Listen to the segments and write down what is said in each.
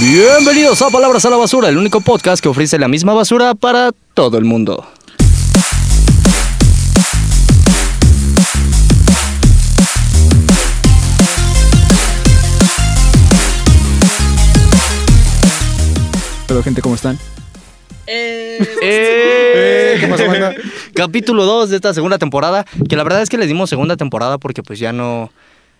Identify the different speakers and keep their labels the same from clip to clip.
Speaker 1: Bienvenidos a Palabras a la Basura, el único podcast que ofrece la misma basura para todo el mundo.
Speaker 2: Pero gente, ¿cómo están?
Speaker 1: ¡Eh! Capítulo 2 de esta segunda temporada, que la verdad es que le dimos segunda temporada porque pues ya no...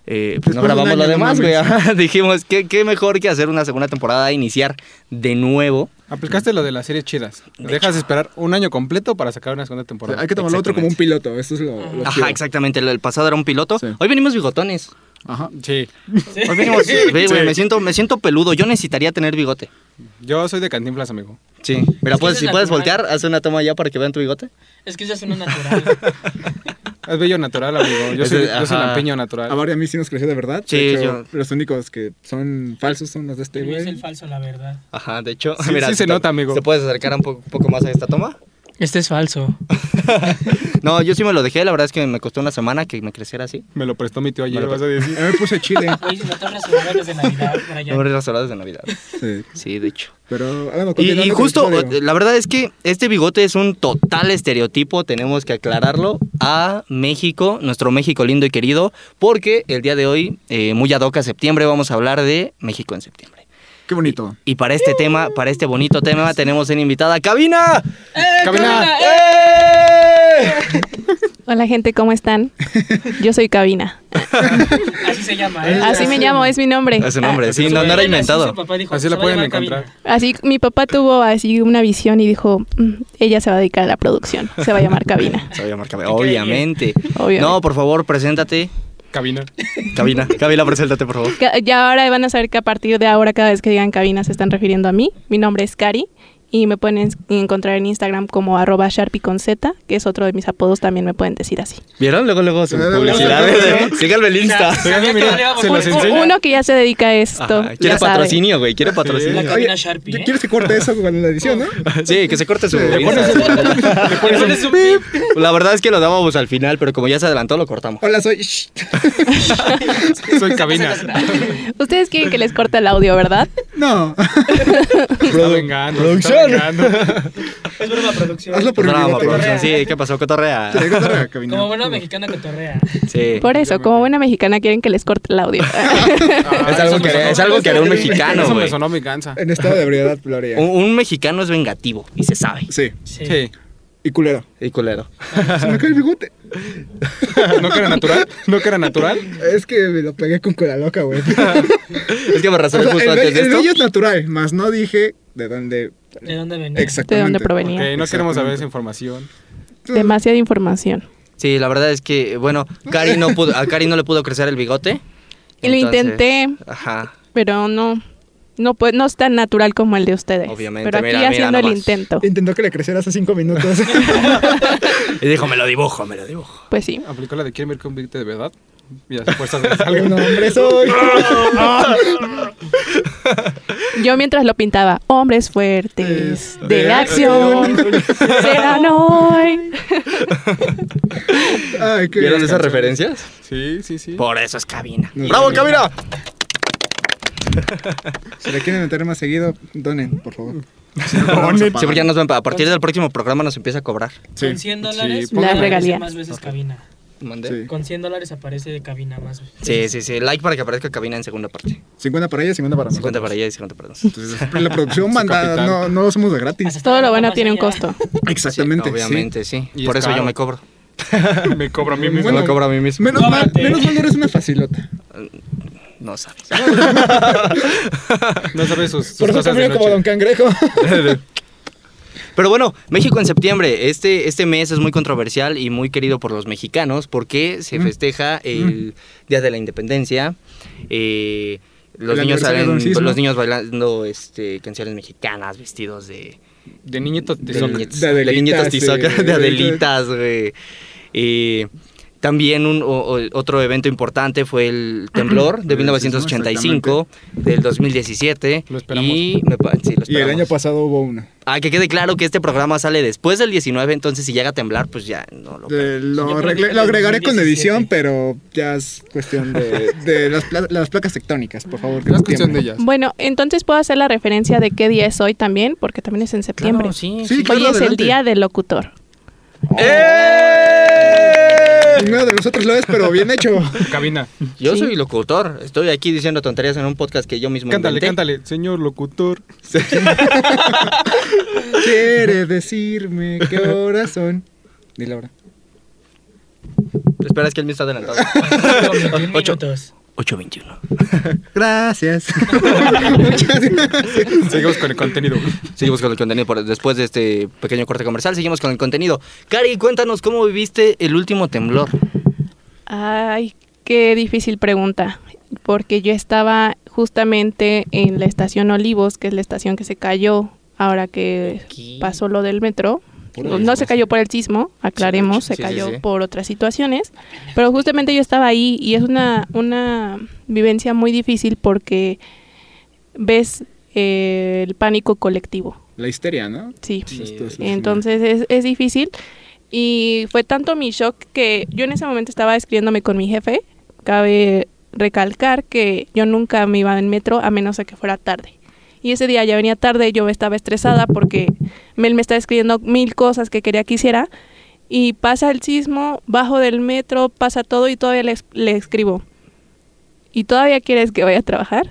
Speaker 1: eh,
Speaker 2: Después de
Speaker 1: pues no
Speaker 2: un
Speaker 1: grabamos
Speaker 2: año,
Speaker 1: lo
Speaker 2: no
Speaker 1: demás, güey.
Speaker 2: mames.
Speaker 1: Ajá, Dijimos, ¿qué, qué mejor que hacer una segunda temporada, iniciar de nuevo.
Speaker 3: Aplicaste lo de las series chidas. Dejas de esperar un año completo para sacar una segunda temporada.
Speaker 2: Hay que tomarlo otro como un piloto, esto es lo, lo
Speaker 1: Ajá,
Speaker 2: chido.
Speaker 1: exactamente. El, el pasado era un piloto.
Speaker 2: Sí.
Speaker 1: Hoy venimos bigotones.
Speaker 2: Ajá.
Speaker 3: Sí.
Speaker 1: Hoy venimos. Ve, güey, me, siento, me siento peludo. Yo necesitaría tener bigote.
Speaker 3: Yo soy de Cantinflas, amigo.
Speaker 1: Sí. Mira,
Speaker 4: Es que
Speaker 1: pues,
Speaker 4: es
Speaker 1: si puedes
Speaker 4: natural.
Speaker 1: voltear, haz una toma allá para que vean tu bigote.
Speaker 4: Es que se hace uno natural.
Speaker 3: Es bello natural, amigo. Yo
Speaker 1: Es
Speaker 3: soy,
Speaker 1: de-
Speaker 3: yo soy
Speaker 1: ajá.
Speaker 3: lampiño
Speaker 2: A
Speaker 3: natural.
Speaker 2: Barry a mí sí nos creció de verdad.
Speaker 1: Sí,
Speaker 2: de hecho,
Speaker 1: yo-
Speaker 2: Los únicos que son falsos son los de este
Speaker 4: No es el
Speaker 2: güey.
Speaker 4: falso, la verdad.
Speaker 1: Ajá, de hecho.
Speaker 3: Sí, sí
Speaker 1: ¿te-
Speaker 3: se nota, amigo.
Speaker 1: ¿Te puedes acercar un po- poco más a esta toma?
Speaker 4: Este es falso.
Speaker 1: No, yo sí me lo dejé. La verdad es que me costó una semana que me creciera así.
Speaker 3: Me lo prestó mi tío
Speaker 1: Me
Speaker 3: ayer,
Speaker 1: lo
Speaker 3: vas a decir.
Speaker 2: A mí me puse chile.
Speaker 4: Oye, si no te has resuelto desde Navidad,
Speaker 1: No
Speaker 4: Brian.
Speaker 1: me horas de Navidad.
Speaker 2: Sí,
Speaker 1: Sí, de hecho.
Speaker 2: Pero háganos
Speaker 1: Y,
Speaker 2: continuando con
Speaker 1: y
Speaker 2: el
Speaker 1: justo,
Speaker 2: episodio.
Speaker 1: eh, la verdad es que este bigote es un total estereotipo, tenemos que aclararlo, a México, nuestro México lindo y querido, porque el día de hoy, eh, muy ad hoc a septiembre, vamos a hablar de México en septiembre.
Speaker 2: Qué bonito.
Speaker 1: Y para este tema, para este bonito tema, tenemos en invitada Cabina. Eh,
Speaker 3: Cabina.
Speaker 5: Hola gente, ¿cómo están? Yo soy Cabina.
Speaker 4: Así se llama, ¿eh?
Speaker 5: Así me llamo, es mi nombre.
Speaker 1: Es un nombre, sí,
Speaker 4: Su
Speaker 1: no, no era
Speaker 4: abuela, sí,
Speaker 1: inventado.
Speaker 4: su papá dijo,
Speaker 3: Así
Speaker 4: "Se
Speaker 3: la
Speaker 4: va a
Speaker 3: pueden
Speaker 4: llamar
Speaker 3: encontrar.
Speaker 4: Cabina".
Speaker 5: Así mi papá tuvo así una visión y dijo, "Mm, ella se va a dedicar a la producción, se va a llamar Cabina.
Speaker 1: Se va a llamar Cabina, Obviamente.
Speaker 5: Obviamente.
Speaker 1: No, por favor, preséntate.
Speaker 3: Cabina.
Speaker 1: Cabina, Cabina, preséntate, por favor.
Speaker 5: Ca- Ya ahora van a saber que a partir de ahora cada vez que digan Cabina se están refiriendo a mí. Mi nombre es Cari y me pueden ens- encontrar en Instagram como arroba Sharpie con Z, que es otro de mis apodos, también me pueden decir así.
Speaker 1: ¿Vieron? Luego, luego, su publicidad. ¿eh? Síganme en Insta.
Speaker 4: Sabía que
Speaker 3: Mira,
Speaker 4: no le íbamos
Speaker 3: se
Speaker 4: a
Speaker 3: los
Speaker 4: poner.
Speaker 3: enseño.
Speaker 5: Uno que ya se dedica a esto.
Speaker 1: Ajá, Quiere
Speaker 5: ya sabe.
Speaker 1: patrocinio, güey, quiere patrocinio.
Speaker 4: La cabina Sharpie, ¿eh?
Speaker 2: ¿Quieres que corte eso con la edición, no?
Speaker 1: Sí, que se corte su
Speaker 2: Le
Speaker 1: Insta.
Speaker 4: Le pones un pip.
Speaker 1: La verdad es que lo dábamos al final, pero como ya se adelantó, lo cortamos.
Speaker 2: Hola, soy. Shh.
Speaker 3: Soy cabina.
Speaker 5: Ustedes quieren que les corte el audio, ¿verdad?
Speaker 2: No.
Speaker 3: Está vengando. se Está vengando.
Speaker 4: Es broma producción.
Speaker 2: Hazlo por mi
Speaker 1: Drama,
Speaker 2: bigote.
Speaker 1: producción.
Speaker 4: Cotorrea.
Speaker 1: Sí, ¿qué pasó? Cotorrea.
Speaker 2: Te dejo otra cabina.
Speaker 4: Como buena mexicana cotorrea.
Speaker 1: Sí.
Speaker 5: Por eso, como buena mexicana quieren que les corte el audio.
Speaker 3: Ah,
Speaker 1: Es algo
Speaker 3: eso
Speaker 1: que-
Speaker 3: me sonó-
Speaker 1: es algo que haría un mexicano,
Speaker 3: Eso
Speaker 1: güey.
Speaker 3: me sonó mi ganza.
Speaker 2: En estado de ebriedad, Gloria.
Speaker 1: Un, un mexicano es vengativo y se sabe.
Speaker 2: Sí.
Speaker 4: Sí.
Speaker 3: Sí.
Speaker 2: Y culero.
Speaker 1: Y culero.
Speaker 2: Se me cae el bigote.
Speaker 3: ¿No que era natural? ¿No que era natural?
Speaker 2: Es que me lo pegué con cola loca, güey.
Speaker 1: Es que me
Speaker 2: O sea,
Speaker 1: rasuré justo
Speaker 2: el,
Speaker 1: antes
Speaker 2: bello,
Speaker 1: de
Speaker 2: el
Speaker 1: esto.
Speaker 2: bello es natural, más no dije de dónde.
Speaker 4: ¿De dónde venía?
Speaker 2: Exactamente.
Speaker 5: ¿De dónde
Speaker 3: Ok,
Speaker 5: provenía?
Speaker 3: no queremos saber esa información.
Speaker 1: Mm.
Speaker 5: Demasiada información.
Speaker 1: Sí, la verdad es que, bueno, Cari no pudo, a Cari no le pudo crecer el bigote.
Speaker 5: Y lo intenté.
Speaker 1: Ajá.
Speaker 5: Pero no, no, pues, no es tan natural como el de ustedes.
Speaker 1: Obviamente,
Speaker 5: Pero aquí
Speaker 1: mira, mira
Speaker 5: haciendo el
Speaker 1: nomás.
Speaker 5: intento.
Speaker 2: Intentó que le creciera hace cinco minutos.
Speaker 1: Y dijo, me lo dibujo, me lo dibujo.
Speaker 5: Pues sí.
Speaker 3: Aplicó la de quiero ver con Big de verdad. Y las fuerzas de salga.
Speaker 2: Un hombre soy.
Speaker 5: Yo mientras lo pintaba, hombres fuertes
Speaker 1: Este,
Speaker 2: Es-
Speaker 1: eh,
Speaker 5: de acción serán hoy.
Speaker 1: eh.
Speaker 2: Ay, qué
Speaker 1: ¿Vieron
Speaker 2: bien.
Speaker 1: esas referencias?
Speaker 3: Sí, sí, sí.
Speaker 1: Por eso es cabina.
Speaker 2: No,
Speaker 1: ¡Bravo,
Speaker 2: no.
Speaker 1: cabina!
Speaker 2: Si le quieren meter más seguido, donen, por favor.
Speaker 1: Sí, porque ya nos van, a partir del próximo programa nos empieza a cobrar.
Speaker 4: Con 100 dólares
Speaker 3: Sí,
Speaker 5: La
Speaker 4: aparece
Speaker 5: regalía.
Speaker 4: más veces cabina.
Speaker 1: ¿Mandé?
Speaker 2: Sí.
Speaker 4: Con 100 dólares aparece de cabina más veces.
Speaker 1: Sí, sí, sí. Like para que aparezca cabina en segunda parte.
Speaker 2: 50 para ella, 50 para nosotros.
Speaker 1: 50 para allá y 50 para nosotros.
Speaker 2: Entonces, la producción manda,
Speaker 3: capitán.
Speaker 2: no, no lo somos de gratis.
Speaker 4: Hasta
Speaker 5: Todo lo bueno
Speaker 4: más
Speaker 5: tiene un
Speaker 4: allá.
Speaker 5: costo.
Speaker 2: Exactamente.
Speaker 1: Sí, obviamente, sí.
Speaker 3: Y
Speaker 1: Por
Speaker 3: es
Speaker 1: eso yo
Speaker 3: caro.
Speaker 1: me cobro.
Speaker 3: Me cobra a mí mismo.
Speaker 2: Bueno,
Speaker 1: me cobro a mí mismo.
Speaker 2: Menos mal,
Speaker 4: Cóbrate.
Speaker 2: menos mal no eres una facilota.
Speaker 1: No sabes.
Speaker 3: No sabes sus, sus
Speaker 2: Por eso
Speaker 3: cosas
Speaker 2: camino
Speaker 3: de noche.
Speaker 2: como Don Cangrejo.
Speaker 1: Pero bueno, México en septiembre. Este, este mes es muy controversial y muy querido por los mexicanos porque se festeja el Día de la Independencia. eh, los,
Speaker 2: El
Speaker 1: niños
Speaker 2: aniversario de un
Speaker 1: salen,
Speaker 2: sismo.
Speaker 1: los niños bailando este, canciones mexicanas vestidos de,
Speaker 3: De niñito te
Speaker 1: de,
Speaker 2: Del-
Speaker 3: toca.
Speaker 1: niñitos,
Speaker 2: de
Speaker 1: de niñitos
Speaker 2: Adelitas,
Speaker 1: tizoc-
Speaker 2: eh,
Speaker 1: de Adelitas, güey. Y También un, o- o- otro evento importante fue el temblor de
Speaker 2: Sí,
Speaker 1: 1985, del 2017.
Speaker 3: Lo esperamos.
Speaker 1: Y, me pa- sí,
Speaker 2: Y
Speaker 1: lo
Speaker 2: el
Speaker 1: esperamos.
Speaker 2: año pasado hubo una.
Speaker 1: Ah, que quede claro que este programa sale después del 19, entonces si llega a temblar, pues ya no lo...
Speaker 2: Eh,
Speaker 4: Yo
Speaker 2: lo,
Speaker 4: creo
Speaker 2: arreglé-
Speaker 4: que
Speaker 2: lo agregaré con
Speaker 4: 2017.
Speaker 2: edición, pero ya es cuestión de, de las, pla- las placas tectónicas, por favor. que
Speaker 3: No es
Speaker 2: nos
Speaker 3: cuestión de
Speaker 2: tiemblen.
Speaker 3: ellas.
Speaker 5: Bueno, entonces puedo hacer la referencia de qué día es hoy también, porque también es en septiembre.
Speaker 1: Claro, sí.
Speaker 2: Sí,
Speaker 5: Hoy
Speaker 2: claro,
Speaker 5: es el
Speaker 2: adelante.
Speaker 5: día del locutor.
Speaker 2: Ninguno de nosotros lo es, pero bien hecho.
Speaker 3: Cabina.
Speaker 1: Yo
Speaker 5: Sí.
Speaker 1: soy locutor, estoy aquí diciendo tonterías en un podcast que yo mismo
Speaker 3: Cántale,
Speaker 1: inventé.
Speaker 3: cántale, señor locutor.
Speaker 2: Quiere decirme qué horas son. Dile ahora.
Speaker 1: Espera, es que él me está adelantado.
Speaker 4: 21
Speaker 1: Ocho.
Speaker 4: minutos.
Speaker 1: 8.21.
Speaker 2: Gracias. Muchas gracias.
Speaker 3: Seguimos con el contenido.
Speaker 1: Seguimos con el contenido por- después de este pequeño corte comercial. Seguimos con el contenido. Cari, cuéntanos cómo viviste el último temblor.
Speaker 5: Ay, qué difícil pregunta, porque yo estaba justamente en la estación Olivos, que es la estación que se cayó ahora que
Speaker 1: Aquí.
Speaker 5: pasó lo del metro.
Speaker 1: Por
Speaker 5: No,
Speaker 1: el
Speaker 5: no
Speaker 1: sismo,
Speaker 5: se cayó por el sismo, aclaremos,
Speaker 1: Sí,
Speaker 5: se
Speaker 1: sí,
Speaker 5: cayó
Speaker 1: sí.
Speaker 5: por otras situaciones, pero justamente yo estaba ahí y es una, una vivencia muy difícil porque ves eh, el pánico colectivo,
Speaker 2: La histeria, ¿no?
Speaker 5: sí.
Speaker 1: Sí.
Speaker 2: Esto es-
Speaker 5: Entonces es, es difícil. Y fue tanto mi shock que yo en ese momento estaba escribiéndome con mi jefe. Cabe recalcar que yo nunca me iba en metro a menos de que fuera tarde. Y ese día ya venía tarde, yo estaba estresada porque Mel me está escribiendo mil cosas que quería que hiciera. Y pasa el sismo, bajo del metro, pasa todo y todavía le, es- le escribo. ¿Y todavía quieres que vaya a trabajar?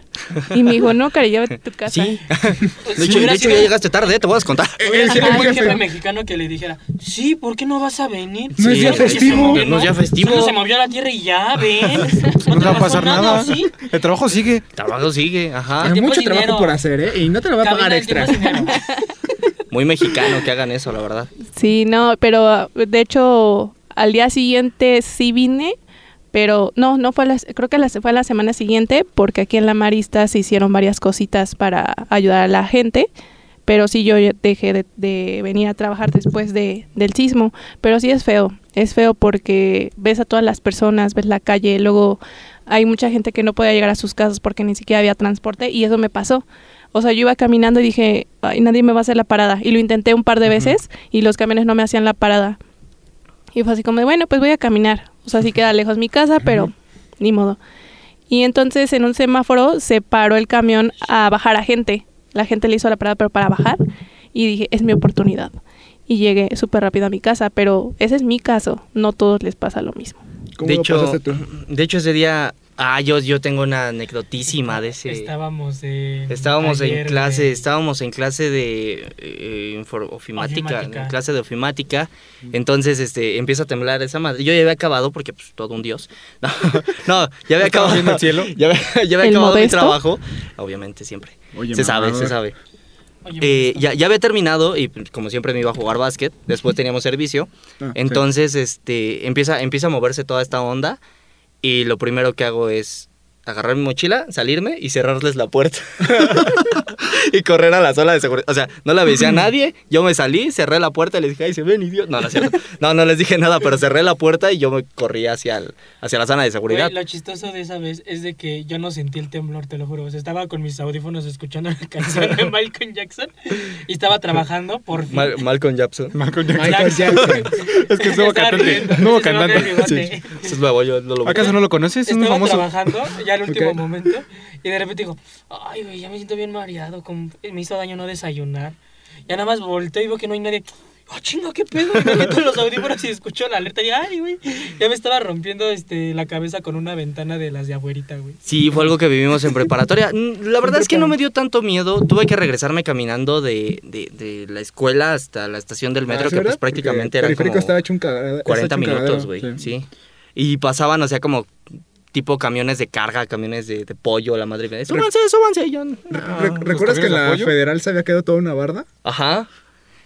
Speaker 5: Y me dijo, no, cari, ya vete a tu casa.
Speaker 1: Sí. De
Speaker 4: Si
Speaker 1: hecho, de
Speaker 4: hubiera
Speaker 1: hecho,
Speaker 4: sido-
Speaker 1: ya llegaste tarde, ¿eh? te voy a contar.
Speaker 4: hubiera
Speaker 2: El
Speaker 4: sido
Speaker 2: jefe
Speaker 4: un
Speaker 2: jefe.
Speaker 4: jefe mexicano que le dijera, sí, ¿por qué no vas a venir?
Speaker 2: No es día
Speaker 4: Solo que se
Speaker 2: festivo.
Speaker 4: movió,
Speaker 1: No es día festivo.
Speaker 4: Solo se movió la tierra y ya, ven.
Speaker 3: No te va a
Speaker 4: pasó
Speaker 3: pasar nada.
Speaker 4: ¿sí?
Speaker 3: El trabajo sigue.
Speaker 1: Trabajo sigue, ajá.
Speaker 2: Hay
Speaker 4: tiempo
Speaker 2: mucho
Speaker 4: es dinero.
Speaker 2: trabajo por hacer, ¿eh? Y no te lo va a pagar
Speaker 4: Cabina, el
Speaker 2: extra.
Speaker 4: tiempo es dinero.
Speaker 1: Muy mexicano que hagan eso, la verdad.
Speaker 5: Sí, no, pero ah, de hecho al día siguiente sí vine, pero no, no fue a la, creo que a la, fue a la semana siguiente porque aquí en la Marista se hicieron varias cositas para ayudar a la gente, pero sí yo ya dejé de, de venir a trabajar después de, del sismo, pero sí es feo, es feo porque ves a todas las personas, ves la calle, luego hay mucha gente que no podía llegar a sus casas porque ni siquiera había transporte y eso me pasó. O sea, yo iba caminando y dije, Ay, nadie me va a hacer la parada. Y lo intenté un par de veces y los camiones no me hacían la parada. Y fue así como, de, bueno, pues voy a caminar. O sea, sí queda lejos mi casa, pero ni modo. Y entonces en un semáforo se paró el camión a bajar a gente. La gente le hizo la parada, pero para bajar. Y dije, es mi oportunidad. Y llegué súper rápido a mi casa, pero ese es mi caso. No todos les pasa lo mismo.
Speaker 2: ¿Cómo
Speaker 1: de
Speaker 2: lo
Speaker 1: hecho,
Speaker 2: pasaste tú?
Speaker 1: De hecho, ese día... Ah, yo, yo tengo una anecdotísima de ese...
Speaker 4: Estábamos en.
Speaker 1: Estábamos en
Speaker 4: taller
Speaker 1: clase,
Speaker 4: de-
Speaker 1: estábamos en clase de eh, infor- ofimática,
Speaker 4: Ofimática.
Speaker 1: en clase de ofimática. Entonces, este, empieza a temblar esa madre. Yo ya había acabado porque pues todo un dios. No, no, ya había acabado.
Speaker 3: ¿Estaba viendo el cielo?
Speaker 1: Ya había, ya había
Speaker 5: ¿El
Speaker 1: acabado mi
Speaker 5: modesto?
Speaker 1: trabajo, obviamente siempre.
Speaker 2: Oye,
Speaker 1: se sabe,
Speaker 2: mamador.
Speaker 1: se sabe.
Speaker 4: Oye, pues,
Speaker 1: Eh,
Speaker 4: maestro,
Speaker 1: ya, ya había terminado y pues, como siempre me iba a jugar básquet. Después teníamos servicio.
Speaker 2: Ah,
Speaker 1: Entonces, este, empieza, empieza a moverse toda esta onda y lo primero que hago es agarrar mi mochila, salirme y cerrarles la puerta y correr a la zona de seguridad. O sea, no la avisé a nadie, yo me salí, cerré la puerta y les dije, ay, se ven, idiota. No, no es cierto. No, no les dije nada, pero cerré la puerta y yo me corrí hacia, el- hacia la zona de
Speaker 4: güey,
Speaker 1: seguridad.
Speaker 4: lo chistoso de esa vez es de que yo no sentí el temblor, te lo juro. O sea, estaba con mis audífonos escuchando la canción de Michael Jackson y estaba trabajando por fin.
Speaker 1: Mal, Malcolm Jackson.
Speaker 3: Malcolm
Speaker 2: sí.
Speaker 3: Jackson.
Speaker 2: Michael Jackson.
Speaker 3: Es que es nuevo
Speaker 4: Estaba
Speaker 3: cantante.
Speaker 4: riendo,
Speaker 3: Nuevo
Speaker 4: se me abre el
Speaker 3: cantante.
Speaker 4: bigote.
Speaker 3: Sí.
Speaker 1: Eso es nuevo, yo no lo
Speaker 3: ¿Acaso no lo conoces? Es un
Speaker 4: Estaba
Speaker 3: famoso.
Speaker 4: trabajando ya al último
Speaker 2: Ok.
Speaker 4: momento y de repente digo, ay, güey, ya me siento bien mareado, como- me hizo daño no desayunar. Ya nada más volteo y veo que no hay nadie. ¡Ah, chinga, qué pedo! Y me meto en los audífonos y escucho la alerta y ay, güey, ya me estaba rompiendo este, la cabeza con una ventana de las de abuelita, güey.
Speaker 1: Sí, fue algo que vivimos en preparatoria. Mm, La verdad es que no me dio tanto miedo. Tuve que regresarme caminando de, de- de la escuela hasta la estación del metro,
Speaker 2: Ah, ¿sí
Speaker 1: que pues
Speaker 2: verdad?
Speaker 1: prácticamente
Speaker 2: Porque
Speaker 1: era
Speaker 2: el periférico
Speaker 1: como
Speaker 2: estaba hecho un cagadero- está hecho
Speaker 1: 40
Speaker 2: un cagadero,
Speaker 1: minutos, güey.
Speaker 2: sí.
Speaker 1: Sí. Y pasaban, o sea, como tipo camiones de carga, camiones de, de pollo, la madre. mía. Súbanse, súbanse. y yo, no.
Speaker 2: Re- ¿Recuerdas que en
Speaker 3: camiones de
Speaker 2: la
Speaker 3: apoyo?
Speaker 2: federal se había quedado eh, toda una barda?
Speaker 1: Ajá.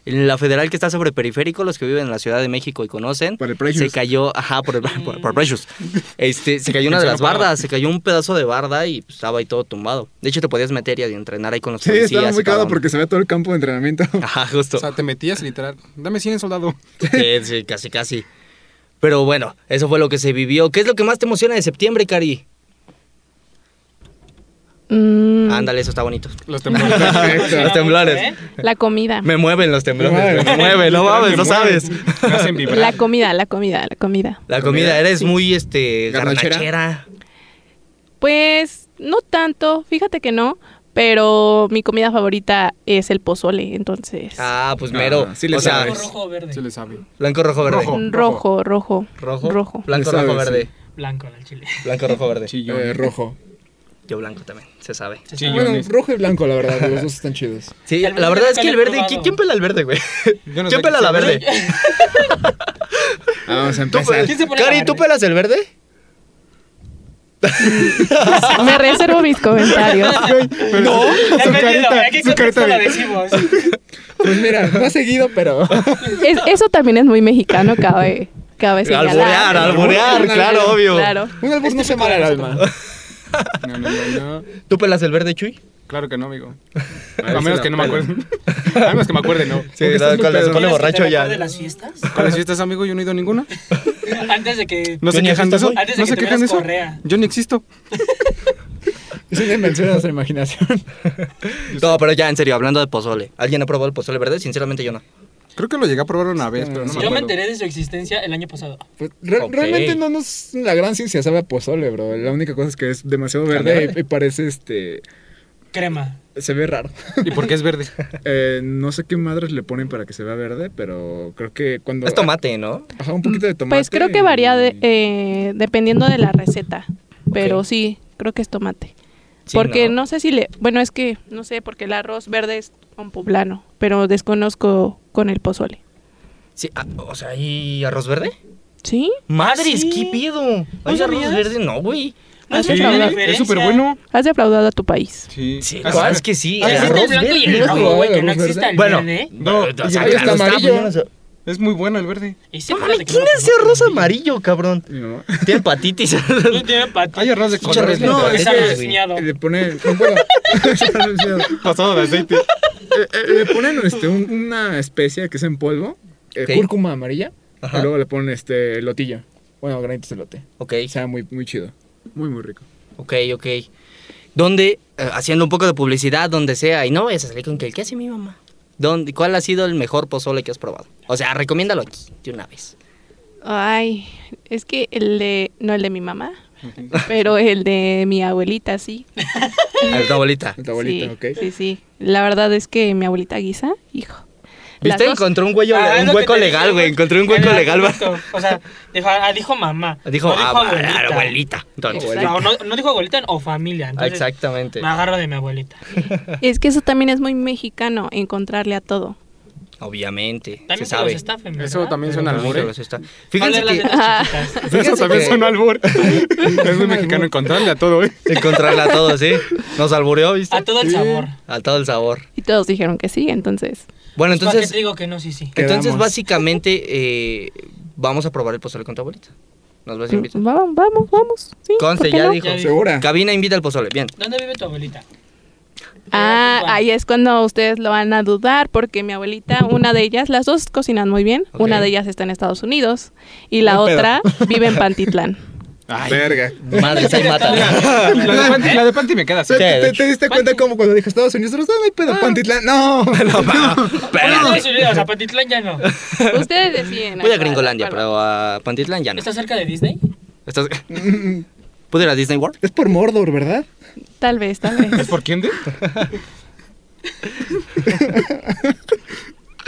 Speaker 1: En la federal que está sobre periférico, los que viven en la Ciudad de México y conocen,
Speaker 2: Por el Precious.
Speaker 1: se cayó, ajá, por, el, por, por Precious. Este, se cayó una de las bardas, se cayó un pedazo de barda y pues, estaba ahí todo tumbado. De hecho, te podías meter y entrenar ahí con los
Speaker 2: Sí,
Speaker 1: policías.
Speaker 2: estaba
Speaker 1: y
Speaker 2: muy
Speaker 1: todo.
Speaker 2: cagado porque se veía todo el campo de entrenamiento.
Speaker 1: Ajá,
Speaker 3: O
Speaker 1: justo.
Speaker 3: sea, te metías literal. Dame 100 soldado.
Speaker 1: Sí, sí, casi, casi. Pero bueno, eso fue lo que se vivió. ¿Qué es lo que más te emociona de septiembre, Cari?
Speaker 5: Mm,
Speaker 1: Ándale, eso está bonito.
Speaker 6: Los temblores.
Speaker 3: Perfecto.
Speaker 1: Los temblores.
Speaker 4: ¿eh?
Speaker 5: La comida.
Speaker 1: Me mueven los temblores,
Speaker 3: Me
Speaker 1: me,
Speaker 3: mueven.
Speaker 1: mueven, no mames,
Speaker 6: Me
Speaker 1: lo
Speaker 6: mueven,
Speaker 1: sabes.
Speaker 6: Me hacen vibrar.
Speaker 5: La comida, la comida, la comida.
Speaker 1: La comida, eres muy este
Speaker 3: ¿Garnachera?
Speaker 1: garnachera.
Speaker 5: Pues no tanto, fíjate que no, pero mi comida favorita es el pozole, entonces.
Speaker 1: Ah, pues mero.
Speaker 3: Ah, sí le
Speaker 1: o sea,
Speaker 3: sabes.
Speaker 4: Rojo o verde.
Speaker 6: Se le sabe.
Speaker 1: blanco, rojo, verde.
Speaker 6: Rojo.
Speaker 5: Mm, rojo, rojo,
Speaker 1: Rojo.
Speaker 5: Rojo.
Speaker 1: Blanco,
Speaker 3: Le
Speaker 1: rojo,
Speaker 3: sabes,
Speaker 1: verde.
Speaker 4: Blanco al chile.
Speaker 1: Blanco, rojo, verde.
Speaker 6: Chillón.
Speaker 3: Eh, rojo.
Speaker 1: Yo blanco también, se sabe.
Speaker 4: Se
Speaker 6: Sí,
Speaker 4: sabe.
Speaker 3: Bueno,
Speaker 6: Millones.
Speaker 3: rojo y blanco, la verdad, los dos están chidos.
Speaker 1: Sí,
Speaker 4: Tal vez
Speaker 1: la verdad es que el
Speaker 4: nunca lo he
Speaker 1: verde. ¿qui-
Speaker 4: probado.
Speaker 1: ¿Quién pela el verde, güey?
Speaker 6: Yo
Speaker 1: ¿Quién
Speaker 6: no sé
Speaker 1: pela
Speaker 6: qué
Speaker 1: la
Speaker 6: sea
Speaker 1: verde?
Speaker 6: Ah,
Speaker 3: Vamos a
Speaker 1: ¿Tú,
Speaker 3: empezar.
Speaker 4: ¿Quién se pone
Speaker 1: Cari,
Speaker 4: la
Speaker 1: ¿tú
Speaker 4: verde?
Speaker 1: pelas el verde?
Speaker 5: Me reservo mis comentarios.
Speaker 6: no,
Speaker 4: Ya
Speaker 6: su
Speaker 4: me entiendo,
Speaker 6: carita,
Speaker 4: aquí
Speaker 6: su
Speaker 4: contexto
Speaker 6: carita
Speaker 4: lo
Speaker 6: de-
Speaker 4: decimos.
Speaker 3: Pues mira, no ha seguido, pero.
Speaker 5: Es- eso también es muy mexicano, cabe, cabe señalar.
Speaker 1: Alborear, alborear,
Speaker 3: Alborear,
Speaker 1: claro, obvio.
Speaker 5: Claro.
Speaker 3: Un albur
Speaker 4: Este
Speaker 3: no se mala al alma.
Speaker 6: No, no, no, no.
Speaker 1: ¿Tú pelas el verde, Chuy?
Speaker 6: Claro que no, amigo.
Speaker 3: A ver
Speaker 6: A
Speaker 3: si
Speaker 6: menos
Speaker 3: la
Speaker 6: que no me
Speaker 3: pela.
Speaker 6: acuerde. A menos que me acuerde, no.
Speaker 1: Sí, la- cuando se pone
Speaker 4: ¿Quieres que
Speaker 1: borracho
Speaker 4: te
Speaker 1: ya.
Speaker 4: recuerde las fiestas?
Speaker 6: ¿Cuáles fiestas, amigo? Yo no he ido a ninguna.
Speaker 4: Antes de que.
Speaker 6: No se
Speaker 1: ¿Ni a
Speaker 6: quejan de eso.
Speaker 1: fiestas
Speaker 4: voy? Antes de
Speaker 6: No
Speaker 4: que
Speaker 6: se
Speaker 4: te
Speaker 6: quejan de
Speaker 4: veas
Speaker 6: eso.
Speaker 4: correa.
Speaker 6: Yo ni existo.
Speaker 3: Es una invención de nuestra imaginación.
Speaker 1: No, pero ya, en serio, hablando de pozole. ¿Alguien ha probado el pozole verde? Sinceramente yo no.
Speaker 6: Creo que lo llegué a probar una vez, pero no me
Speaker 4: Yo me
Speaker 6: acuerdo.
Speaker 4: enteré de su existencia el año pasado.
Speaker 3: Pues, re-
Speaker 1: Ok.
Speaker 3: Realmente no nos la gran ciencia sabe a pozole, bro. La única cosa es que es demasiado verde y, y parece este.
Speaker 4: Crema.
Speaker 3: Se ve raro.
Speaker 6: ¿Y por qué es verde?
Speaker 3: Eh, no sé qué madres le ponen para que se vea verde, pero creo que cuando.
Speaker 1: Es tomate, ¿no?
Speaker 3: Ajá, un poquito de tomate.
Speaker 5: Pues creo que
Speaker 3: y-
Speaker 5: varía de- eh, dependiendo de la receta, pero
Speaker 1: Ok.
Speaker 5: sí, creo que es tomate.
Speaker 1: Sí,
Speaker 5: porque ¿no? sé si le... Bueno, es que no sé, porque el arroz verde es con poblano, pero desconozco con el pozole.
Speaker 1: Sí, ah, o sea, ¿y arroz verde?
Speaker 5: ¿Sí?
Speaker 1: Madres,
Speaker 4: Sí.
Speaker 1: ¿qué pedo? ¿Hay arroz
Speaker 4: sabías?
Speaker 1: verde? No, güey.
Speaker 4: No
Speaker 5: Sí,
Speaker 4: sé si hay una
Speaker 5: es
Speaker 4: diferencia.
Speaker 6: es súper bueno.
Speaker 5: Has defraudado a tu país.
Speaker 6: Sí.
Speaker 1: Sí,
Speaker 6: Ah,
Speaker 1: ¿cuál?
Speaker 6: sí.
Speaker 1: es que sí.
Speaker 4: Ah,
Speaker 1: el
Speaker 4: existe
Speaker 1: arroz
Speaker 4: el blanco y el
Speaker 1: verde.
Speaker 4: rojo, güey, que no
Speaker 3: arroz verde.
Speaker 4: exista el
Speaker 1: Bueno,
Speaker 4: verde.
Speaker 6: No,
Speaker 1: o sea,
Speaker 3: ahí está
Speaker 1: claro,
Speaker 3: amarillo.
Speaker 1: pues, yo no sé.
Speaker 6: Es muy bueno el verde.
Speaker 4: Y sí,
Speaker 1: No
Speaker 4: fíjate
Speaker 1: mames,
Speaker 4: que
Speaker 1: ¿quién
Speaker 4: no lo
Speaker 1: hace
Speaker 4: conozco.
Speaker 1: arroz amarillo, cabrón?
Speaker 3: Mi mamá.
Speaker 1: Tiene hepatitis.
Speaker 4: No tiene patas.
Speaker 6: Hay arroz de
Speaker 1: Muchas
Speaker 6: colores.
Speaker 1: gracias.
Speaker 3: No,
Speaker 1: Esa
Speaker 3: es
Speaker 1: no
Speaker 3: que
Speaker 1: es
Speaker 4: miado.
Speaker 3: le ponen. No puedo.
Speaker 6: Pasado de aceite.
Speaker 3: Eh, eh, le ponen este, un- una especia que es en polvo, eh,
Speaker 1: Ok.
Speaker 3: cúrcuma amarilla,
Speaker 1: Ajá.
Speaker 3: y luego le ponen este lotillo. Bueno, granitos de lote.
Speaker 1: ok,
Speaker 3: O sea, muy, muy chido. Muy, muy rico.
Speaker 1: ok, ok. ¿Dónde, eh, haciendo un poco de publicidad, donde sea, y no vayas a salir con que el que hace mi mamá? ¿Dónde, ¿Cuál ha sido el mejor pozole que has probado? O sea, recomiéndalo aquí, de una vez.
Speaker 5: Ay, es que el de... No el de mi mamá, pero el de mi abuelita, sí.
Speaker 1: A ver, tu abuelita.
Speaker 3: De tu abuelita,
Speaker 5: sí,
Speaker 3: ¿ok?
Speaker 5: Sí, sí. La verdad es que mi abuelita guisa, hijo. Las
Speaker 1: ¿Viste?
Speaker 5: dos-
Speaker 1: Encontró un, huello-
Speaker 4: Ah, es
Speaker 1: un
Speaker 4: lo que
Speaker 1: hueco
Speaker 4: te dije,
Speaker 1: legal, güey.
Speaker 4: güey.
Speaker 1: Encontré un
Speaker 4: Era
Speaker 1: hueco legal. va.
Speaker 4: justo. O sea, dijo, ah, dijo mamá.
Speaker 1: Dijo,
Speaker 4: no
Speaker 1: ah,
Speaker 4: abuelita.
Speaker 1: ah, abuelita. Entonces,
Speaker 5: Exacto.
Speaker 4: No, no, no dijo abuelita o familia.
Speaker 1: Ah,
Speaker 4: Entonces,
Speaker 1: Exactamente.
Speaker 4: Me agarro de mi abuelita.
Speaker 5: Es que eso también es muy mexicano, encontrarle a todo.
Speaker 1: Obviamente. se
Speaker 4: También se los
Speaker 1: sabe.
Speaker 4: estafen, ¿verdad?
Speaker 6: Eso también suena al
Speaker 1: Ahorita
Speaker 6: albure.
Speaker 1: los está-
Speaker 4: Fíjense
Speaker 1: Fíjense que
Speaker 6: Eso también
Speaker 1: que-
Speaker 6: suena al albur. es muy
Speaker 3: albur.
Speaker 6: mexicano encontrarle a todo, ¿eh?
Speaker 1: encontrarla a todos, ¿eh? Nos albureó, ¿viste?
Speaker 4: A todo el sabor.
Speaker 1: A todo el sabor.
Speaker 5: Y todos dijeron que sí, entonces.
Speaker 1: Bueno,
Speaker 4: Entonces, Pues, ¿Para
Speaker 1: entonces,
Speaker 4: qué te digo que no? Sí, sí.
Speaker 1: entonces
Speaker 3: Quedamos.
Speaker 1: básicamente eh, vamos a probar el pozole con tu abuelita. Nos vas a invitar.
Speaker 5: Vamos, vamos, vamos. Sí,
Speaker 1: Conste,
Speaker 5: ¿por qué
Speaker 1: ya
Speaker 5: no?
Speaker 1: dijo.
Speaker 4: Ya dijo.
Speaker 3: ¿Segura?
Speaker 1: Cabina invita al pozole, bien.
Speaker 4: ¿Dónde vive tu abuelita?
Speaker 5: Ah,
Speaker 4: Ocupa.
Speaker 5: ahí es cuando ustedes lo van a dudar, porque mi abuelita, una de ellas, las dos cocinan muy bien.
Speaker 1: Ok.
Speaker 5: Una de ellas está en Estados Unidos y la
Speaker 3: Buen pedo.
Speaker 5: otra vive en Pantitlán.
Speaker 6: Ay.
Speaker 3: Verga.
Speaker 1: Madre, se mata.
Speaker 6: La de Panti, la de Panti me queda así.
Speaker 1: Sí.
Speaker 3: ¿Te, te- te diste cuenta como cuando dijo Estados Unidos? nosotros, "Ah, No hay pedo, Pantitlán. No.
Speaker 4: Bueno,
Speaker 1: Espérate.
Speaker 4: no, o sea, Patitlán ya no.
Speaker 5: ustedes deciden.
Speaker 1: Voy a
Speaker 5: cuál-
Speaker 1: Gringolandia,
Speaker 5: cuál va.
Speaker 1: pero a Pantitlán ya no.
Speaker 4: ¿Está cerca de Disney?
Speaker 1: ¿Estás... ¿Puedo ir a Disney World?
Speaker 3: Es por Mordor, ¿verdad?
Speaker 5: Tal vez, tal vez.
Speaker 6: ¿Es por quién, de?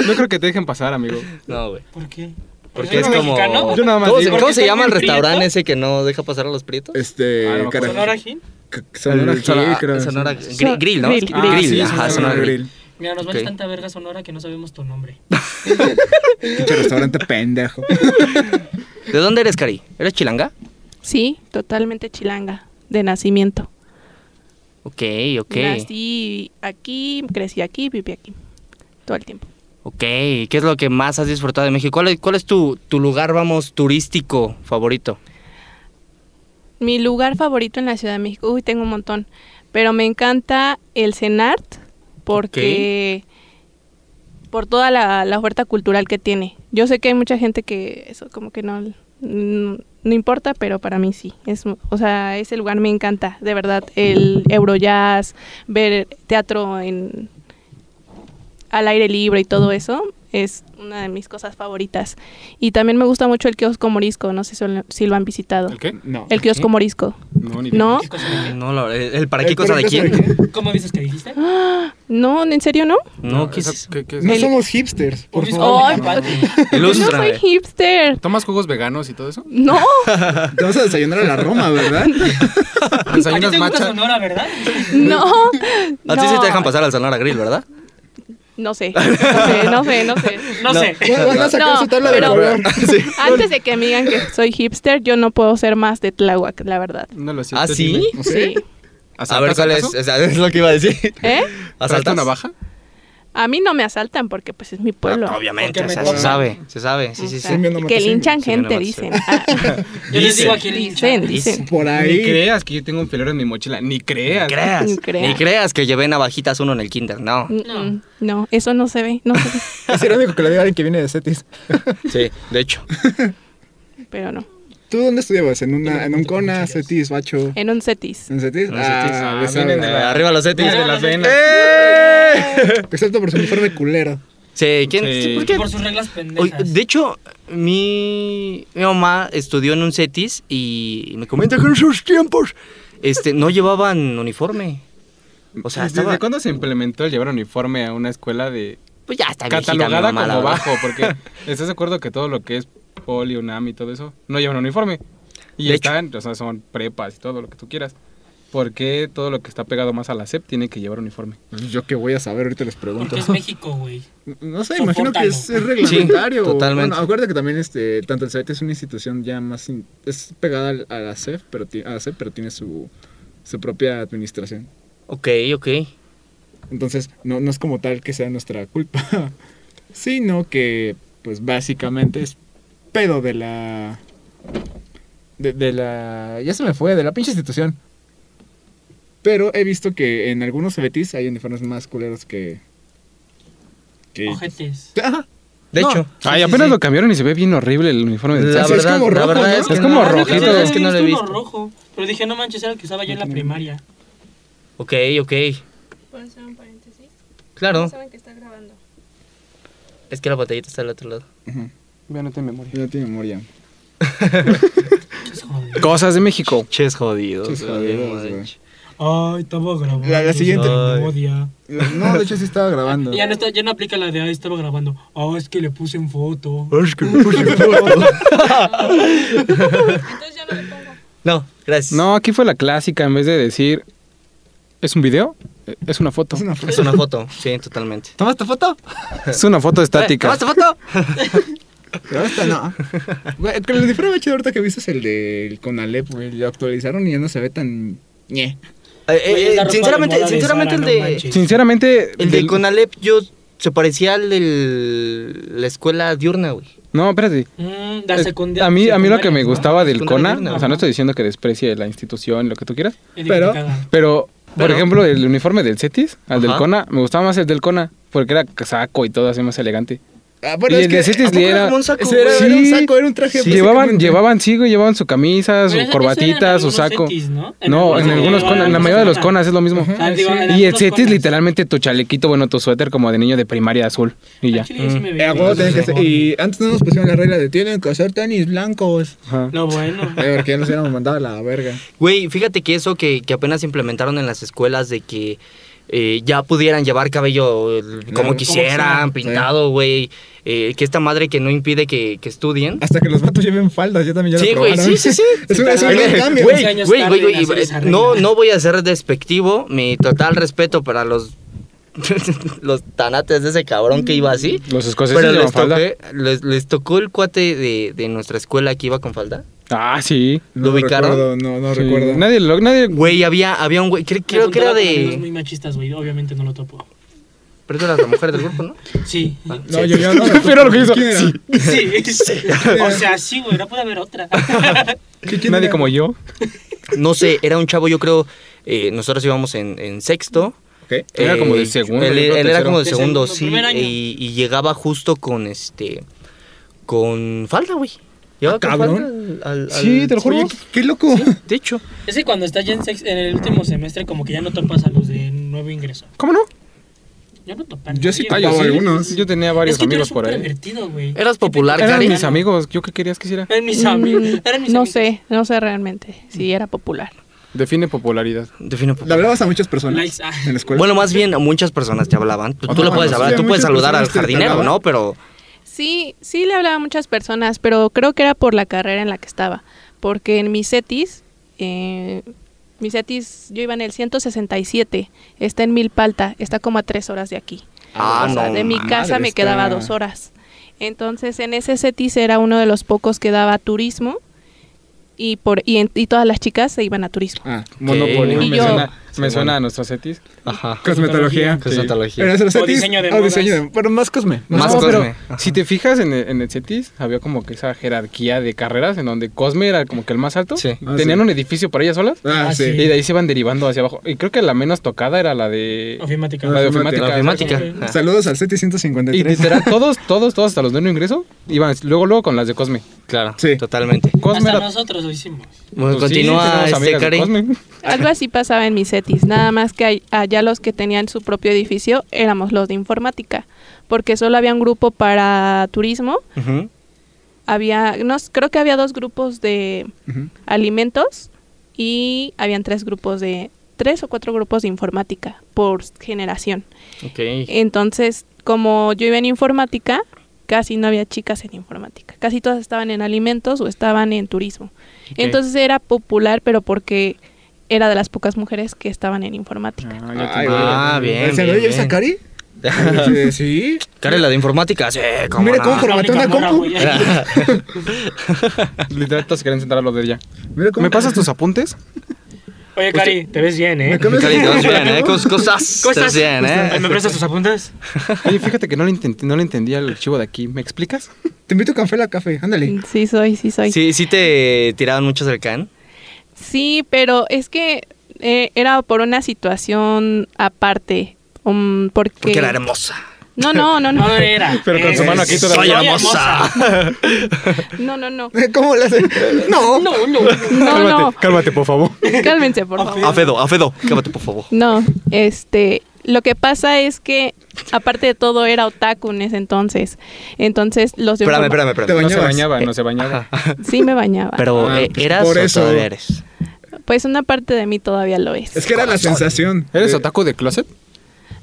Speaker 6: No creo que te dejen pasar, amigo.
Speaker 1: No, güey.
Speaker 4: ¿Por qué?
Speaker 1: Porque
Speaker 4: soy
Speaker 1: es
Speaker 6: no
Speaker 1: como...
Speaker 4: mexicano?
Speaker 6: Yo nada más
Speaker 1: ¿Cómo se,
Speaker 6: digo.
Speaker 1: cómo
Speaker 4: ¿Porque
Speaker 1: se
Speaker 4: soy
Speaker 1: llama el
Speaker 4: muy
Speaker 1: restaurante
Speaker 4: prieto?
Speaker 1: ese que no deja pasar a los prietos?
Speaker 3: Este.
Speaker 6: Ah, no me acuerdo.
Speaker 4: ¿Sonora Gil?
Speaker 3: C- Sonora
Speaker 6: El-
Speaker 3: Gil, creo.
Speaker 1: Sonora
Speaker 3: Sí.
Speaker 1: Gri- Grill, ¿no?
Speaker 5: Grill,
Speaker 1: Grill,
Speaker 5: grill.
Speaker 6: Ah, sí,
Speaker 1: ajá,
Speaker 6: Sonora
Speaker 1: Sonora Grill.
Speaker 4: Mira, nos
Speaker 1: Ok.
Speaker 4: vale tanta verga sonora que no sabemos tu nombre.
Speaker 3: Pinche restaurante pendejo.
Speaker 1: ¿De dónde eres, Cari? ¿Eres chilanga?
Speaker 5: Sí, totalmente chilanga, de nacimiento.
Speaker 1: Ok, ok.
Speaker 5: Nací aquí, crecí aquí, viví aquí. Todo el tiempo.
Speaker 1: Ok, ¿qué es lo que más has disfrutado de México? ¿Cuál es, cuál es tu, tu lugar, vamos, turístico favorito?
Speaker 5: Mi lugar favorito en la Ciudad de México, uy, tengo un montón, pero me encanta el CENART porque por toda la, la oferta cultural que tiene. Yo sé que hay mucha gente que eso como que no, mm, no importa, pero para mí sí. Es, o sea, ese lugar me encanta, de verdad. El Eurojazz, ver teatro en al aire libre y todo eso es una de mis cosas favoritas. Y también me gusta mucho el kiosco morisco, no sé si lo- si lo han visitado.
Speaker 3: ¿El qué?
Speaker 6: No.
Speaker 5: El kiosco morisco.
Speaker 3: No, ni idea.
Speaker 5: No,
Speaker 4: ¿Qué cosa de
Speaker 1: No, la verdad, ¿el el para qué
Speaker 6: ¿El
Speaker 1: cosa
Speaker 6: para
Speaker 1: de
Speaker 6: qué cosa
Speaker 1: quién?
Speaker 6: de quién?
Speaker 4: ¿Cómo dices que dijiste?
Speaker 5: no, en serio no.
Speaker 1: No, ¿qué es
Speaker 3: esa-
Speaker 1: eso?
Speaker 3: qué- qué es
Speaker 6: No
Speaker 3: eso?
Speaker 6: somos hipsters, por
Speaker 3: Oh.
Speaker 4: Obvio,
Speaker 6: favor.
Speaker 4: obvio, Pati.
Speaker 5: Yo no
Speaker 1: Ilústrame.
Speaker 5: soy hipster.
Speaker 3: ¿Tomas jugos veganos y todo eso?
Speaker 5: No,
Speaker 6: Te vas a desayunar a la Roma, ¿verdad?
Speaker 4: A ti
Speaker 3: ¿Desayunas
Speaker 4: te gusta
Speaker 3: matcha?
Speaker 4: Sonora, ¿verdad?
Speaker 5: no.
Speaker 1: A ti sí
Speaker 5: no.
Speaker 1: te dejan pasar al Sonora Grill, ¿verdad?
Speaker 5: No sé, no sé, no sé, no sé.
Speaker 4: No,
Speaker 1: No.
Speaker 4: sé.
Speaker 6: Van a sacar
Speaker 5: No,
Speaker 6: su tabla de
Speaker 5: pero-
Speaker 6: color.
Speaker 1: Ah,
Speaker 5: Antes de que me digan que soy hipster, yo no puedo ser más de Tláhuac, la verdad.
Speaker 3: No lo sé.
Speaker 1: ¿Ah,
Speaker 3: usted
Speaker 1: sí?
Speaker 3: dime.
Speaker 5: Sí.
Speaker 1: A ver,
Speaker 3: ¿Asaltas
Speaker 1: ¿cuál es?
Speaker 3: acaso?
Speaker 1: O sea, es lo que iba a decir.
Speaker 5: ¿Eh?
Speaker 3: ¿Traes tu
Speaker 1: ¿Asaltas?
Speaker 3: navaja?
Speaker 5: A mí no me asaltan porque pues es mi pueblo.
Speaker 1: Obviamente, o
Speaker 4: Porque
Speaker 1: sea,
Speaker 4: me
Speaker 1: se sabe, se sabe. Sí, Ah, sí,
Speaker 5: O
Speaker 1: sí.
Speaker 5: sea,
Speaker 6: Sí, viendo
Speaker 5: que
Speaker 6: Matasingo.
Speaker 5: linchan
Speaker 1: Sí, viendo
Speaker 5: gente,
Speaker 1: Matasingo.
Speaker 5: dicen. Ah,
Speaker 4: Yo les digo
Speaker 1: Dicen,
Speaker 4: aquí el hincha.
Speaker 5: dicen,
Speaker 1: Dicen.
Speaker 5: dicen.
Speaker 6: Por
Speaker 3: Ni
Speaker 6: ahí.
Speaker 3: creas que yo tengo un filero en mi mochila. Ni
Speaker 1: Ni
Speaker 3: creas.
Speaker 1: creas.
Speaker 5: Ni creas.
Speaker 1: Ni creas que llevé navajitas uno en el kinder, no.
Speaker 5: Mm, mm, No, eso no se ve, no se ve.
Speaker 6: Es irónico que le diga a alguien que viene de Cetis.
Speaker 1: Sí, de hecho.
Speaker 5: Pero no.
Speaker 6: ¿Tú dónde estudiabas? ¿En, una, en un CONA, Cetis, Bacho?
Speaker 5: En un cetis.
Speaker 6: ¿En Cetis?
Speaker 1: En un Cetis.
Speaker 6: Ah,
Speaker 3: Ah,
Speaker 6: le
Speaker 3: vienen
Speaker 6: sabe.
Speaker 3: de la-
Speaker 1: Arriba los etis.
Speaker 3: Desde las venas.
Speaker 6: Excepto por su uniforme culero.
Speaker 1: Sí, ¿quién?
Speaker 3: Sí.
Speaker 1: ¿Por qué?
Speaker 4: Por sus reglas
Speaker 1: Oye,
Speaker 4: pendejas.
Speaker 1: de hecho, mi, mi mamá estudió en un CETIS y me comenta que en sus tiempos este, no llevaban uniforme. O sea,
Speaker 3: ¿Desde
Speaker 1: estaba...
Speaker 3: cuándo se implementó el llevar uniforme a una escuela de
Speaker 1: Pues ya está viejita mi
Speaker 3: catalogada
Speaker 1: mamá, la
Speaker 3: como
Speaker 1: verdad.
Speaker 3: bajo? Porque estás de acuerdo que todo lo que es poli, UNAM y todo eso no llevan uniforme. Y
Speaker 1: De
Speaker 3: están, o sea, son prepas y todo lo que tú quieras. ¿Por qué todo lo que está pegado más a la SEP tiene que llevar uniforme?
Speaker 6: Pues, Yo qué voy a saber, ahorita les pregunto.
Speaker 4: Porque es México, güey.
Speaker 6: No sé, imagino que es, es
Speaker 4: Sopórtalo.
Speaker 6: reglamentario.
Speaker 1: Sí, totalmente.
Speaker 6: Bueno, acuérdate que también este, tanto el CET es una institución ya más in- es pegada al- a la CEF, pero ti- a la CEF, pero tiene su, su propia administración.
Speaker 1: Ok, ok.
Speaker 6: Entonces, no, no es como tal que sea nuestra culpa, sino que pues básicamente es pedo de la de, de la ya se me fue, de la pinche institución. Pero he visto que en algunos CBTs hay uniformes más culeros que que
Speaker 4: Ojetes.
Speaker 6: Ajá.
Speaker 1: De
Speaker 6: No,
Speaker 1: hecho...
Speaker 3: Ay,
Speaker 1: sí,
Speaker 3: apenas
Speaker 1: sí,
Speaker 3: lo cambiaron y se ve bien horrible el uniforme del
Speaker 1: La
Speaker 6: Sí,
Speaker 3: SEP.
Speaker 6: es
Speaker 1: verdad,
Speaker 6: como
Speaker 1: la
Speaker 6: rojo,
Speaker 1: verdad
Speaker 6: ¿no?
Speaker 1: es que
Speaker 3: Es
Speaker 1: no,
Speaker 3: como
Speaker 1: la
Speaker 3: rojito.
Speaker 1: verdad es que no lo he
Speaker 4: visto uno
Speaker 1: visto.
Speaker 4: rojo. Pero dije, no manches, era el que usaba yo en la primaria.
Speaker 1: Ok, ok.
Speaker 5: ¿Puedo hacer un paréntesis?
Speaker 1: Claro,
Speaker 5: Saben que está grabando.
Speaker 1: es que la botellita está al otro lado.
Speaker 6: Ujú.
Speaker 3: Vea, no te memoria.
Speaker 6: Ya tiene memoria.
Speaker 4: Chis, joder.
Speaker 3: Cosas de México.
Speaker 1: Ches jodidos.
Speaker 6: Ches
Speaker 1: güey,
Speaker 6: jodidos,
Speaker 1: manch.
Speaker 6: güey.
Speaker 4: Ay, estaba grabando.
Speaker 6: La- la siguiente.
Speaker 4: Me odia.
Speaker 6: No, de hecho sí estaba grabando.
Speaker 4: Ya no, está, ya no aplica la de, ay, estaba grabando. Ah, es que le puse en foto.
Speaker 3: Eh,
Speaker 5: Entonces yo no le pongo.
Speaker 1: No, gracias.
Speaker 3: No, aquí fue la clásica, en vez de decir, ¿es un video? Eh, Es una foto.
Speaker 6: Es una foto.
Speaker 1: Es una foto, sí, totalmente.
Speaker 6: ¿Tomaste foto? Eh,
Speaker 3: Es una foto estática.
Speaker 1: ¿Tomaste foto?
Speaker 6: Pero esta no. Güey, Con el uniforme chido ahorita que viste es el del Conalep, güey. Lo actualizaron y ya no se ve tan... ñe.
Speaker 1: Eh, eh,
Speaker 4: Güey, es la ropa de
Speaker 1: sinceramente,
Speaker 4: moda de
Speaker 1: sinceramente
Speaker 4: Zara, no
Speaker 1: el de...
Speaker 4: manches.
Speaker 3: Sinceramente,
Speaker 1: El de
Speaker 3: del-
Speaker 1: Conalep, yo se parecía al de la escuela diurna, güey.
Speaker 3: No, espérate.
Speaker 4: Mm, la
Speaker 3: Es-
Speaker 4: secundaria.
Speaker 3: eh, a mí, a mí lo que me gustaba del
Speaker 1: Secundaria,
Speaker 3: CONA,
Speaker 1: ¿no?
Speaker 3: o sea, no estoy diciendo que desprecie la institución, lo que tú quieras,
Speaker 6: pero-
Speaker 4: Pero.
Speaker 3: pero, por
Speaker 1: Pero-
Speaker 3: ejemplo, el uniforme del CETIS, al del
Speaker 1: Ajá.
Speaker 3: CONA, me gustaba más el del CONA, porque era saco y todo así más elegante.
Speaker 6: Ah, bueno,
Speaker 3: Y
Speaker 6: es
Speaker 3: el
Speaker 6: que...
Speaker 3: de Cetis
Speaker 6: ¿a poco
Speaker 3: era-
Speaker 6: era como un saco,
Speaker 3: Sí.
Speaker 6: güey? era un saco, era un traje.
Speaker 3: Sí, llevaban,
Speaker 6: básicamente.
Speaker 3: llevaban, sí, güey, llevaban su camisa, su corbatita, su saco.
Speaker 4: ¿no?
Speaker 3: no, en algunos
Speaker 4: CETIs,
Speaker 3: CONA, en la mayoría de los CONAS es lo mismo.
Speaker 4: Ah, digo, en
Speaker 3: Y el
Speaker 4: algunos
Speaker 3: CETIS
Speaker 4: conas.
Speaker 3: literalmente tu chalequito, bueno, tu suéter como de niño de primaria azul. Y ya.
Speaker 4: Al Ah, chile yo sí me
Speaker 6: Eh,
Speaker 4: veía
Speaker 6: a huevo
Speaker 4: con
Speaker 6: tenían que
Speaker 4: ese
Speaker 6: ser- Y antes no nos pusieron la regla de tienen que hacer tenis blancos.
Speaker 3: Ajá.
Speaker 4: No, bueno.
Speaker 6: Eh, porque ya nos habíamos mandado a la verga.
Speaker 1: Güey, fíjate que eso que, que apenas implementaron en las escuelas de que eh, ya pudieran llevar cabello eh, como
Speaker 6: como
Speaker 1: quisieran,
Speaker 6: quisieran,
Speaker 1: pintado, güey. Eh, que esta madre que no impide que, que estudien.
Speaker 6: Hasta que los vatos lleven faldas, yo también Ah, ya
Speaker 1: Sí,
Speaker 6: lo
Speaker 1: güey,
Speaker 6: probaron.
Speaker 1: sí, sí, sí.
Speaker 6: Es un, es un
Speaker 4: Güey,
Speaker 6: gran cambio.
Speaker 1: Güey,
Speaker 4: 15 años
Speaker 1: güey,
Speaker 4: tarde
Speaker 1: güey,
Speaker 4: en
Speaker 1: güey,
Speaker 4: hacer esa
Speaker 1: no,
Speaker 4: regla.
Speaker 1: no voy a ser despectivo. Mi total respeto para los, los tanates de ese cabrón que iba así.
Speaker 3: Los escoceses
Speaker 1: Pero
Speaker 3: llevan
Speaker 1: les,
Speaker 3: Pues falda.
Speaker 1: toqué- les, les tocó el cuate de, de nuestra escuela que iba con falda.
Speaker 3: Ah, sí.
Speaker 1: ¿Lo ubicaron?
Speaker 6: recuerdo, no, no
Speaker 3: Sí.
Speaker 6: recuerdo.
Speaker 3: Nadie lo, nadie.
Speaker 1: Güey, había, había un güey, cre-
Speaker 4: Me
Speaker 1: creo que era
Speaker 4: juntaba con amigos
Speaker 1: de...
Speaker 4: muy machistas, güey. Obviamente no lo topo.
Speaker 1: Pero tú eras la mujer del grupo, ¿no?
Speaker 4: Sí.
Speaker 6: No, yo, yo no.
Speaker 3: Pero lo que hizo,
Speaker 6: ¿Quién era?
Speaker 3: sí.
Speaker 4: Sí. o sea, sí, güey. No puede haber otra.
Speaker 6: ¿Qui- quién
Speaker 3: Nadie
Speaker 6: era?
Speaker 3: como yo.
Speaker 1: No sé, era un chavo, yo creo, eh, nosotros íbamos en, en sexto.
Speaker 6: ¿Qué?
Speaker 3: Era
Speaker 1: Eh,
Speaker 3: como de segundo,
Speaker 1: Él,
Speaker 3: yo creo,
Speaker 1: él era
Speaker 3: tercero.
Speaker 1: como de
Speaker 4: De
Speaker 1: segundo,
Speaker 4: segundo,
Speaker 1: sí.
Speaker 4: primer año.
Speaker 1: Y, y llegaba justo con este... Con falda, güey. ¿Y ahora
Speaker 2: Ah,
Speaker 1: qué
Speaker 2: cabrón.
Speaker 1: falta al- al-
Speaker 2: Sí,
Speaker 1: al-
Speaker 2: te lo juro.
Speaker 1: Oye,
Speaker 2: qué- Qué loco.
Speaker 1: De hecho,
Speaker 4: Es que cuando estás ya en, sex- en el último semestre, como que ya no topas a los de nuevo ingreso.
Speaker 3: ¿Cómo no?
Speaker 6: ah,
Speaker 4: Yo no topaba.
Speaker 2: Yo sí
Speaker 3: Ah, yo
Speaker 2: Topaba
Speaker 3: sí.
Speaker 2: algunos.
Speaker 3: Yo tenía varios
Speaker 4: es que tú eres
Speaker 3: amigos por
Speaker 4: súper
Speaker 3: ahí.
Speaker 4: divertido, güey.
Speaker 1: eras popular,
Speaker 3: Eran
Speaker 1: Karen.
Speaker 3: mis amigos. ¿Yo qué querías que hiciera?
Speaker 4: Eran mis
Speaker 5: Mm,
Speaker 4: amigos. Eran mis
Speaker 5: no
Speaker 4: amigos.
Speaker 5: sé, no sé realmente si era popular.
Speaker 3: Define popularidad.
Speaker 1: Define
Speaker 2: ¿Le
Speaker 1: popular.
Speaker 2: hablabas a muchas personas
Speaker 4: Likes, ah.
Speaker 2: en la
Speaker 6: pues,
Speaker 2: escuela?
Speaker 1: Bueno, más bien, muchas personas te hablaban. Tú,
Speaker 3: Ah,
Speaker 1: tú le
Speaker 3: no,
Speaker 1: puedes
Speaker 3: sí,
Speaker 1: hablar, tú
Speaker 2: muchas
Speaker 1: puedes saludar al
Speaker 2: personas que te
Speaker 1: jardinero,
Speaker 2: hablaban.
Speaker 1: ¿no? Pero
Speaker 5: Sí, sí le hablaba a muchas personas, pero creo que era por la carrera en la que estaba. Porque en mis ETIs, eh, mis ETIs, yo iba en el 167, está en Milpalta, está como a tres horas de aquí.
Speaker 1: Ah,
Speaker 5: o sea,
Speaker 1: no
Speaker 5: de mi
Speaker 1: madre,
Speaker 5: casa me
Speaker 2: está-
Speaker 5: quedaba a dos horas. Entonces en ese CETIS era uno de los pocos que daba turismo y, por, y, en- y todas las chicas se iban a turismo.
Speaker 2: Ah,
Speaker 1: Monopoly.
Speaker 5: Y
Speaker 3: Me
Speaker 5: yo-
Speaker 3: suena, me
Speaker 1: Sí,
Speaker 3: suena
Speaker 1: bueno.
Speaker 3: a nuestros setis.
Speaker 1: ajá.
Speaker 2: Cosmetología.
Speaker 1: Cosmetología.
Speaker 2: Pero
Speaker 4: O diseño de
Speaker 2: O diseño
Speaker 4: modas.
Speaker 2: de- Pero más cosme.
Speaker 1: Más
Speaker 3: No, pero
Speaker 1: Cosme. Ajá.
Speaker 3: si te fijas en el, en el CETIS, había como que esa jerarquía de carreras en donde Cosme era como que el más alto.
Speaker 1: Sí.
Speaker 2: Ah,
Speaker 3: Tenían
Speaker 2: sí.
Speaker 3: un edificio para ellas solas.
Speaker 2: Ah,
Speaker 4: Ah,
Speaker 2: sí.
Speaker 4: sí.
Speaker 3: Y de ahí se iban derivando hacia abajo. Y creo que la menos tocada era la de.
Speaker 4: Ofimática.
Speaker 3: La de
Speaker 2: Ofimática.
Speaker 3: ofimática.
Speaker 1: La ofimática. Ajá.
Speaker 2: Saludos al
Speaker 3: Y
Speaker 2: 753.
Speaker 3: literal, todos, todos, todos, hasta los de no ingreso, iban luego, luego con las de Cosme.
Speaker 1: Claro,
Speaker 2: Sí.
Speaker 1: totalmente.
Speaker 3: Cosme
Speaker 4: Hasta
Speaker 3: era.
Speaker 4: nosotros lo hicimos.
Speaker 1: Bueno,
Speaker 3: Pues sí,
Speaker 1: continúa,
Speaker 3: tenemos
Speaker 1: este,
Speaker 3: amigas de
Speaker 1: Karen.
Speaker 3: Cosme.
Speaker 5: Algo así pasaba en mis CETIS, nada más que hay- allá los que tenían su propio edificio éramos los de informática, porque solo había un grupo para turismo,
Speaker 1: Ujú.
Speaker 5: había, no, s- creo que había dos grupos de
Speaker 2: Ujú.
Speaker 5: alimentos y habían tres grupos de, tres o cuatro grupos de informática por generación.
Speaker 1: Ok.
Speaker 5: Entonces, como yo iba en informática, casi no había chicas en informática. Casi todas estaban en alimentos o estaban en turismo. Entonces era popular, pero porque era de las pocas mujeres que estaban en informática.
Speaker 3: Ah, ya te-
Speaker 2: Ay, güey.
Speaker 1: Ah, bien,
Speaker 2: ¿Se lo
Speaker 1: bien,
Speaker 2: oyes
Speaker 1: bien.
Speaker 2: a Cari? Eh, Sí.
Speaker 1: Karen, la de informática, sí, cómo
Speaker 2: Mira
Speaker 1: no.
Speaker 2: cómo
Speaker 4: La
Speaker 2: formateó
Speaker 4: única
Speaker 2: una
Speaker 4: mona,
Speaker 2: compu.
Speaker 4: güey.
Speaker 3: Literal, todos querían sentar a lo de ella.
Speaker 2: Mira cómo-
Speaker 3: ¿Me pasas tus apuntes? Pues
Speaker 4: Oye, Cari, te ves bien, ¿eh?
Speaker 2: Me cambias-
Speaker 1: Karen, te vas bien, ¿eh? Cos- Cosas. Cosas bien,
Speaker 4: Ay, ¿Me
Speaker 1: ¿eh?
Speaker 4: prestas tus apuntes?
Speaker 3: Oye, fíjate que no le, intenté- no le entendía el chivo de aquí. ¿Me explicas?
Speaker 2: Te invito a café la café. Ándale.
Speaker 5: Mm, Sí, soy, sí, soy. Sí,
Speaker 1: Sí, sí te tiraban muchos del can.
Speaker 5: pero es que eh, era por una situación aparte. um, porque...
Speaker 1: Porque era hermosa.
Speaker 5: No, no, no, no.
Speaker 4: No era.
Speaker 3: Pero con
Speaker 4: Eh,
Speaker 3: su mano aquí todavía.
Speaker 1: Soy
Speaker 4: soy
Speaker 1: hermosa.
Speaker 5: No, no, no.
Speaker 2: ¿Cómo le hacen? No.
Speaker 4: No, no.
Speaker 5: No, no.
Speaker 3: cálmate, por favor.
Speaker 5: Cálmense, por favor.
Speaker 1: Afedo, Afedo, cámate, por favor.
Speaker 5: No, este, lo que pasa es que aparte de todo era otaku en ese entonces. Entonces los de
Speaker 1: Espérame,
Speaker 5: Europa-
Speaker 1: espérame,
Speaker 2: Te
Speaker 1: espérame.
Speaker 2: bañabas.
Speaker 3: No se bañaba, no se bañaba.
Speaker 5: sí me bañaba.
Speaker 1: Pero,
Speaker 2: Ah,
Speaker 1: eh,
Speaker 2: pues,
Speaker 1: ¿eras
Speaker 2: por
Speaker 1: o
Speaker 2: eso.
Speaker 1: todavía eres?
Speaker 5: Pues una parte de mí todavía lo es.
Speaker 2: Es que era la sensación.
Speaker 3: ¿Eres
Speaker 2: Eh,
Speaker 3: otaku de closet?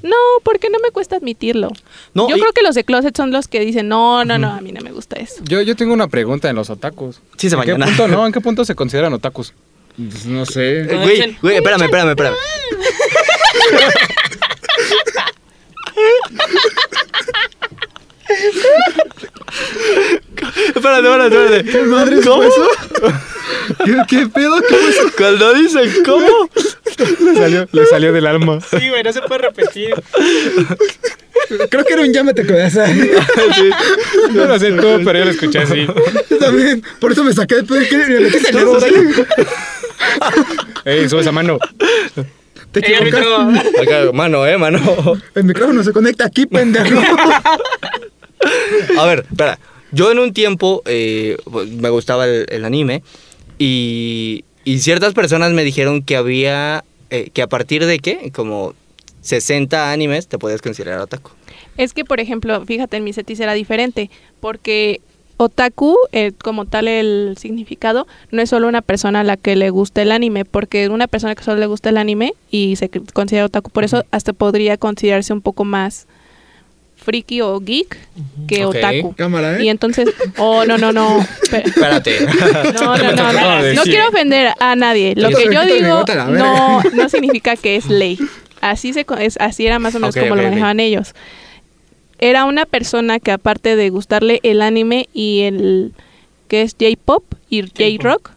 Speaker 5: No, porque no me cuesta admitirlo.
Speaker 1: No,
Speaker 5: Yo
Speaker 1: y-
Speaker 5: creo que los de closet son los que dicen, "No, no, no, a mí no me gusta eso."
Speaker 3: Yo, yo tengo una pregunta en los otakus.
Speaker 1: Sí, se
Speaker 3: ¿En qué
Speaker 1: bañan.
Speaker 3: punto no? ¿En qué punto se consideran otakus?
Speaker 2: pues, No sé.
Speaker 1: Eh, Güey, güey, espérame, espérame, espérame. espérate, espérate, espérate. ¿Qué madre ¿Cómo?
Speaker 2: ¿Qué, qué pedo? ¿Qué fue eso?
Speaker 1: Cuando dicen cómo.
Speaker 3: Le salió, le salió del alma.
Speaker 4: Sí, güey, no se puede repetir.
Speaker 2: Creo que era un llámate con esa.
Speaker 3: No lo sé tú, pero yo lo escuché así.
Speaker 2: Yo también. Por eso me saqué de pedo. ¿Qué le metiste el dedo por ahí?
Speaker 3: Ey, sube esa mano.
Speaker 2: Te
Speaker 4: Ey,
Speaker 2: equivocaste.
Speaker 4: árbitro.
Speaker 1: Acá, mano, eh, mano.
Speaker 2: El micrófono se conecta aquí, pendejo.
Speaker 1: A ver, espera. Yo en un tiempo eh, pues, me gustaba el, el anime y, y ciertas personas me dijeron que había, eh, que a partir de qué, como 60 animes te podías considerar otaku.
Speaker 5: Es que, por ejemplo, fíjate, en mis setis era diferente, porque otaku, eh, como tal el significado, no es solo una persona a la que le gusta el anime, porque una persona que solo le gusta el anime y se cri- considera otaku, por eso hasta podría considerarse un poco más friki o geek que
Speaker 1: Ok.
Speaker 5: otaku.
Speaker 2: Cámara,
Speaker 5: Y
Speaker 2: ¿eh?
Speaker 5: entonces, oh, no, no, no. espera.
Speaker 1: Espérate.
Speaker 5: No, no, no,
Speaker 4: Acaba
Speaker 5: no.
Speaker 4: de
Speaker 5: No
Speaker 4: decir.
Speaker 5: quiero ofender a nadie. Lo
Speaker 1: Yo
Speaker 5: que
Speaker 2: soy
Speaker 5: yo
Speaker 2: Quito de
Speaker 5: digo
Speaker 2: Bogotá, la verga.
Speaker 5: no, no significa que es ley. Así, se, co- es, así era más o menos
Speaker 1: Ok,
Speaker 5: como
Speaker 1: ok,
Speaker 5: lo
Speaker 1: ok.
Speaker 5: manejaban ellos. Era una persona que aparte de gustarle el anime y el que es J-pop y
Speaker 4: J-pop.
Speaker 5: J-rock,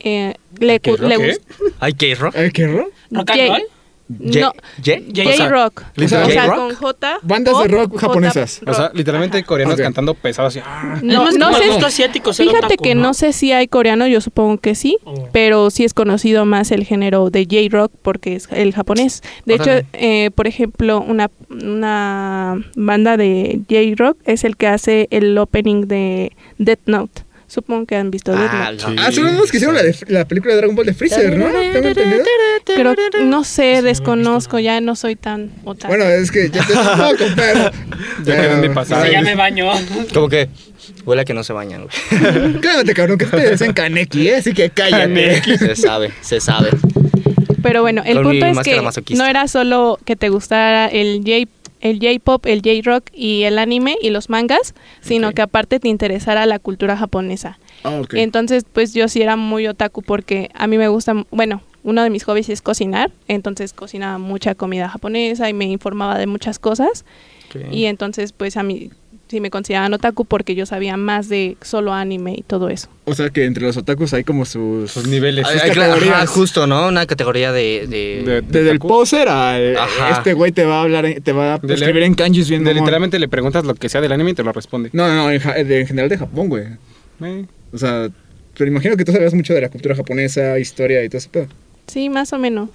Speaker 5: eh, le, cu-
Speaker 3: ¿J-rock
Speaker 5: le
Speaker 3: qué?
Speaker 5: gusta...
Speaker 1: ¿Hay K-Rock?
Speaker 2: Ay, ¿Qué error?
Speaker 4: ¿Rock and roll?
Speaker 5: No,
Speaker 1: ¿Ye?
Speaker 4: J-
Speaker 5: J-rock. O sea,
Speaker 2: literal.
Speaker 1: ¿J-rock?
Speaker 5: con J.
Speaker 2: Bandas de
Speaker 5: pop,
Speaker 2: rock
Speaker 5: J
Speaker 2: japonesas.
Speaker 5: rock.
Speaker 3: O sea, literalmente coreanos
Speaker 2: Ok.
Speaker 3: cantando pesados así. ah.
Speaker 5: No,
Speaker 4: es más
Speaker 5: no
Speaker 4: como el
Speaker 5: sé.
Speaker 4: gusto asiático, ser
Speaker 5: Fíjate
Speaker 4: otaku,
Speaker 5: que no sé si hay coreano, yo supongo que sí,
Speaker 4: Oh.
Speaker 5: pero sí es conocido más el género de J-Rock porque es el japonés. De
Speaker 1: Órale.
Speaker 5: hecho, eh, por ejemplo, una, una banda de J-Rock es el que hace el opening de Death Note. Supongo que han visto
Speaker 1: Ah,
Speaker 5: Deathloop.
Speaker 1: no.
Speaker 6: Ah, son los mismos que hicieron la, de- la película de Dragon Ball de Freezer, ¿no? ¿Tengo entendido?
Speaker 5: Creo, no sé,
Speaker 4: Eso no lo he
Speaker 5: desconozco,
Speaker 4: visto,
Speaker 5: ya no soy tan otaku.
Speaker 6: Bueno, es que ya te puedo comprar.
Speaker 3: Ya quedó en mi pasado.
Speaker 4: Sí, ya me baño.
Speaker 1: Como que huele a que no se bañan, güey.
Speaker 6: Cállate, cabrón, que ustedes dicen Kaneki, ¿eh? así que cállate.
Speaker 1: se sabe, se sabe.
Speaker 5: Pero bueno, el
Speaker 1: Con mi
Speaker 5: punto es
Speaker 1: máscara
Speaker 5: que
Speaker 1: masoquista.
Speaker 5: no era solo que te gustara el J el J-pop, el J-rock y el anime y los mangas, sino que aparte te interesara la cultura japonesa.
Speaker 6: Ah, ok.
Speaker 5: Entonces, pues yo sí era muy otaku porque a mí me gusta, bueno, uno de mis hobbies es cocinar, entonces cocinaba mucha comida japonesa y me informaba de muchas cosas y entonces pues a mí sí me consideraban otaku porque yo sabía más de solo anime y todo eso.
Speaker 6: O sea que entre los otakus hay como sus.
Speaker 3: Sus niveles.
Speaker 1: Ay,
Speaker 6: sus
Speaker 1: ay, claro,
Speaker 6: categorías.
Speaker 1: ajá, justo, ¿no? Una categoría de... de-
Speaker 3: De-
Speaker 2: Desde el
Speaker 3: otaku.
Speaker 2: poser
Speaker 6: eh,
Speaker 2: al.
Speaker 1: Ajá.
Speaker 2: Este güey te va a hablar, en- te va a
Speaker 3: De
Speaker 2: escribir
Speaker 3: le-
Speaker 2: en kanjis bien.
Speaker 3: De
Speaker 2: mamón.
Speaker 3: literalmente le preguntas lo que sea del anime y te lo responde.
Speaker 6: No, no, no, en, ja- de- en general de Japón, güey.
Speaker 3: Eh,
Speaker 6: O sea, pero imagino que tú sabías mucho de la cultura japonesa, historia y todo ese pedo.
Speaker 5: Sí, más o menos.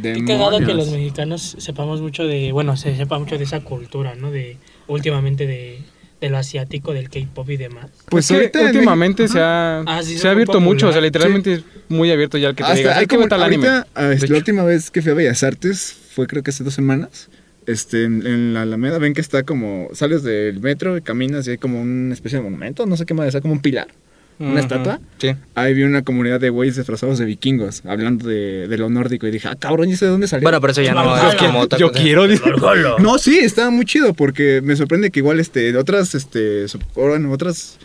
Speaker 4: Qué cagado que los
Speaker 2: Demonios.
Speaker 4: mexicanos sepamos mucho de, bueno, se sepa mucho de esa cultura, ¿no? De últimamente de, de lo asiático, del K-pop y demás.
Speaker 6: Pues
Speaker 3: es que
Speaker 6: ahorita en
Speaker 3: últimamente se ha,
Speaker 4: Ah, sí,
Speaker 3: se
Speaker 4: son muy
Speaker 3: ha abierto mucho, o sea,
Speaker 4: populares.
Speaker 3: literalmente es muy abierto ya el que te
Speaker 6: Hasta
Speaker 3: diga,
Speaker 6: hay
Speaker 3: hay que
Speaker 6: como-
Speaker 3: ver tal
Speaker 6: ahorita,
Speaker 3: anime.
Speaker 6: ah, es
Speaker 1: De
Speaker 6: la
Speaker 1: hecho.
Speaker 6: última vez que fui a Bellas Artes fue creo que hace dos semanas. Este, en, en la Alameda ven que está como, sales del metro y caminas y hay como una especie de monumento, no sé qué más, está como un pilar,
Speaker 3: Ujú.
Speaker 6: una estatua.
Speaker 1: Sí.
Speaker 6: Ahí vi una comunidad de güeyes disfrazados de vikingos hablando de, de lo nórdico y dije, ah, cabrón, ¿y eso de dónde salió?
Speaker 1: Bueno, pero eso ya no
Speaker 4: Yo
Speaker 1: es como otaku.
Speaker 3: Yo quiero, dice.
Speaker 6: No, sí, estaba muy chido porque me sorprende que igual este de otras este sub- bueno, otras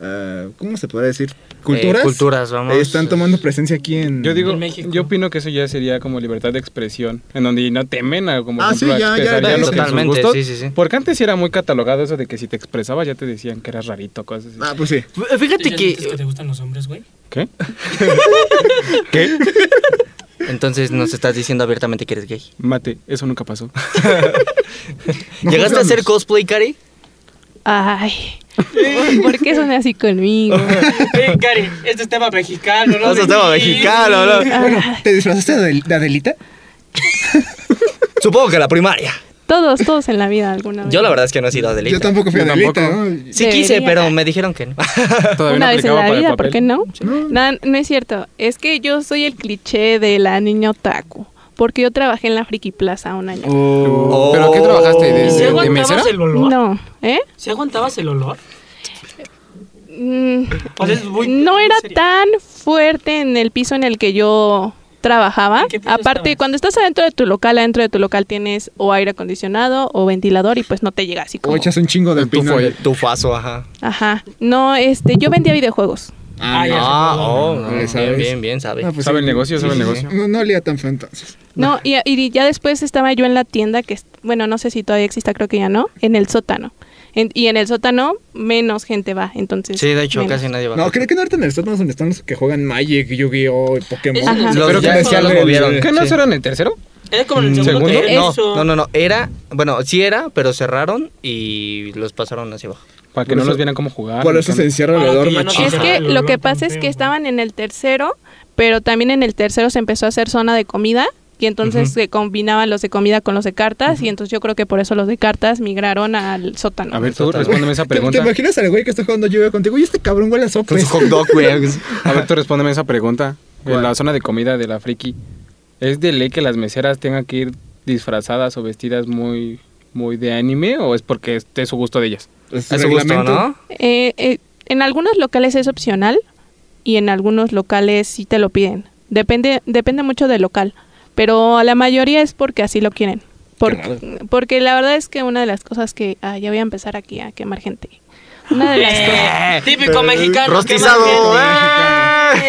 Speaker 6: ah, ¿cómo se podría decir? culturas.
Speaker 1: culturas, vamos.
Speaker 6: eh, están tomando presencia aquí en
Speaker 3: Yo digo,
Speaker 4: En México.
Speaker 3: yo opino que eso ya sería como libertad de expresión, en donde no temen a como
Speaker 6: Ah,
Speaker 3: por ejemplo,
Speaker 6: sí, ya-
Speaker 3: a
Speaker 6: ya-
Speaker 3: expresar
Speaker 6: ya
Speaker 3: lo
Speaker 6: es
Speaker 3: que sus
Speaker 1: totalmente,
Speaker 3: gustos.
Speaker 1: sí, sí, sí.
Speaker 3: Porque antes sí era muy catalogado eso de que si te expresabas ya te decían que eras rarito, cosas así.
Speaker 6: Ah, pues sí.
Speaker 1: F-
Speaker 4: ¿Tú
Speaker 1: Fíjate
Speaker 4: ya sientes que
Speaker 1: que...
Speaker 4: te gustan los hombres, güey?
Speaker 3: ¿Qué?
Speaker 1: Entonces nos estás diciendo abiertamente que eres gay.
Speaker 3: Mate, eso nunca pasó.
Speaker 6: No
Speaker 1: ¿Llegaste a hacer
Speaker 6: juzgamos.
Speaker 1: cosplay, Cari?
Speaker 5: Ay, ¿por qué son así conmigo?
Speaker 4: Eh, Cari, este es tema mexicano,
Speaker 1: Eso
Speaker 4: ¿no?
Speaker 1: Este es tema
Speaker 4: Sí.
Speaker 1: mexicano, ¿no?
Speaker 6: Bueno, ¿te disfrazaste de, Adel- de Adelita?
Speaker 1: Supongo que la primaria.
Speaker 5: Todos, todos en la vida alguna vez.
Speaker 1: Yo la verdad es que no he sido
Speaker 6: Yo
Speaker 1: adelita.
Speaker 6: tampoco fui
Speaker 3: Yo
Speaker 6: Adelita,
Speaker 3: tampoco.
Speaker 6: ¿no?
Speaker 1: Sí quise,
Speaker 5: Debería.
Speaker 1: pero me dijeron que no.
Speaker 3: Todavía
Speaker 5: Una
Speaker 3: no
Speaker 5: vez en la
Speaker 3: aplicaba para el
Speaker 5: vida,
Speaker 3: papel.
Speaker 5: ¿por qué no? No, no es cierto. Es que yo soy el cliché de la niña otaku. Porque yo trabajé en la Friki Plaza un año.
Speaker 1: Oh.
Speaker 7: ¿Pero qué trabajaste? ¿De,
Speaker 4: ¿Y
Speaker 7: de-
Speaker 4: si
Speaker 7: de
Speaker 4: aguantabas
Speaker 7: mesera?
Speaker 4: el olor?
Speaker 5: No, ¿eh?
Speaker 4: ¿Si aguantabas el olor?
Speaker 5: Mm,
Speaker 4: O sea, es muy-
Speaker 5: no era
Speaker 4: en serio.
Speaker 5: tan fuerte en el piso en el que yo trabajaba.
Speaker 4: ¿En qué piso
Speaker 5: Aparte,
Speaker 4: estabas?
Speaker 5: cuando estás adentro de tu local, adentro de tu local tienes o aire acondicionado o ventilador y pues no te llega así
Speaker 6: O
Speaker 5: como...
Speaker 6: echas un chingo de
Speaker 7: El tufo
Speaker 6: pino.
Speaker 7: ahí.
Speaker 1: Tufazo, ajá.
Speaker 5: Ajá. No, este, yo vendía videojuegos.
Speaker 4: Ah, ya.
Speaker 1: Ah,
Speaker 4: se acordó.
Speaker 1: oh, no,
Speaker 6: Eh, ¿sabes?
Speaker 1: bien, bien, bien, sabe.
Speaker 6: Ah, pues
Speaker 3: Sabe
Speaker 6: sí.
Speaker 3: el negocio, sabe el
Speaker 6: Sí, sí,
Speaker 3: negocio.
Speaker 6: sí. No, no olía tan feo entonces.
Speaker 5: No, y, y ya después estaba yo en la tienda que, est- bueno, no sé si todavía exista, creo que ya no, en el sótano. En- y en el sótano menos gente va, entonces.
Speaker 1: Sí, de hecho,
Speaker 5: pues, menos.
Speaker 1: casi nadie va.
Speaker 6: No, creo que no ahorita en el sótano es donde están los que juegan Magic, Yu-Gi-Oh, y Pokémon.
Speaker 4: Ajá.
Speaker 1: Los-
Speaker 3: Pero
Speaker 1: ya-
Speaker 3: que
Speaker 1: ya
Speaker 3: decía
Speaker 1: los
Speaker 3: el-
Speaker 1: movieron.
Speaker 3: ¿Qué no
Speaker 1: Sí.
Speaker 3: eso era en el tercero?
Speaker 4: Era como en el segundo.
Speaker 3: ¿Segundo?
Speaker 4: que
Speaker 1: Eh, No,
Speaker 4: eso.
Speaker 1: no, no, no, era, bueno, sí era, pero cerraron y los pasaron hacia abajo.
Speaker 3: Para que
Speaker 6: Por
Speaker 3: no
Speaker 6: eso-
Speaker 3: nos vieran cómo jugar.
Speaker 6: Por eso
Speaker 3: ni
Speaker 6: se
Speaker 3: qué
Speaker 6: encierra
Speaker 4: Para que
Speaker 6: alrededor
Speaker 4: ya no
Speaker 6: machista.
Speaker 5: Es
Speaker 4: Ajá.
Speaker 5: que
Speaker 4: El
Speaker 5: lo
Speaker 4: olor
Speaker 5: que
Speaker 4: tan
Speaker 5: pasa es
Speaker 4: feo,
Speaker 5: que
Speaker 4: ¿no?
Speaker 5: estaban en el tercero, pero también en el tercero se empezó a hacer zona de comida y entonces se combinaban los de comida con los de cartas y entonces yo creo que por eso los de cartas migraron al sótano.
Speaker 3: A ver, tú
Speaker 1: Total.
Speaker 3: respóndeme esa
Speaker 6: ¿Te, te
Speaker 3: pregunta.
Speaker 6: imaginas al güey que está jugando lluvia contigo? Y este cabrón huele a
Speaker 1: Con
Speaker 6: sopes.
Speaker 1: su hot dog, güey.
Speaker 3: A ver, tú respóndeme esa pregunta.
Speaker 6: ¿Cuál?
Speaker 3: En la zona de comida de la friki, ¿es de ley que las meseras tengan que ir disfrazadas o vestidas muy, muy de anime o es porque es de su gusto de ellas?
Speaker 6: Es
Speaker 1: A su gusto,
Speaker 6: reglamento.
Speaker 1: ¿no?
Speaker 5: Eh, eh, en algunos locales es opcional y en algunos locales sí te lo piden. Depende, depende mucho del local, pero a la mayoría es porque así lo quieren. Por- porque la verdad es que una de las cosas que... Ah, ya voy a empezar aquí a quemar gente. Una de las cosas...
Speaker 4: Eh, Típico mexicano.
Speaker 1: Rostizado.
Speaker 4: qué mal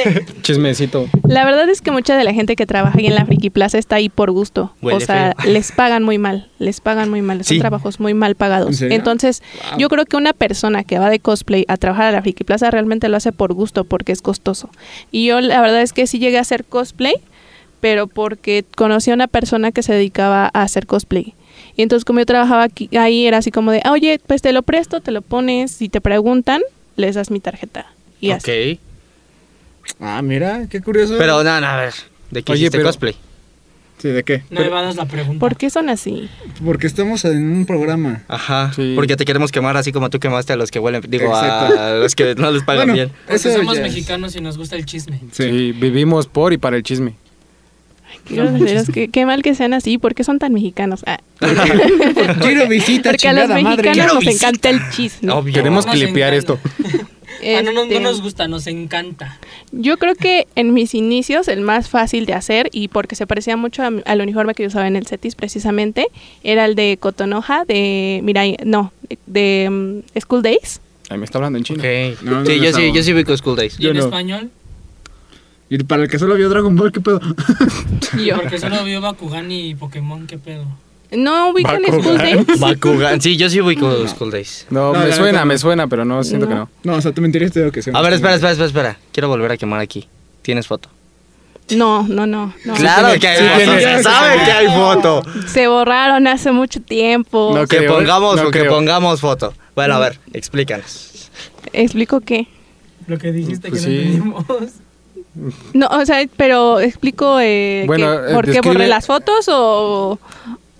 Speaker 1: eh.
Speaker 3: Chismecito.
Speaker 5: La verdad es que mucha de la gente que trabaja ahí en la Friki Plaza está ahí por gusto. o
Speaker 1: Huele
Speaker 5: sea,
Speaker 1: feo.
Speaker 5: les pagan muy mal, les pagan muy mal, son
Speaker 1: Sí.
Speaker 5: trabajos muy mal
Speaker 6: ¿En
Speaker 5: pagados.
Speaker 6: serio?
Speaker 5: Entonces, yo creo que una persona que va de cosplay a trabajar a la Friki Plaza realmente lo hace por gusto porque es costoso. Y yo la verdad es que sí llegué a hacer cosplay, pero porque conocí a una persona que se dedicaba a hacer cosplay. Y entonces como yo trabajaba aquí, ahí era así como de, "Ah, oye, pues te lo presto, te lo pones, si te preguntan, les das mi tarjeta. Y así.
Speaker 1: Ok.
Speaker 6: Ah, mira, qué curioso.
Speaker 1: Pero, nada, a ver, ¿de qué
Speaker 3: Oye,
Speaker 1: hiciste
Speaker 3: pero-
Speaker 1: cosplay?
Speaker 6: Sí, ¿de qué?
Speaker 4: No evadas la pregunta.
Speaker 5: ¿Por qué son así?
Speaker 6: Porque estamos en un programa.
Speaker 1: Ajá,
Speaker 3: Sí.
Speaker 1: porque te queremos quemar así como tú quemaste a los que huelen, digo,
Speaker 6: Exacto.
Speaker 1: a los que no les pagan
Speaker 6: Bueno,
Speaker 1: bien.
Speaker 4: Porque
Speaker 6: eso
Speaker 4: somos
Speaker 6: ya es-
Speaker 4: mexicanos y nos gusta el chisme.
Speaker 6: Sí.
Speaker 3: Sí, vivimos por y para el chisme.
Speaker 5: Qué, groseros, qué- qué mal que sean así, ¿por qué son tan mexicanos? Ah,
Speaker 6: Quiero visita,
Speaker 5: porque a los
Speaker 6: chingada madre.
Speaker 5: mexicanos
Speaker 1: Quiero
Speaker 5: nos
Speaker 1: visita.
Speaker 5: encanta el chisme.
Speaker 1: Obvio.
Speaker 3: Queremos
Speaker 4: Nos
Speaker 3: clipear
Speaker 4: encanta.
Speaker 3: esto.
Speaker 4: Ah, no, no, no
Speaker 5: Este,
Speaker 4: nos gusta, nos encanta.
Speaker 5: Yo creo que en mis inicios el más fácil de hacer y porque se parecía mucho a mi- al uniforme que yo usaba en el CETIS precisamente, era el de Cotonoja, de, mira, no, de mm, School Days.
Speaker 3: Ay, me está hablando en chino.
Speaker 1: Ok.
Speaker 6: No, no
Speaker 1: sí, yo
Speaker 6: les
Speaker 1: sí,
Speaker 6: hago.
Speaker 1: yo sí ubico School Days.
Speaker 4: ¿Y en español?
Speaker 6: Y para el que solo vio Dragon Ball, ¿qué pedo?
Speaker 5: Y yo,
Speaker 4: Porque solo vio Bakugan y Pokémon, ¿qué pedo?
Speaker 5: ¿no ubican School Days?
Speaker 1: Bakugan, sí, yo sí ubico School Days.
Speaker 6: No,
Speaker 3: No,
Speaker 6: la
Speaker 3: me
Speaker 6: neta
Speaker 3: suena,
Speaker 6: no.
Speaker 3: me suena, pero no, siento que no.
Speaker 6: No, o sea, te mentirías, te digo que sí.
Speaker 1: A ver, espera, espera, espera, espera. Quiero volver a quemar aquí. ¿Tienes foto?
Speaker 5: No, no, no, no.
Speaker 1: claro que hay
Speaker 6: sí
Speaker 1: foto.
Speaker 6: tiene.
Speaker 1: se sabe que hay foto.
Speaker 5: Se borraron hace mucho tiempo.
Speaker 3: No
Speaker 1: que
Speaker 3: creo,
Speaker 1: pongamos,
Speaker 3: no
Speaker 1: que
Speaker 3: creo.
Speaker 1: pongamos foto. Bueno, a ver, explícanos.
Speaker 5: Explico qué.
Speaker 4: Lo que dijiste
Speaker 3: Pues
Speaker 4: que
Speaker 3: sí.
Speaker 4: no entendimos.
Speaker 5: No, o sea, pero explico eh,
Speaker 3: Bueno,
Speaker 5: que-
Speaker 3: eh,
Speaker 5: por qué
Speaker 3: describe-
Speaker 5: borré las fotos o,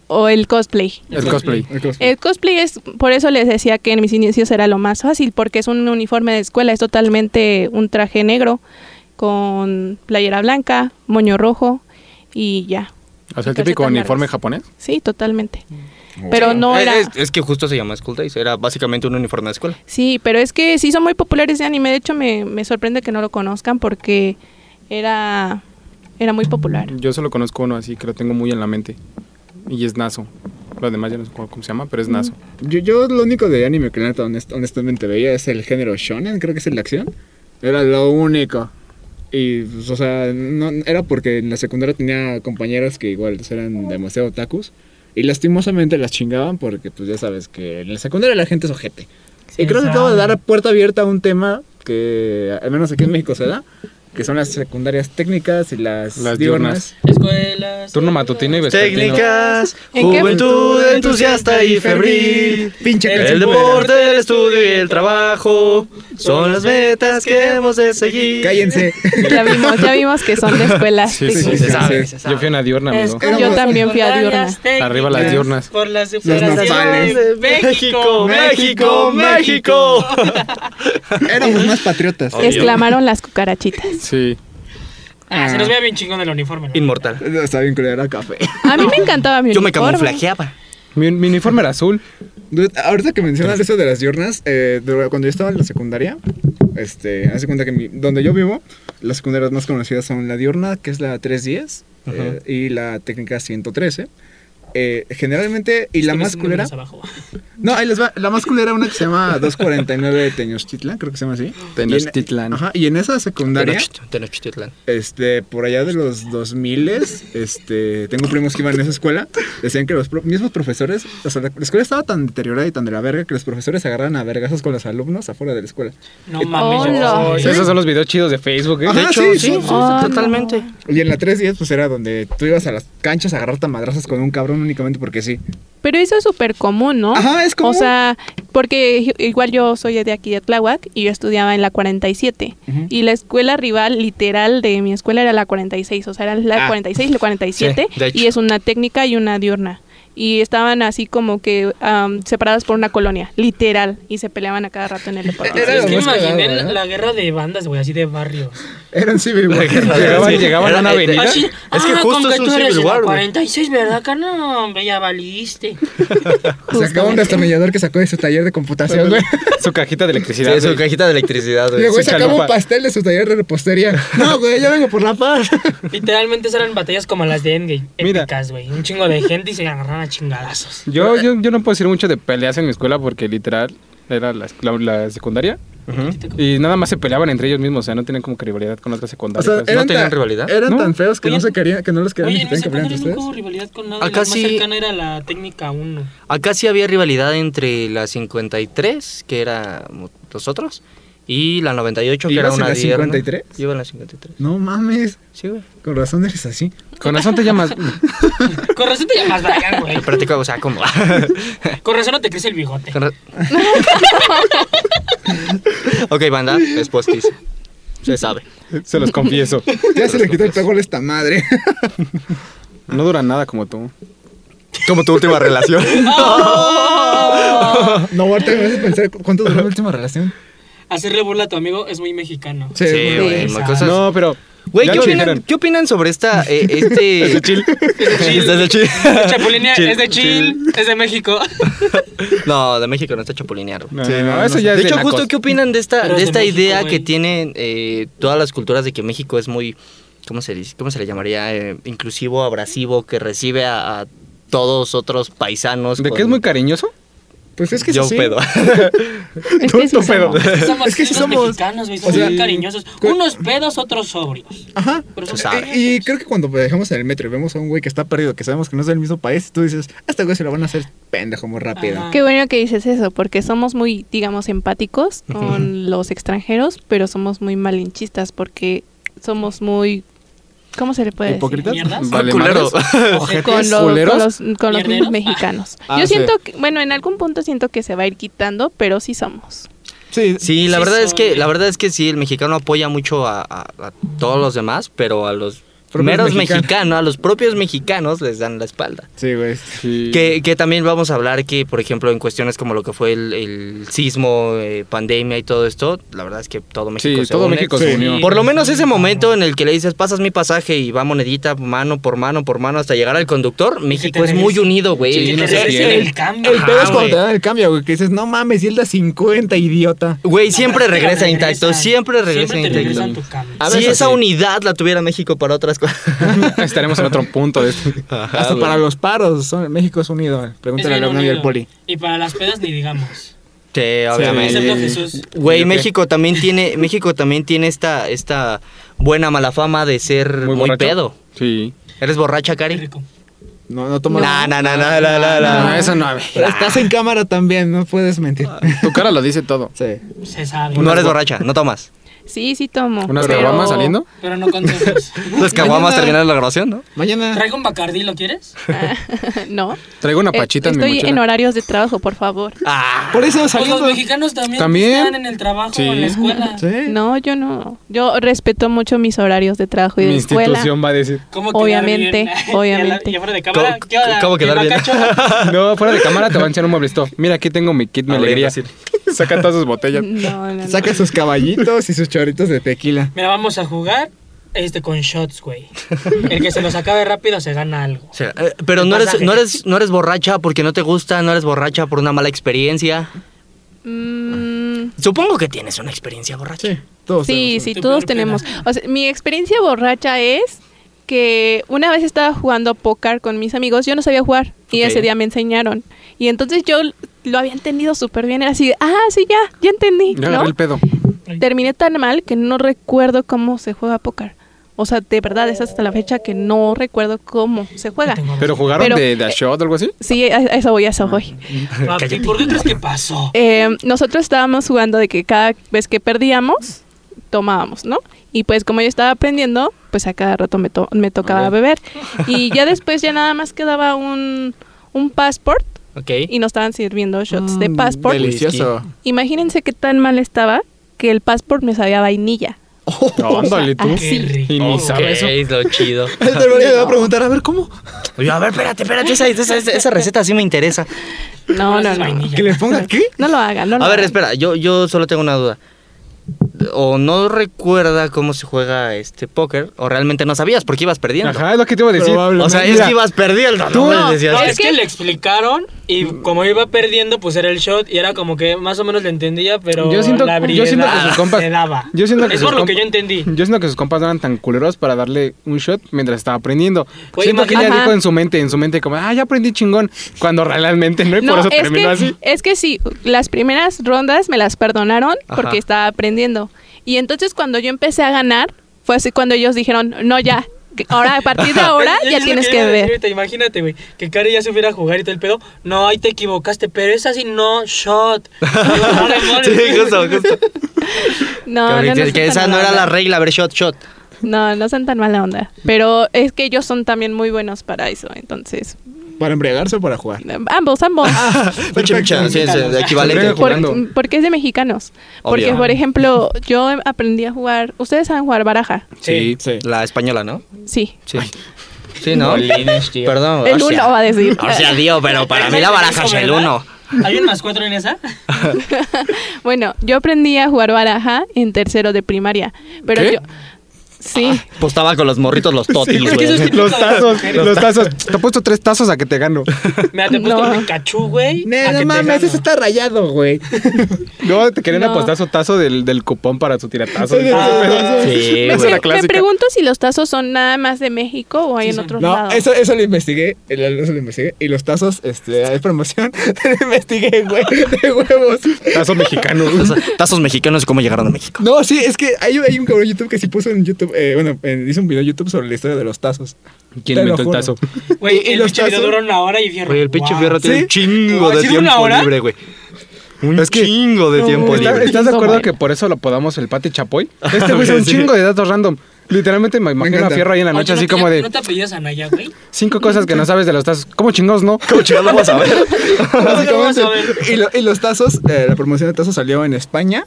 Speaker 5: o el cosplay.
Speaker 3: El cosplay.
Speaker 5: El cosplay es, por eso les decía que en mis inicios era lo más fácil, porque es un uniforme de escuela, es totalmente un traje negro con playera blanca, moño rojo y ya.
Speaker 3: O sea, el
Speaker 5: Calcetas
Speaker 3: típico uniforme
Speaker 5: largas.
Speaker 3: japonés.
Speaker 5: Sí, totalmente. Pero no
Speaker 1: Eh,
Speaker 5: era...
Speaker 1: Es, es que justo se llama School Days. Era básicamente un uniforme de escuela.
Speaker 5: Sí, pero es que sí son muy populares de anime, de hecho me, me sorprende que no lo conozcan porque era, era muy popular.
Speaker 3: Yo solo conozco uno así que lo tengo muy en la mente. Y es Nazo. Lo demás ya no sé cómo cómo se llama, pero es Nazo.
Speaker 6: Yo, yo lo único de anime que la neta honest- honestamente veía es el género shonen, creo que es el de acción. Era lo único. Y, pues, o sea, no, era porque en la secundaria tenía compañeras que igual pues, eran demasiado otakus. Y lastimosamente las chingaban porque, pues ya sabes, que en la secundaria la gente es ojete. y creo que acabo de dar puerta abierta a un tema que, al menos aquí en México se da, que son las secundarias técnicas y las,
Speaker 3: Las
Speaker 6: diurnas.
Speaker 4: Escuelas.
Speaker 3: Turno matutino
Speaker 1: Pues,
Speaker 3: y vespertino.
Speaker 1: Técnicas,
Speaker 5: ¿En qué?
Speaker 1: juventud entusiasta y febril.
Speaker 6: Pinche
Speaker 1: El deporte, el estudio y el trabajo son las metas que hemos de seguir.
Speaker 6: Cállense.
Speaker 5: Ya vimos, ya vimos que son de escuelas.
Speaker 3: Sí, sí,
Speaker 5: técnicas.
Speaker 1: Se
Speaker 3: sí, sí.
Speaker 1: sabe,
Speaker 6: sí.
Speaker 1: se sabe.
Speaker 3: Yo fui a una diurna, amigo.
Speaker 4: Escuelas
Speaker 5: Yo también fui a
Speaker 4: secundarias
Speaker 3: Arriba las
Speaker 4: técnicas
Speaker 3: diurnas.
Speaker 4: pues, Por la
Speaker 6: nopales.
Speaker 4: superación de México,
Speaker 1: México, México.
Speaker 6: Éramos más patriotas.
Speaker 1: Obvio.
Speaker 5: Exclamaron las cucarachitas.
Speaker 3: Sí.
Speaker 4: Ah, se nos veía bien chingón el uniforme. ¿no?
Speaker 1: Inmortal.
Speaker 6: Está bien culera café.
Speaker 5: A mí me encantaba mi
Speaker 1: Yo me
Speaker 5: uniforme.
Speaker 1: camuflajeaba.
Speaker 3: Mi, mi uniforme era azul.
Speaker 6: Dude, ahorita que mencionas eso de las diurnas, eh, de- cuando yo estaba en la secundaria, este, haz de cuenta que mi- donde yo vivo, las secundarias más conocidas son la diurna, que es la 310, eh, y la técnica 113. Eh, generalmente, y la
Speaker 4: Ustedes
Speaker 6: más
Speaker 4: son
Speaker 6: culera.
Speaker 4: números abajo.
Speaker 6: No, ahí les va. La más culera, una que se llama 249 de Tenochtitlan, creo que se llama así. Y
Speaker 3: Tenochtitlan.
Speaker 6: en- ajá, y en esa secundaria.
Speaker 1: Tenoch- Tenochtitlán.
Speaker 6: Este, por allá de los 2000, este, tengo primos que iban a esa escuela, decían que los pro- mismos profesores, o sea, la, la escuela estaba tan deteriorada y tan de la verga que los profesores agarraban a vergazos con los alumnos afuera de la escuela.
Speaker 4: No mames.
Speaker 5: Hola.
Speaker 4: yo-
Speaker 6: Sí.
Speaker 3: Esos son los videos chidos de Facebook. ¿eh?
Speaker 6: Ajá,
Speaker 1: De hecho,
Speaker 6: sí,
Speaker 1: sí,
Speaker 6: sí,
Speaker 1: sí,
Speaker 6: sí,
Speaker 5: Ah,
Speaker 1: totalmente.
Speaker 6: Y en la 310 pues era donde tú ibas a las canchas a agarrarte a madrazos con un cabrón únicamente porque sí.
Speaker 5: Pero eso es súper común, ¿no?
Speaker 6: Ajá, es común.
Speaker 5: O sea, porque i- igual yo soy de aquí de Tláhuac y yo estudiaba en la 47.
Speaker 6: Ujú.
Speaker 5: Y la escuela rival literal de mi escuela era la 46. O sea, era la
Speaker 6: Ah.
Speaker 5: 46 y la 47.
Speaker 1: Sí, de hecho.
Speaker 5: y es una técnica y una diurna. Y estaban así como que am, separadas por una colonia, literal. Y se peleaban a cada rato en el deporte.
Speaker 6: Era
Speaker 4: es
Speaker 6: lo
Speaker 4: que
Speaker 6: más
Speaker 4: imaginé
Speaker 6: cagado,
Speaker 4: la,
Speaker 6: ¿eh?
Speaker 4: la guerra de bandas, güey, así de barrios.
Speaker 6: Eran civil war.
Speaker 3: Llegaban- llegaban a una avenida.
Speaker 4: Así,
Speaker 1: Es que
Speaker 4: ah,
Speaker 1: justo
Speaker 4: con
Speaker 1: es un
Speaker 4: tú eres
Speaker 1: Civil
Speaker 4: de la
Speaker 1: War, güey.
Speaker 4: 46, ¿verdad, carnal? No, hombre, ya valiste.
Speaker 6: Sacaba un destornillador que sacó de su taller de computación, güey.
Speaker 3: Su cajita de electricidad.
Speaker 1: Sí, su
Speaker 3: güey.
Speaker 1: cajita de electricidad,
Speaker 6: Y el güey
Speaker 1: güey.
Speaker 3: Sí,
Speaker 6: sacaba un
Speaker 3: chalupa.
Speaker 6: pastel de su taller de repostería. No, güey, yo vengo por la paz.
Speaker 4: Literalmente esas eran batallas como las de Endgame.
Speaker 3: Mira.
Speaker 4: Épicas, güey. Un chingo de gente y se agarraron a chingadazos.
Speaker 3: Yo, yo, yo no puedo decir mucho de peleas en mi escuela porque literal era la, la- la secundaria
Speaker 1: Ujú.
Speaker 3: y nada más se peleaban entre ellos mismos, o sea, no tenían como que rivalidad con otras
Speaker 6: O
Speaker 3: secundarias.
Speaker 6: sea,
Speaker 3: Pues,
Speaker 6: eran
Speaker 1: tenían
Speaker 6: tan-
Speaker 1: rivalidad?
Speaker 6: Eran
Speaker 3: No.
Speaker 6: tan feos que no,
Speaker 4: Oye,
Speaker 6: se querían, que no los querían
Speaker 4: Oye,
Speaker 6: ni
Speaker 4: en mi
Speaker 6: siquiera que pelearan entre
Speaker 4: secundaria nunca
Speaker 6: ustedes.
Speaker 4: hubo rivalidad con nadie.
Speaker 1: Acá
Speaker 4: la más
Speaker 1: sí.
Speaker 4: cercana era la técnica 1.
Speaker 1: Acá sí había rivalidad entre la 53, que era nosotros, y la 98, que era
Speaker 6: ¿Ibas en
Speaker 1: una
Speaker 6: la
Speaker 1: dierna.
Speaker 6: 53?
Speaker 1: Iba en la 53.
Speaker 6: No mames,
Speaker 1: Sí, güey.
Speaker 6: con razón eres así.
Speaker 3: Con razón te llamas.
Speaker 4: Con razón te llamas Brian, güey.
Speaker 1: Practico, o sea, como.
Speaker 4: Con razón no te crece el bigote.
Speaker 1: ok, banda, es postis. Se sabe.
Speaker 3: Se los confieso.
Speaker 6: Ya se le quitó el pegol a esta madre.
Speaker 3: No dura nada como tú.
Speaker 1: Como tu última relación.
Speaker 4: ¡Oh!
Speaker 6: No, ahorita me haces pensar cu- cuánto duró la última relación.
Speaker 4: Hacerle burla a tu amigo es muy mexicano.
Speaker 1: Sí, güey.
Speaker 5: Sí.
Speaker 1: cosas-
Speaker 3: No, pero.
Speaker 1: Güey,
Speaker 3: ya
Speaker 1: ¿qué
Speaker 3: lo
Speaker 1: opinan,
Speaker 3: dijeron.
Speaker 1: ¿qué opinan sobre esta, eh, este...
Speaker 3: Chill.
Speaker 1: Estás de chill.
Speaker 4: La chapulinear
Speaker 3: Chill,
Speaker 4: es de chill, es de México.
Speaker 1: No, de México no está chapulinear. güey.
Speaker 3: No,
Speaker 6: Sí,
Speaker 3: no,
Speaker 6: no,
Speaker 3: eso
Speaker 6: no.
Speaker 3: ya
Speaker 1: de
Speaker 3: es
Speaker 1: hecho,
Speaker 3: nacos.
Speaker 1: justo, ¿qué opinan de esta,
Speaker 4: Pero
Speaker 1: de
Speaker 4: es de
Speaker 1: esta
Speaker 4: México,
Speaker 1: idea
Speaker 4: güey.
Speaker 1: que tienen eh, todas las culturas de que México es muy, ¿cómo se, dice? ¿Cómo se le llamaría? Eh, inclusivo, abrasivo, que recibe a, a todos otros paisanos.
Speaker 3: ¿De
Speaker 1: con-
Speaker 3: qué es muy cariñoso?
Speaker 6: Pues es que
Speaker 1: Yo
Speaker 6: sí.
Speaker 1: pedo.
Speaker 5: Es que sí
Speaker 3: Tonto pedo.
Speaker 5: somos.
Speaker 4: Somos
Speaker 6: Es que sí
Speaker 4: unos
Speaker 6: somos.
Speaker 4: mexicanos, güey,
Speaker 6: O
Speaker 4: somos
Speaker 6: sea,
Speaker 4: bien cariñosos.
Speaker 6: cu-
Speaker 4: Unos pedos, otros sobrios.
Speaker 6: Ajá. Eh,
Speaker 4: Pero
Speaker 1: Tú
Speaker 4: somos
Speaker 1: sabes.
Speaker 4: cariñosos.
Speaker 6: Y creo que cuando dejamos en el metro y vemos a un güey que está perdido, que sabemos que no es del mismo país, tú dices, a este güey se lo van a hacer pendejo muy rápido.
Speaker 4: Ajá.
Speaker 5: Qué bueno que dices eso, porque somos muy, digamos, empáticos con los extranjeros, pero somos muy malinchistas porque somos muy, ¿cómo se le puede
Speaker 6: ¿Hipócritas?
Speaker 4: ¿Mierdas?
Speaker 3: Vale,
Speaker 1: Culero.
Speaker 4: Ojetes.
Speaker 5: decir? Con, lo-
Speaker 3: ¿Culeros?
Speaker 5: con los, con los
Speaker 4: ¿Mierderos?
Speaker 5: mexicanos.
Speaker 6: Ah,
Speaker 5: Yo
Speaker 6: sí.
Speaker 5: siento que, bueno, en algún punto siento que se va a ir quitando, pero sí somos.
Speaker 6: Sí,
Speaker 1: Sí, la
Speaker 4: Sí
Speaker 1: verdad es
Speaker 4: soy.
Speaker 1: que la verdad es que sí, el mexicano apoya mucho a, a- a todos los demás, pero a los
Speaker 6: Propios
Speaker 1: meros
Speaker 6: mexicanos.
Speaker 1: mexicanos, a los propios mexicanos les dan la espalda.
Speaker 6: Sí, güey.
Speaker 3: Sí.
Speaker 1: Que, que también vamos a hablar que, por ejemplo, en cuestiones como lo que fue el, el sismo, eh, pandemia y todo esto, la verdad es que todo México
Speaker 3: Sí,
Speaker 1: se
Speaker 3: todo
Speaker 1: une.
Speaker 3: México se
Speaker 6: Sí.
Speaker 3: unió.
Speaker 1: Por lo menos ese momento en el que le dices, pasas mi pasaje y va monedita, mano por mano por mano hasta llegar al conductor, México es
Speaker 4: regresen.
Speaker 1: muy unido,
Speaker 3: Sí,
Speaker 1: güey.
Speaker 4: que
Speaker 3: no
Speaker 4: te
Speaker 3: se
Speaker 4: regresen
Speaker 3: quieren.
Speaker 4: el cambio.
Speaker 6: El pedo
Speaker 1: Ajá,
Speaker 6: es cuando
Speaker 1: güey.
Speaker 6: te dan el cambio, güey, que dices, no mames, y el da 50, idiota.
Speaker 1: Güey, siempre regresa
Speaker 4: Regresan.
Speaker 1: intacto, siempre regresa
Speaker 4: Siempre te
Speaker 1: intacto.
Speaker 4: regresan tu cambio.
Speaker 6: A
Speaker 1: si
Speaker 6: veces
Speaker 1: esa
Speaker 6: sí.
Speaker 1: unidad la tuviera México para otras cosas.
Speaker 3: Estaremos en otro punto de este esto.
Speaker 6: Hasta para los paros, son- México es unido. güey. Pregúntale a
Speaker 4: Es bien
Speaker 6: Leonardo y al
Speaker 4: unido.
Speaker 6: Poli.
Speaker 4: Y para las pedas ni digamos.
Speaker 1: Sí, obviamente.
Speaker 4: Excepto Jesús.
Speaker 1: Güey,
Speaker 3: ¿Yo qué?
Speaker 1: México también tiene, México también tiene esta, esta buena mala fama de ser muy,
Speaker 3: borracho.
Speaker 1: pedo.
Speaker 3: Sí.
Speaker 1: ¿Eres borracha,
Speaker 4: Qué
Speaker 1: Cari?
Speaker 4: rico.
Speaker 6: No, no tomas.
Speaker 1: No, no, no, no, no, no,
Speaker 3: No,
Speaker 1: no.
Speaker 3: eso no. a ver.
Speaker 6: Pero Ah, estás en cámara también, no puedes mentir.
Speaker 4: Ah.
Speaker 3: Tu cara lo dice todo.
Speaker 6: Sí.
Speaker 4: Se sabe.
Speaker 1: No eres borracha, no tomas.
Speaker 5: Sí, sí tomo.
Speaker 3: ¿Unas
Speaker 5: pero-
Speaker 3: caguamas saliendo?
Speaker 4: Pero no consejos.
Speaker 1: Los caguamas
Speaker 6: Mañana-
Speaker 1: terminaron la grabación, ¿no?
Speaker 6: Mañana.
Speaker 4: Traigo un bacardí, ¿lo quieres?
Speaker 5: Ah, no.
Speaker 3: Traigo una
Speaker 5: Eh,
Speaker 3: pachita en mi
Speaker 5: Estoy
Speaker 3: mochila.
Speaker 5: en horarios de trabajo, por favor.
Speaker 1: Ah,
Speaker 6: Por eso
Speaker 4: Pues los
Speaker 6: saliendo.
Speaker 4: mexicanos también,
Speaker 3: También.
Speaker 4: están en el trabajo
Speaker 3: Sí.
Speaker 4: o en la escuela.
Speaker 6: Sí.
Speaker 5: No, yo no. Yo respeto mucho mis horarios de trabajo y
Speaker 3: mi
Speaker 5: de escuela.
Speaker 3: institución va a decir.
Speaker 4: ¿Cómo quedar
Speaker 5: Obviamente,
Speaker 4: bien?
Speaker 5: obviamente.
Speaker 4: Y afuera de
Speaker 1: ¿cómo,
Speaker 4: cámara, ¿qué onda?
Speaker 1: cómo
Speaker 4: ¿Qué
Speaker 1: quedar bien?
Speaker 4: bacacho?
Speaker 3: No, fuera de cámara te va a enseñar un mueblecito. Mira, aquí tengo mi kit, mi
Speaker 1: Abre,
Speaker 3: alegría.
Speaker 1: fácil.
Speaker 3: Saca todas sus botellas.
Speaker 5: No, no, no.
Speaker 6: Saca sus caballitos y sus chorritos de tequila.
Speaker 4: Mira, vamos a jugar este con shots, güey. El que se los acabe rápido se gana algo.
Speaker 1: O sea, eh, pero no eres, no eres, no eres borracha porque no te gusta, no eres borracha por una mala experiencia.
Speaker 5: Mm,
Speaker 1: Supongo que tienes una experiencia borracha.
Speaker 6: Sí. Todos
Speaker 5: sí,
Speaker 6: tenemos-
Speaker 5: sí,
Speaker 4: Tu
Speaker 5: todos
Speaker 4: peor
Speaker 5: tenemos.
Speaker 4: pena.
Speaker 5: O sea, mi experiencia borracha es que una vez estaba jugando póker con mis amigos, yo no sabía jugar y
Speaker 1: Ok.
Speaker 5: ese día me enseñaron. Y entonces yo lo había entendido súper bien, era así, de, ah, sí, ya, ya entendí,
Speaker 3: Ya
Speaker 5: ¿no?
Speaker 3: agarré el pedo.
Speaker 5: Terminé tan mal que no recuerdo cómo se juega póker. O sea, de verdad es hasta la fecha que no recuerdo cómo se juega.
Speaker 4: Tengo
Speaker 3: ¿Pero jugaron
Speaker 5: Pero-
Speaker 3: de, de a shot o algo así?
Speaker 5: Sí, a, a eso voy, a eso voy.
Speaker 4: Papi, ¿por qué crees que pasó?
Speaker 5: Eh, nosotros estábamos jugando de que cada vez que perdíamos, tomábamos, ¿no? Y pues como yo estaba aprendiendo, pues a cada rato me, to- me tocaba
Speaker 3: Ok.
Speaker 5: beber. Y ya después ya nada más quedaba un, un passport
Speaker 1: Ok.
Speaker 5: y nos estaban sirviendo shots de
Speaker 6: Mm,
Speaker 5: passport.
Speaker 6: Delicioso.
Speaker 5: Imagínense qué tan mal estaba que el passport me sabía a vainilla.
Speaker 3: Ándale tú.
Speaker 4: Qué rico.
Speaker 3: Y ni
Speaker 1: Ok,
Speaker 3: sabe eso.
Speaker 1: lo chido.
Speaker 6: El barrio le va a preguntar, a ver cómo.
Speaker 1: Yo, a ver, espérate, espérate, esa, esa- esa- esa receta sí me interesa.
Speaker 5: No, no,
Speaker 4: Esa es
Speaker 5: no.
Speaker 4: vainilla.
Speaker 6: Que le ponga qué.
Speaker 5: No lo hagan, no lo
Speaker 1: A ver,
Speaker 5: hagan.
Speaker 1: espera, yo, yo solo tengo una duda. O no recuerda cómo se juega este póker, o realmente no sabías porque ibas perdiendo.
Speaker 3: Ajá, es lo que te iba a decir.
Speaker 6: Probable.
Speaker 1: O sea, es
Speaker 6: Mira.
Speaker 1: que ibas perdiendo,
Speaker 3: Tú
Speaker 1: no,
Speaker 3: no,
Speaker 1: me decías
Speaker 4: No,
Speaker 1: que-
Speaker 4: es que le explicaron y como iba perdiendo, pues era el shot y era como que más o menos le entendía, pero
Speaker 3: Yo siento-
Speaker 4: la
Speaker 3: yo siento que
Speaker 4: briedad
Speaker 3: sus compas-
Speaker 4: se daba.
Speaker 3: yo siento que
Speaker 4: es
Speaker 3: sus
Speaker 4: por lo que
Speaker 3: comp-
Speaker 4: yo entendí.
Speaker 3: Yo siento que sus compas no eran tan culeros para darle un shot mientras estaba aprendiendo.
Speaker 4: Güey,
Speaker 3: siento que ella
Speaker 5: imagínate-
Speaker 3: dijo en su mente, en su mente como, ah, ya aprendí chingón, cuando realmente no, y por eso
Speaker 5: es
Speaker 3: terminó
Speaker 5: que,
Speaker 3: así.
Speaker 5: Es que sí, las primeras rondas me las perdonaron
Speaker 1: Ajá.
Speaker 5: porque estaba aprendiendo. Y entonces cuando yo empecé a ganar, fue así cuando ellos dijeron, no, ya, que ahora a partir de ahora
Speaker 4: Yo- yo
Speaker 5: ya
Speaker 4: es lo
Speaker 5: tienes que
Speaker 4: iba a decir
Speaker 5: ver.
Speaker 4: ahorita, imagínate, güey, que Cari ya se hubiera a jugar y todo el pedo. No, ahí te equivocaste, pero es así, no, shot.
Speaker 1: Sí, justo, justo.
Speaker 5: No,
Speaker 1: Que
Speaker 5: no, no,
Speaker 1: ahorita-
Speaker 5: son
Speaker 1: que
Speaker 5: tan
Speaker 1: esa no
Speaker 5: mala
Speaker 1: era la
Speaker 5: onda.
Speaker 1: regla, a ver, shot, shot.
Speaker 5: No, no son tan mala onda. Pero es que ellos son también muy buenos para eso. Entonces,
Speaker 6: ¿Para embriagarse o para jugar?
Speaker 5: ambos, ambos.
Speaker 1: Mucha, mucha, sí, sí,
Speaker 4: Perfecto.
Speaker 1: equivalente.
Speaker 3: Por- jugando.
Speaker 5: Por- porque es de mexicanos. Porque,
Speaker 1: Obvio.
Speaker 5: por ejemplo, yo aprendí a jugar. Ustedes saben jugar baraja.
Speaker 4: Sí.
Speaker 6: Sí.
Speaker 1: La española, ¿no?
Speaker 5: Sí.
Speaker 1: Sí. Sí, ¿no?
Speaker 4: Bolines, tío.
Speaker 1: Perdón.
Speaker 5: El
Speaker 1: hostia.
Speaker 5: uno va a decir.
Speaker 1: Hostia, tío, pero para mí la baraja es el uno.
Speaker 4: ¿Hay un más cuatro en esa?
Speaker 5: Bueno, yo aprendí a jugar baraja en tercero de primaria, pero
Speaker 1: ¿Qué?
Speaker 5: yo sí,
Speaker 1: Pues estaba con los morritos, los totis,
Speaker 4: es que
Speaker 1: güey.
Speaker 4: eso es-
Speaker 7: Los tazos, los tazos. Te he puesto tres tazos a que te gano.
Speaker 4: Mira, te he puesto
Speaker 5: No.
Speaker 4: el Pikachu, güey. a que te gano.
Speaker 6: rayado, güey.
Speaker 3: No, te querían
Speaker 5: No.
Speaker 3: apostar su tazo del, del cupón para su tiratazo.
Speaker 4: Ah,
Speaker 1: Sí,
Speaker 5: me,
Speaker 1: güey.
Speaker 5: me pregunto si los tazos son nada más de México o hay
Speaker 4: Sí,
Speaker 5: en
Speaker 4: son.
Speaker 5: otros
Speaker 6: No,
Speaker 5: lados.
Speaker 6: eso, eso lo investigué, el- eso lo investigué. Y los tazos, este, es promoción, lo investigué, güey, de huevos.
Speaker 3: Tazo mexicano.
Speaker 1: Tazos- Tazos mexicanos y cómo llegaron a México.
Speaker 6: No, sí, es que hay, hay un cabrón en YouTube que sí puso en YouTube, eh, bueno, en- hizo un video en YouTube sobre la historia de los tazos. Te
Speaker 3: ¿Quién
Speaker 6: lo
Speaker 3: inventó el
Speaker 6: juro.
Speaker 3: tazo?
Speaker 4: Güey,
Speaker 6: Y
Speaker 4: el
Speaker 6: los
Speaker 4: pinche video
Speaker 6: tazos.
Speaker 4: duró una hora y fierro.
Speaker 1: Güey, el pinche
Speaker 4: Guau.
Speaker 1: fierro tiene
Speaker 6: Sí.
Speaker 1: un chingo
Speaker 4: Ah,
Speaker 1: de
Speaker 4: ¿sí de una
Speaker 1: tiempo
Speaker 4: hora?
Speaker 1: libre, güey. Un
Speaker 7: Es que-
Speaker 1: chingo de tiempo
Speaker 3: ¿Está-
Speaker 1: libre.
Speaker 3: ¿Estás de acuerdo
Speaker 5: Bueno.
Speaker 3: que por eso lo podamos el Pati Chapoy? Este güey es un chingo de datos random. Literalmente me imagino a
Speaker 6: encanta.
Speaker 3: Fierro ahí en la
Speaker 4: Oye,
Speaker 3: noche
Speaker 4: ¿no
Speaker 3: así
Speaker 4: te-
Speaker 3: como de
Speaker 4: ¿No te apellidas Anaya, güey?
Speaker 3: cinco cosas que no sabes de los tazos. ¿Cómo chingados no?
Speaker 1: ¿Cómo chingados lo vas a ver?
Speaker 6: Básicamente.
Speaker 4: No, no, no,
Speaker 6: y, lo- y los tazos, eh, la promoción de tazos salió en España,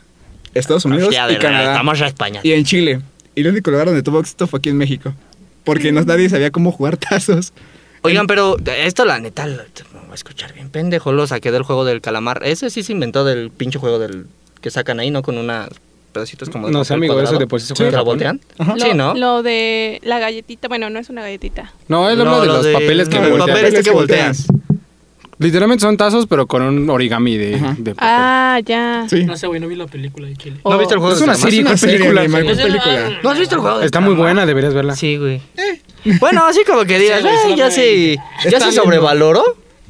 Speaker 6: Estados Unidos
Speaker 1: Hostia, de
Speaker 6: y
Speaker 1: verdad,
Speaker 6: Canadá.
Speaker 1: Estamos a España.
Speaker 6: Y en Chile. Y el único lugar donde tuvo éxito fue aquí en México. Porque no, nadie sabía cómo jugar tazos.
Speaker 1: Oigan, pero esto la neta lo- me voy a escuchar bien pendejo. Lo saqué del juego del calamar. Ese sí se inventó del pinche juego del que sacan ahí, ¿no? Con unas pedacitos como
Speaker 3: No sé,
Speaker 1: papel
Speaker 3: amigo,
Speaker 1: cuadrado.
Speaker 3: eso de por sí
Speaker 1: Sí,
Speaker 3: se juega en
Speaker 1: ¿La
Speaker 3: Japón.
Speaker 1: voltean?
Speaker 5: Lo,
Speaker 1: Sí, ¿no?
Speaker 5: lo de la galletita, bueno, no es una galletita.
Speaker 3: No, él
Speaker 1: No,
Speaker 3: habla de
Speaker 1: lo
Speaker 3: los
Speaker 1: de-
Speaker 3: papeles que
Speaker 1: no,
Speaker 6: los
Speaker 1: el
Speaker 3: voltean.
Speaker 1: papel
Speaker 6: papeles
Speaker 1: este que
Speaker 6: que
Speaker 1: volteas.
Speaker 3: Literalmente son tazos, pero con un origami de, de papel.
Speaker 5: Ah, ya.
Speaker 6: Sí.
Speaker 4: No sé, güey, no vi la película de Chile.
Speaker 1: ¿No
Speaker 5: Oh.
Speaker 1: viste el juego
Speaker 3: Es
Speaker 1: del
Speaker 3: una
Speaker 1: calamar?
Speaker 3: serie, una
Speaker 6: Una serie,
Speaker 3: película.
Speaker 6: animal,
Speaker 4: Es una-
Speaker 6: película.
Speaker 1: ¿No has visto el juego del
Speaker 3: Está muy
Speaker 1: calamar?
Speaker 3: buena, Eh. deberías verla.
Speaker 1: Sí, güey. Bueno, así como que digas,
Speaker 4: Sí, güey,
Speaker 1: "Ay,
Speaker 4: solo
Speaker 1: ya
Speaker 4: me-
Speaker 1: se, ya se sobrevaloró.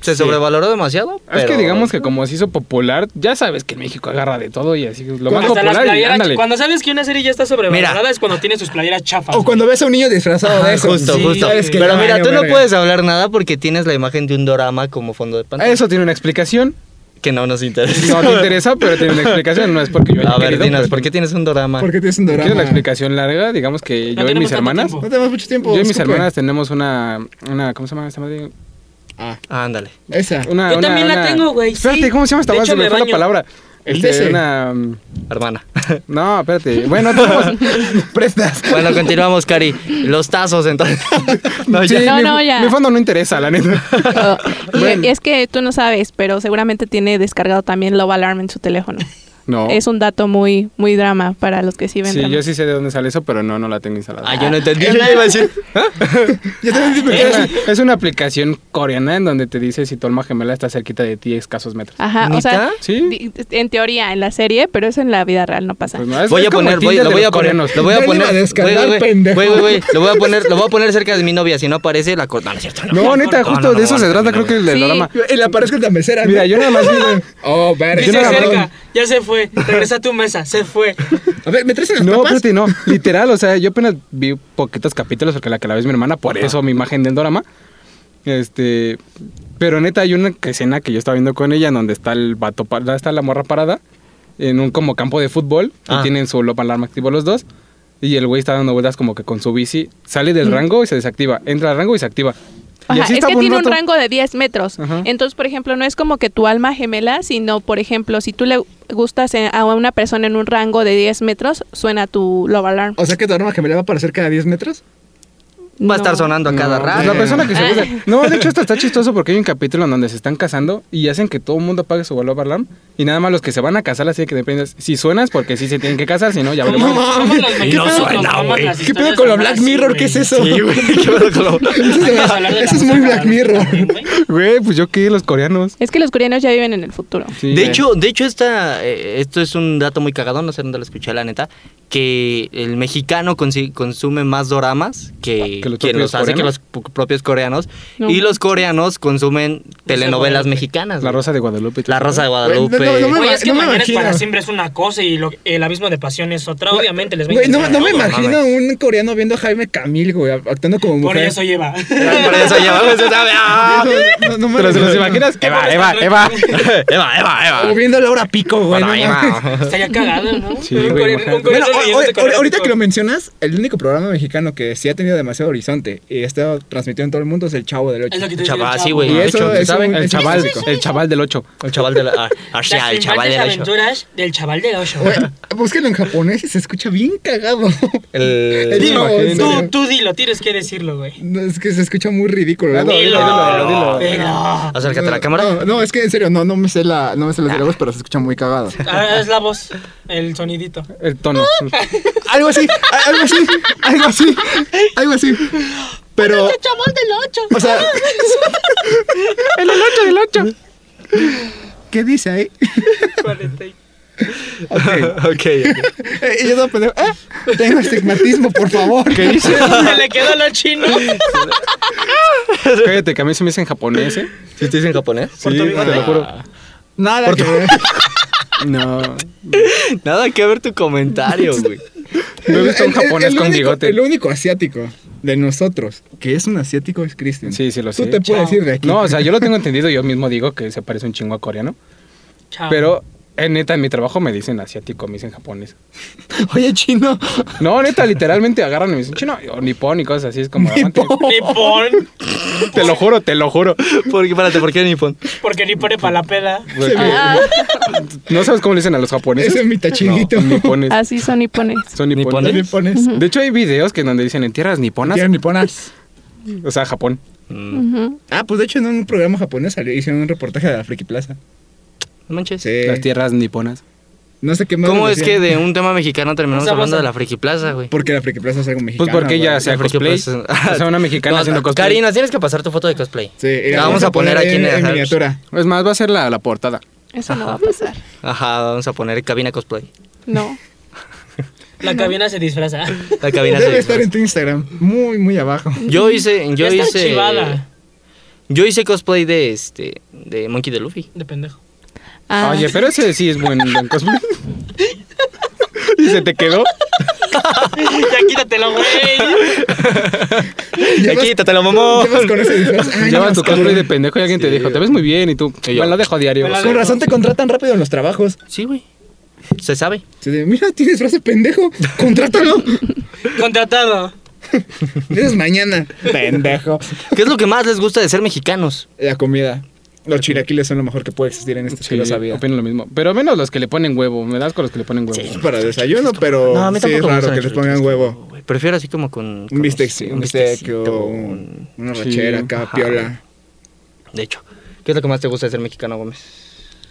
Speaker 1: Se sobrevaloró demasiado.
Speaker 3: Es que
Speaker 1: pero-
Speaker 3: digamos que como se hizo popular, ya sabes que en México agarra de todo y así lo más
Speaker 4: Hasta las
Speaker 3: popular y
Speaker 4: playeras-
Speaker 3: ándale.
Speaker 4: Cuando sabes que una serie ya está sobrevalorada es cuando tiene sus playeras chafas.
Speaker 6: O cuando ves a un niño disfrazado de
Speaker 1: Ah,
Speaker 6: eso.
Speaker 1: justo,
Speaker 4: Sí,
Speaker 1: justo.
Speaker 4: es que
Speaker 1: Pero
Speaker 6: ya
Speaker 1: mira,
Speaker 6: valió
Speaker 1: tú no
Speaker 6: verga.
Speaker 1: puedes hablar nada porque tienes la imagen de un dorama como fondo de pantalla.
Speaker 3: Eso tiene una explicación.
Speaker 1: Que no nos interesa.
Speaker 3: No te interesa, pero tiene una explicación. No es porque yo haya
Speaker 1: A ver,
Speaker 3: querido,
Speaker 1: dinos,
Speaker 3: pero
Speaker 1: ¿por qué tienes un dorama?
Speaker 6: Porque tienes un
Speaker 3: Quiero
Speaker 6: drama.
Speaker 3: una explicación larga, digamos que yo y
Speaker 4: tenemos
Speaker 3: mis
Speaker 4: tanto
Speaker 3: hermanas,
Speaker 4: tiempo.
Speaker 6: No tenemos mucho tiempo.
Speaker 3: yo y mis
Speaker 6: escupe.
Speaker 3: hermanas tenemos una, una ¿cómo se llama esta madre?
Speaker 6: Ah,
Speaker 1: Ah, ándale.
Speaker 6: esa.
Speaker 3: Una,
Speaker 4: Yo también la tengo, güey,
Speaker 3: Espérate,
Speaker 4: sí.
Speaker 3: ¿cómo se llama esta
Speaker 4: De
Speaker 3: madre? Se
Speaker 4: hecho,
Speaker 3: me
Speaker 4: me
Speaker 3: fue la
Speaker 4: baño.
Speaker 3: palabra.
Speaker 6: El
Speaker 3: Este,
Speaker 6: DC.
Speaker 3: una,
Speaker 1: Hermana.
Speaker 3: no, espérate. Bueno, tenemos-
Speaker 6: Prestas.
Speaker 1: Bueno, continuamos, Cari. Los tazos, entonces. No,
Speaker 3: Sí,
Speaker 1: ya.
Speaker 5: No,
Speaker 3: mi-
Speaker 5: no, ya.
Speaker 3: Mi fondo no interesa, la neta.
Speaker 5: Oh, y- y es que tú no sabes, pero seguramente tiene descargado también Love Alarm en su teléfono.
Speaker 3: No.
Speaker 5: Es un dato muy muy drama para los que sí ven
Speaker 3: Oh. Sí,
Speaker 5: drama.
Speaker 3: yo sí sé de dónde sale eso, pero no, no la tengo instalada.
Speaker 1: Ah, yo no entendí. Yo ya iba a decir.
Speaker 6: Yo también dije que
Speaker 3: Es
Speaker 6: era-
Speaker 3: una, es una aplicación coreana en donde te dice si tu alma gemela está cerquita de ti a escasos metros.
Speaker 1: Ah,
Speaker 5: Ajá, o sea,
Speaker 1: ¿Neta?
Speaker 3: Sí.
Speaker 5: di- en teoría en la serie, pero eso en la vida real no pasa.
Speaker 3: Pues no, es-
Speaker 1: Voy
Speaker 3: es
Speaker 1: a
Speaker 3: como
Speaker 1: poner,
Speaker 3: el
Speaker 1: voy,
Speaker 3: Tinder
Speaker 1: lo
Speaker 3: de
Speaker 1: voy
Speaker 3: los
Speaker 1: a poner,
Speaker 3: coreanos.
Speaker 1: lo voy
Speaker 6: Ya
Speaker 1: a
Speaker 6: le iba
Speaker 1: poner,
Speaker 6: a descargar,
Speaker 1: güey, güey,
Speaker 6: pendejo.
Speaker 1: güey, güey, güey, lo voy a poner, lo voy a poner cerca de mi novia, si no aparece la corta, no es cierto.
Speaker 3: No, neta,
Speaker 1: No,
Speaker 3: justo
Speaker 1: no, no,
Speaker 3: de eso
Speaker 1: no,
Speaker 3: se
Speaker 1: no,
Speaker 3: trata,
Speaker 1: no,
Speaker 3: creo
Speaker 1: no,
Speaker 3: que el del drama.
Speaker 6: Y la aparezco en la mesera.
Speaker 3: Mira,
Speaker 6: ¿no?
Speaker 3: yo nada más vi-
Speaker 6: Oh, verga.
Speaker 4: Dice
Speaker 3: Yo no la
Speaker 4: cerca, ya se fue, regresa a tu mesa, se fue.
Speaker 6: A ver, ¿me traes en las
Speaker 3: No,
Speaker 6: papas?
Speaker 3: espérate, no. Literal, o sea, yo apenas vi poquitos capítulos porque la que la ves mi hermana, por eso mi imagen del drama. Este. Pero neta, hay una escena que yo estaba viendo con ella en donde está el vato, pa- está la morra parada en un como campo de fútbol
Speaker 1: Ah.
Speaker 3: y tienen su lopa alarma activo los dos. Y el güey está dando vueltas como que con su bici, sale del rango y se desactiva, entra al rango y se activa. Y
Speaker 5: Ajá,
Speaker 3: así
Speaker 5: es que
Speaker 3: estaba
Speaker 5: tiene
Speaker 3: rato.
Speaker 5: un rango de 10 metros.
Speaker 3: Ajá.
Speaker 5: Entonces, por ejemplo, no es como que tu alma gemela, sino, por ejemplo, si tú le gustas en- a una persona en un rango de 10 metros, suena tu love alarm.
Speaker 6: O sea que tu arma gemela va a aparecer cada 10 metros.
Speaker 1: Va a estar
Speaker 5: No.
Speaker 1: sonando a cada
Speaker 3: No, pues
Speaker 1: rato.
Speaker 3: La persona que se
Speaker 5: Ah.
Speaker 3: gusta. No, de hecho, esto está chistoso porque hay un capítulo en donde se están casando y hacen que todo el mundo pague su valor alarm. Y nada más los que se van a casar, así que dependes. Si suenas, porque sí se tienen que casar, si no, ya
Speaker 4: Como-
Speaker 3: hablamos.
Speaker 4: como los mexicanos nos
Speaker 1: suena,
Speaker 4: maman
Speaker 1: güey.
Speaker 4: las
Speaker 6: ¿Qué pedo
Speaker 4: historias
Speaker 6: con lo
Speaker 4: de
Speaker 6: Black
Speaker 4: amor así,
Speaker 6: Mirror?
Speaker 4: güey.
Speaker 6: ¿Qué es eso?
Speaker 1: Sí, güey, qué pedo con lo-
Speaker 4: Vamos a hablar de la
Speaker 6: Eso es
Speaker 4: música
Speaker 6: muy Black
Speaker 4: también,
Speaker 6: Mirror.
Speaker 4: güey.
Speaker 3: Güey, pues yo qué, los coreanos.
Speaker 5: Es que los coreanos ya viven en el futuro.
Speaker 3: Sí,
Speaker 1: De
Speaker 3: güey.
Speaker 1: hecho, de hecho esta, eh, esto es un dato muy cagado, no sé dónde lo escuché, la neta, que el mexicano consi- consume más doramas que,
Speaker 3: Ah, Que los
Speaker 1: quien
Speaker 3: propios
Speaker 1: los hace, que
Speaker 3: coreanos.
Speaker 1: los pu- propios coreanos,
Speaker 5: No.
Speaker 1: y los coreanos consumen telenovelas
Speaker 4: Guadalupe.
Speaker 1: mexicanas.
Speaker 3: La
Speaker 1: güey.
Speaker 3: Rosa de Guadalupe.
Speaker 1: La Rosa de Guadalupe.
Speaker 6: Güey, no, no, no me-
Speaker 4: Güey, es que
Speaker 6: me
Speaker 4: mañana es
Speaker 6: imagino.
Speaker 4: para siempre es una cosa y lo- el abismo de pasión es otra. Obviamente les va a
Speaker 6: Güey, no,
Speaker 4: interesar
Speaker 6: no me
Speaker 4: todo.
Speaker 6: imagino a
Speaker 1: mames.
Speaker 6: un coreano viendo a Jaime Camil, güey, actuando como
Speaker 4: Por
Speaker 6: mujer.
Speaker 4: eso lleva.
Speaker 1: Por eso llevamos esa- ¡Ah!
Speaker 6: No, no me
Speaker 3: ¿Pero se los
Speaker 6: imagino.
Speaker 3: imaginas? Eva, Eva, Eva.
Speaker 1: Eva, Eva, Eva.
Speaker 6: O viendo a Laura Pico, güey.
Speaker 1: Para
Speaker 6: no
Speaker 1: Eva.
Speaker 6: mames.
Speaker 4: Estaría cagado, ¿no?
Speaker 3: Sí,
Speaker 4: Un
Speaker 3: güey,
Speaker 4: core-
Speaker 3: imagínate.
Speaker 6: Bueno,
Speaker 4: un coreano
Speaker 6: o-
Speaker 4: yéndose
Speaker 6: o-
Speaker 4: con este el
Speaker 6: ahorita
Speaker 4: otro.
Speaker 6: que lo mencionas, el único programa mexicano que sí ha tenido demasiado horizonte y está transmitido en todo el mundo es El Chavo del
Speaker 4: Es lo
Speaker 6: Ocho.
Speaker 4: que te decía el
Speaker 1: Chava, ah, sí,
Speaker 4: chavo.
Speaker 1: güey.
Speaker 6: Y
Speaker 1: De
Speaker 6: eso
Speaker 1: hecho, ¿sabes
Speaker 6: es saben,
Speaker 3: El
Speaker 6: es
Speaker 3: chaval,
Speaker 6: clásico.
Speaker 3: el chaval del 8.
Speaker 1: El chaval de la. ah, ah, sí,
Speaker 4: Las
Speaker 1: el chaval de
Speaker 4: infantes
Speaker 1: la.
Speaker 4: aventuras del chaval del ocho.
Speaker 6: Güey, Búsquenlo en japonés y se escucha bien cagado.
Speaker 1: El.
Speaker 6: Dilo,
Speaker 4: Dilo,
Speaker 6: en
Speaker 4: tú,
Speaker 6: serio.
Speaker 4: tú dilo, tienes que decirlo, güey.
Speaker 6: No, es que se escucha muy ridículo.
Speaker 4: Ah, Dilo,
Speaker 6: Luego-
Speaker 4: dilo,
Speaker 1: Acércate a la
Speaker 6: No,
Speaker 1: cámara.
Speaker 6: no, es que en serio, no, no me sé la, no me
Speaker 3: Ah.
Speaker 6: sé los diálogos, pero se escucha muy cagado.
Speaker 4: Ah, es la voz, el sonidito.
Speaker 3: El tono.
Speaker 6: Algo así, a- algo así, algo así, algo así. Pero,
Speaker 4: chaval del ocho!
Speaker 6: o sea,
Speaker 3: El 8 del 8.
Speaker 6: ¿qué dice ahí?
Speaker 4: Cuarenta y-
Speaker 1: Ok, ok.
Speaker 6: Eh, Y yo no pendejo, ah, tengo estigmatismo, por favor. ¿Qué dice?
Speaker 4: Se le quedó lo chino.
Speaker 3: Cállate, que a mí se me dice en japonés, ¿eh?
Speaker 1: ¿Sí te dicen japonés?
Speaker 3: Sí, te lo juro.
Speaker 6: Nada que ver.
Speaker 3: No.
Speaker 1: Nada que ver tu comentario, güey.
Speaker 3: No he visto un
Speaker 6: El- el-
Speaker 3: japonés
Speaker 6: el
Speaker 3: con
Speaker 6: único- El
Speaker 3: bigote.
Speaker 6: único asiático de nosotros que es un asiático es Christian.
Speaker 3: Sí, sí, lo
Speaker 6: Tú
Speaker 3: sé.
Speaker 6: te puedes ir de aquí.
Speaker 3: No, o sea, yo lo tengo entendido, yo mismo digo que se parece un chingo a coreano.
Speaker 4: Chao.
Speaker 3: Pero, eh, neta, en mi trabajo me dicen asiático, me dicen japonés.
Speaker 6: Oye, chino.
Speaker 3: No, neta, literalmente agarran y me dicen chino, o nipón y cosas así. Es como, aguante.
Speaker 4: Nippon.
Speaker 3: te lo juro, te lo juro.
Speaker 1: Porque, espérate, ¿por qué Nippon?
Speaker 4: Porque ni pone para la peda.
Speaker 3: Güey,
Speaker 5: Ah,
Speaker 3: ¿No sabes cómo le dicen a los japoneses?
Speaker 6: Ese es mi Ah, tachinguito.
Speaker 3: No, nipones.
Speaker 5: Así son nipones.
Speaker 3: Son
Speaker 1: ¿Nipones?
Speaker 3: nipones.
Speaker 6: Le pones?
Speaker 3: De hecho, hay videos que en donde dicen en tierras niponas,
Speaker 6: Tienen niponas.
Speaker 3: o sea, Japón.
Speaker 1: Mm,
Speaker 5: Ujú.
Speaker 6: Ah, pues de hecho en un programa japonés salió- hicieron un reportaje de la Friki Plaza.
Speaker 1: No manches.
Speaker 6: Sí.
Speaker 3: Las tierras niponas.
Speaker 6: No sé qué más.
Speaker 1: ¿Cómo
Speaker 6: les
Speaker 1: es que
Speaker 6: decían.
Speaker 1: de un tema mexicano terminamos
Speaker 4: Esa
Speaker 1: hablando
Speaker 4: cosa.
Speaker 1: de la Friki Plaza, güey?
Speaker 6: Porque la Friki Plaza es algo mexicano.
Speaker 3: Pues porque ella
Speaker 6: güey.
Speaker 3: hacía
Speaker 1: Porque,
Speaker 3: cosplay.
Speaker 1: pues,
Speaker 3: o sea, una mexicana
Speaker 1: No,
Speaker 3: haciendo cosplay.
Speaker 1: Karina, tienes que pasar tu foto de cosplay.
Speaker 6: Sí, y
Speaker 1: La vamos a poner aquí en
Speaker 6: en,
Speaker 1: el-
Speaker 6: miniatura.
Speaker 3: Es más, va a ser la, la portada.
Speaker 5: Eso no va a pasar.
Speaker 1: Ajá, vamos a poner cabina cosplay.
Speaker 5: No.
Speaker 4: La cabina se disfraza.
Speaker 1: La cabina
Speaker 6: Debe
Speaker 1: se-
Speaker 6: estar en tu Instagram. Muy, muy abajo.
Speaker 1: Yo hice, yo
Speaker 4: Ya está
Speaker 1: hice.
Speaker 4: chivada.
Speaker 1: Yo hice cosplay de este. de Monkey de Luffy.
Speaker 4: De pendejo.
Speaker 5: Ah,
Speaker 3: Oye, pero ese sí es buen, buen cosplay. y se te quedó.
Speaker 4: Ya quítatelo, güey.
Speaker 1: Ya quítatelo, mamón.
Speaker 6: Llevas con ese disfraz. Ay,
Speaker 3: Llevas
Speaker 6: no,
Speaker 3: tu
Speaker 6: es que-
Speaker 3: cosplay de pendejo y alguien te dijo, te ves muy bien y tú.
Speaker 1: Y yo,
Speaker 3: Bueno, la dejo a diario.
Speaker 4: Me la
Speaker 6: Con razón te contratan rápido en los trabajos.
Speaker 1: Sí, güey. Se sabe.
Speaker 6: Sí, de, Mira, tienes frase pendejo. Contrátalo.
Speaker 4: Contratado.
Speaker 6: Vienes mañana. Pendejo.
Speaker 1: ¿Qué es lo que más les gusta de ser mexicanos?
Speaker 6: La comida. Los chilaquiles son lo mejor que puede existir en este
Speaker 3: Sí,
Speaker 6: que lo sabía.
Speaker 3: opino lo mismo. Pero menos los que le ponen huevo. Me das con los que le ponen huevo.
Speaker 6: Es Para desayuno, pero
Speaker 1: No, a mí
Speaker 6: sí es
Speaker 1: tampoco me
Speaker 6: raro
Speaker 1: gustan
Speaker 6: que
Speaker 1: los
Speaker 6: les pongan
Speaker 1: chilaquiles.
Speaker 6: huevo.
Speaker 1: Güey, Prefiero así como con.
Speaker 6: Un
Speaker 1: con-
Speaker 6: bistec, sí, un bistec o un-
Speaker 1: un-
Speaker 6: una
Speaker 3: Sí.
Speaker 6: rachera acá,
Speaker 1: Ajá.
Speaker 6: piola.
Speaker 1: De hecho, ¿qué es lo que más te gusta de ser mexicano, Gómez?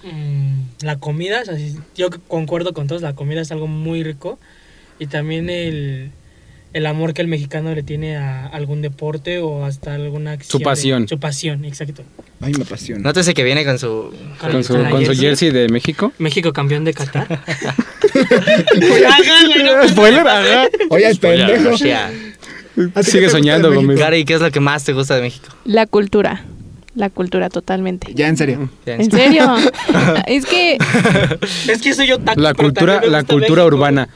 Speaker 4: Mm, La comida, o sea, sí, yo concuerdo con todos, la comida es algo muy rico. Y también el, el amor que el mexicano le tiene a algún deporte o hasta alguna acción. de-
Speaker 3: pasión.
Speaker 4: su pasión, exacto.
Speaker 6: Ay, me apasiona.
Speaker 1: Nótese que viene con su.
Speaker 3: Con su,
Speaker 4: la
Speaker 3: con su
Speaker 4: jersey.
Speaker 3: jersey de México.
Speaker 4: México campeón de Qatar. Ajá, güey, no,
Speaker 3: Spoiler, ajá.
Speaker 6: Oye, el pendejo.
Speaker 1: O sea,
Speaker 6: ¿A ti qué te
Speaker 3: Sigue
Speaker 6: gusta
Speaker 3: soñando,
Speaker 6: de México?
Speaker 3: Gómez.
Speaker 1: Gary, ¿qué es lo que más te gusta de México?
Speaker 5: La cultura. La cultura totalmente.
Speaker 6: Ya, en serio.
Speaker 5: ¿En serio? es que,
Speaker 4: Es que soy yo taco.
Speaker 3: La cultura, la cultura urbana.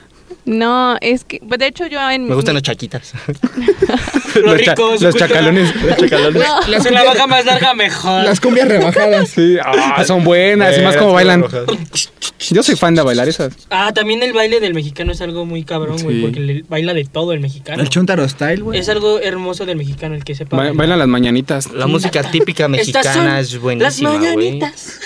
Speaker 5: no, es que, pues, de hecho yo en...
Speaker 1: Me gustan los chaquitas.
Speaker 4: Los,
Speaker 3: cha-
Speaker 4: ricos,
Speaker 3: los
Speaker 4: su cultura.
Speaker 3: chacalones.
Speaker 5: No,
Speaker 4: Si la baja más larga, mejor.
Speaker 6: Las cumbias rebajadas.
Speaker 3: Sí, ah, son buenas. y más como bailan. Yo soy fan de bailar esas.
Speaker 4: Ah, también el baile del mexicano es algo muy cabrón, güey,
Speaker 3: Sí.
Speaker 4: porque le- baila de todo el mexicano.
Speaker 6: El chuntaro style, güey.
Speaker 4: es algo hermoso del mexicano, el que sepa.
Speaker 3: Ba-
Speaker 4: bailar.
Speaker 3: Bailan las mañanitas.
Speaker 1: La música típica
Speaker 4: Estas son
Speaker 1: mexicana es buenísima,
Speaker 4: Las
Speaker 1: güey.
Speaker 4: mañanitas.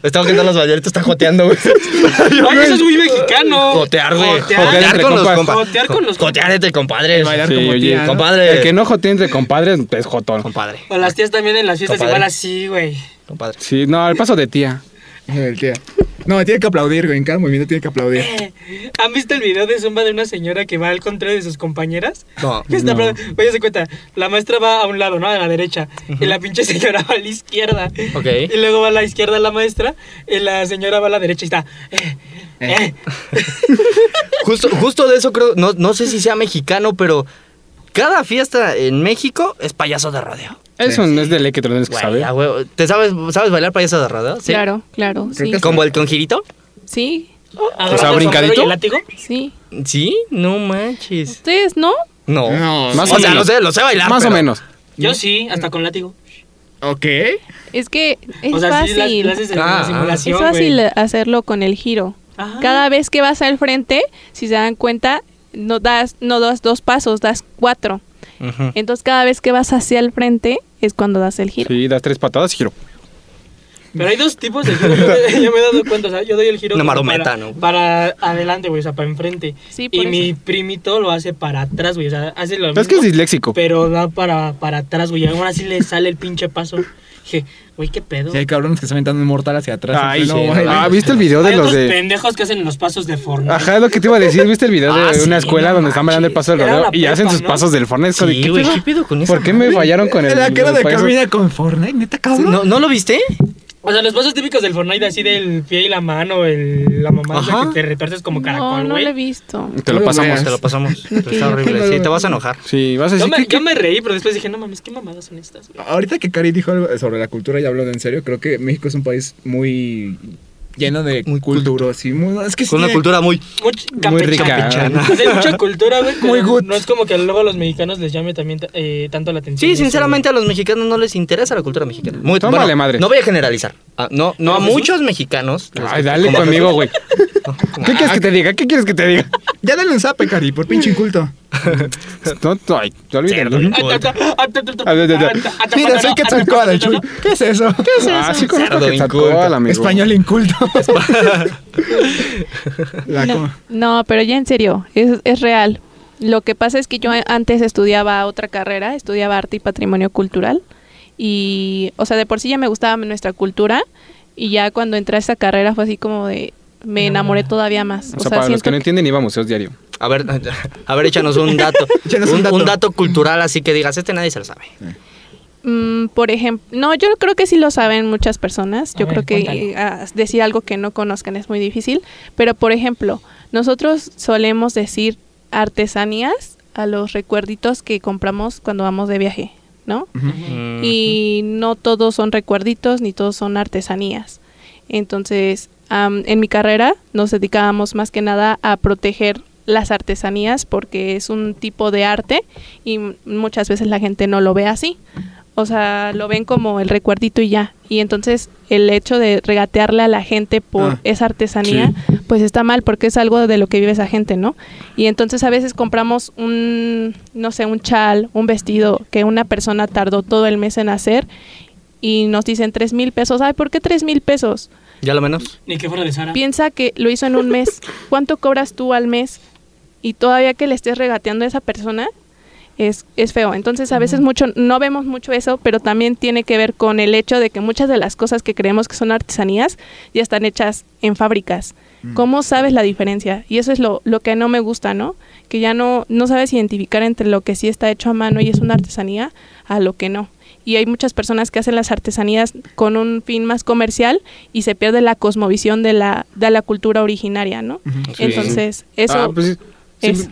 Speaker 1: Estaba cantando las bailaritas, está joteando, güey.
Speaker 4: Ay, eso es muy mexicano.
Speaker 1: Jotear, güey.
Speaker 4: Jotear.
Speaker 3: Jotear entre
Speaker 1: con los
Speaker 3: compas.
Speaker 1: compas.
Speaker 4: Jotear con los compas.
Speaker 1: Jotear entre compadres.
Speaker 3: Sí, oye,
Speaker 1: Compadre.
Speaker 3: El que no jotea entre compadres pues, es jotón.
Speaker 1: Compadre,
Speaker 4: O las tías también en las fiestas
Speaker 1: Compadre.
Speaker 4: igual así, güey.
Speaker 1: compadre.
Speaker 3: Sí, no, al paso de tía.
Speaker 6: El tío. No, tiene que aplaudir, güey. En cada movimiento tiene que aplaudir.
Speaker 4: ¿Han visto el video de Zumba de una señora que va al contrario de sus compañeras?
Speaker 1: No.
Speaker 4: Que está apla- Oye, se cuenta, la maestra va a un lado, ¿no? A la derecha. Y la pinche señora va a la izquierda.
Speaker 1: Ok.
Speaker 4: Y luego va a la izquierda la maestra. Y la señora va a la derecha y está. eh, eh.
Speaker 1: Justo, justo de eso creo, no, no sé si sea mexicano, pero cada fiesta en México es payaso de rodeo.
Speaker 3: Eso no es de ley que te lo tienes que
Speaker 1: Güey,
Speaker 3: saber.
Speaker 1: a huevo. ¿Te sabes, sabes bailar payaso de rodeo? Sí.
Speaker 5: claro, claro, sí,
Speaker 1: ¿Como el conjirito?
Speaker 5: sí,
Speaker 4: Agarra
Speaker 3: sea,
Speaker 4: el
Speaker 3: brincadito.
Speaker 4: sombrero y el látigo.
Speaker 5: sí.
Speaker 1: Sí, no manches.
Speaker 5: ¿Ustedes no?
Speaker 1: No.
Speaker 6: No,
Speaker 3: Más
Speaker 1: o,
Speaker 3: o
Speaker 1: sea,
Speaker 3: menos.
Speaker 1: lo sé, lo sé bailar.
Speaker 3: Más o
Speaker 1: pero-
Speaker 3: menos.
Speaker 4: Yo sí, hasta con látigo.
Speaker 6: Ok.
Speaker 5: Es que es
Speaker 4: o sea, sí,
Speaker 5: fácil.
Speaker 4: las, haces en
Speaker 1: Ah,
Speaker 4: una
Speaker 1: ah.
Speaker 4: simulación.
Speaker 5: es fácil hacerlo con el giro.
Speaker 4: Ah.
Speaker 5: Cada vez que vas al frente, si se dan cuenta, no das, no das dos pasos, das cuatro.
Speaker 1: Ujú.
Speaker 4: Ah.
Speaker 5: Entonces cada vez que vas hacia el frente, es cuando das el giro.
Speaker 3: Sí, das tres patadas y giro.
Speaker 4: Pero hay dos tipos de giro. Yo me, yo me he dado cuenta, o sea, yo doy el giro
Speaker 1: Una
Speaker 4: como
Speaker 1: marometa,
Speaker 4: para,
Speaker 1: ¿no?
Speaker 4: para adelante, güey, o sea, para enfrente.
Speaker 5: Sí, por
Speaker 4: y
Speaker 5: eso.
Speaker 4: mi primito lo hace para atrás, güey, o sea, hace lo mismo.
Speaker 3: Es que es disléxico.
Speaker 4: Pero da para, para atrás, güey, y ahora sí le sale el pinche paso. Dije, güey, qué pedo.
Speaker 2: Sí, hay cabrones que se aventan un mortal hacia atrás.
Speaker 3: Ay,
Speaker 2: Entonces, no,
Speaker 3: sí,
Speaker 2: güey.
Speaker 3: ah, ¿viste el video de
Speaker 4: hay
Speaker 3: los
Speaker 4: otros
Speaker 3: de...?
Speaker 4: pendejos que hacen los pasos de Fortnite.
Speaker 3: Ajá, es lo que te iba a decir. ¿Viste el video de
Speaker 1: Ah, sí,
Speaker 3: una escuela
Speaker 1: no
Speaker 3: donde están bailando el
Speaker 1: manches.
Speaker 3: paso del
Speaker 4: Era
Speaker 3: rodeo
Speaker 4: la
Speaker 3: y hacen
Speaker 4: prepa,
Speaker 3: sus
Speaker 4: ¿no?
Speaker 3: pasos del Fortnite? Es como de,
Speaker 1: Sí,
Speaker 3: ¿qué
Speaker 1: güey,
Speaker 3: pedo?
Speaker 1: ¿qué pedo con eso?
Speaker 3: ¿Por qué me fallaron con el
Speaker 2: la cara
Speaker 3: el
Speaker 2: de
Speaker 3: payaso?
Speaker 2: Camila con Fortnite, neta cabrón.
Speaker 1: ¿No, ¿No lo viste?
Speaker 4: O sea, los pasos típicos del Fortnite, así del pie y la mano, el, la mamá
Speaker 1: Ajá.
Speaker 4: que te retuerces como
Speaker 5: No,
Speaker 4: caracol,
Speaker 5: no
Speaker 4: güey.
Speaker 5: lo he visto.
Speaker 3: Te lo pasamos.
Speaker 1: Te lo pasamos. Pero está horrible. Sí, te vas a enojar.
Speaker 3: Sí, vas a
Speaker 4: yo,
Speaker 3: decir
Speaker 4: me,
Speaker 3: que...
Speaker 4: yo me reí, pero después dije, no mames, qué mamadas son estas, güey.
Speaker 6: Ahorita que Cari dijo algo sobre la cultura y habló de en serio, creo que México es un país muy lleno de
Speaker 1: Muy
Speaker 6: culturas. y muy- es que sí
Speaker 1: Con una
Speaker 6: tiene-
Speaker 1: cultura muy.
Speaker 4: Much-
Speaker 3: Muy
Speaker 4: campechana.
Speaker 3: rica.
Speaker 1: Campechana.
Speaker 4: O sea, hay mucha cultura, güey.
Speaker 6: Muy
Speaker 4: pero
Speaker 6: good.
Speaker 4: No es como que luego a los mexicanos les llame también eh, tanto la atención.
Speaker 1: Sí,
Speaker 4: eso,
Speaker 1: sinceramente a los mexicanos no les interesa la cultura mexicana. Muy,
Speaker 3: Tómale, madre.
Speaker 1: No voy a generalizar. Ah, no, no a
Speaker 4: ¿Pero Jesús?
Speaker 1: muchos mexicanos. los
Speaker 3: Ay,
Speaker 1: que-
Speaker 3: dale
Speaker 1: como-
Speaker 3: conmigo, güey.
Speaker 1: como-
Speaker 3: ¿Qué quieres que te diga? ¿Qué quieres que te diga?
Speaker 6: Ya dale un zape, Cari, por pinche inculto.
Speaker 3: No, no, ay, te olvides.
Speaker 1: Cerdo.
Speaker 4: güey. Ata- ata- ata- ata-
Speaker 3: Ah, ya, ya.
Speaker 4: ata- ata-
Speaker 6: Mira, soy
Speaker 4: ata-
Speaker 6: Quetzalcóatl,
Speaker 4: ata-
Speaker 6: Chuy. ¿Qué es eso?
Speaker 3: Ah, sí conozco
Speaker 1: Cerdo
Speaker 3: que
Speaker 1: inculto.
Speaker 3: sacó al amigo.
Speaker 6: Español inculto. La
Speaker 5: No,
Speaker 6: co-
Speaker 5: no, pero ya en serio, es, es real. Lo que pasa es que yo antes estudiaba otra carrera, estudiaba arte y patrimonio cultural. Y, o sea, de por sí ya me gustaba nuestra cultura. Y ya cuando entré a esa carrera fue así como de. Me enamoré todavía más.
Speaker 3: Ah. O sea, para los
Speaker 5: siento
Speaker 3: que no entienden, iba a museos diario.
Speaker 1: A ver, a ver, échanos un dato.
Speaker 6: Échanos
Speaker 1: un,
Speaker 6: un dato.
Speaker 1: un dato cultural así que digas, este nadie se lo sabe.
Speaker 5: Mm, por ejemplo, no, yo creo que sí lo saben muchas personas.
Speaker 4: A
Speaker 5: Yo
Speaker 4: ver,
Speaker 5: creo que
Speaker 4: cuéntalo.
Speaker 5: eh, ah, decir algo que no conozcan es muy difícil. Pero, por ejemplo, nosotros solemos decir artesanías a los recuerditos que compramos cuando vamos de viaje, ¿no?
Speaker 1: Mm.
Speaker 5: Y no todos son recuerditos ni todos son artesanías. Entonces, am, en mi carrera nos dedicábamos más que nada a proteger las artesanías porque es un tipo de arte y m- muchas veces la gente no lo ve así. O sea, lo ven como el recuerdito y ya. Y entonces el hecho de regatearle a la gente por
Speaker 6: Ah,
Speaker 5: esa artesanía, pues está mal porque es algo de lo que vive esa gente, ¿no? Y entonces a veces compramos un, no sé, un chal, un vestido que una persona tardó todo el mes en hacer y nos dicen tres mil pesos. Ay, ¿por qué tres mil pesos?
Speaker 1: Ya lo menos.
Speaker 4: Ni que fuera de Sara.
Speaker 5: Piensa que lo hizo en un mes. ¿Cuánto cobras tú al mes? Y todavía que le estés regateando a esa persona, es, es feo. Entonces, a veces mucho, no vemos mucho eso, pero también tiene que ver con el hecho de que muchas de las cosas que creemos que son artesanías ya están hechas en fábricas.
Speaker 3: Mm.
Speaker 5: ¿Cómo sabes la diferencia? Y eso es lo, lo que no me gusta, ¿no? Que ya no, no sabes identificar entre lo que sí está hecho a mano y es una artesanía a lo que no. Y hay muchas personas que hacen las artesanías con un fin más comercial y se pierde la cosmovisión de la, de la cultura originaria, ¿no?
Speaker 3: Sí.
Speaker 5: Entonces, eso...
Speaker 3: Ah, pues, sí.
Speaker 5: es-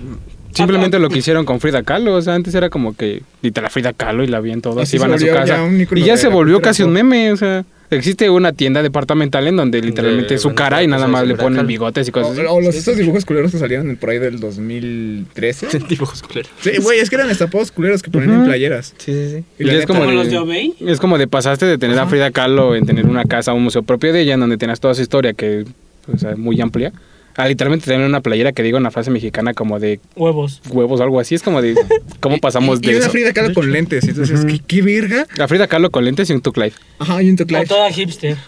Speaker 3: Simple- simplemente lo que hicieron con Frida Kahlo. O sea, antes era como que literal Frida Kahlo y la vi en todo.
Speaker 6: Y
Speaker 3: Así
Speaker 6: sí se
Speaker 3: iban a su
Speaker 6: volvió
Speaker 3: casa.
Speaker 6: ya un ícono
Speaker 3: y ya
Speaker 6: de
Speaker 3: se
Speaker 6: la
Speaker 3: volvió
Speaker 6: cultura
Speaker 3: casi un
Speaker 6: pop.
Speaker 3: meme. O sea, existe una tienda departamental en donde literalmente
Speaker 1: De
Speaker 3: su
Speaker 1: vender
Speaker 3: cara y nada
Speaker 1: cosas
Speaker 3: más
Speaker 1: de
Speaker 3: le
Speaker 1: Frida
Speaker 3: ponen
Speaker 1: Kahlo.
Speaker 3: bigotes y
Speaker 6: O,
Speaker 3: cosas así.
Speaker 6: o los, esos dibujos culeros que salieron por ahí del 2013.
Speaker 1: Dibujos culeros.
Speaker 6: Sí, güey, es que eran estampados culeros que ponían en playeras.
Speaker 1: Sí, sí, sí.
Speaker 6: Y
Speaker 3: Y
Speaker 6: la
Speaker 3: es
Speaker 6: neta,
Speaker 3: como,
Speaker 4: Como
Speaker 3: de,
Speaker 4: los de Obey.
Speaker 3: es como de pasaste de tener a Frida Kahlo en tener una casa, un museo propio de ella, en donde tenías toda su historia, que o sea, es muy amplia, a literalmente tener una playera que diga una frase mexicana como de
Speaker 4: Huevos.
Speaker 3: huevos o algo así. Es como de, ¿cómo pasamos
Speaker 6: y, y
Speaker 3: de
Speaker 6: una
Speaker 3: eso?
Speaker 6: Frida Kahlo con lentes. Y entonces, ¿qué, qué verga?
Speaker 3: La Frida Kahlo con lentes y un tuclife.
Speaker 6: Ajá, y un
Speaker 4: O
Speaker 6: teclado. Oh,
Speaker 4: toda hipster.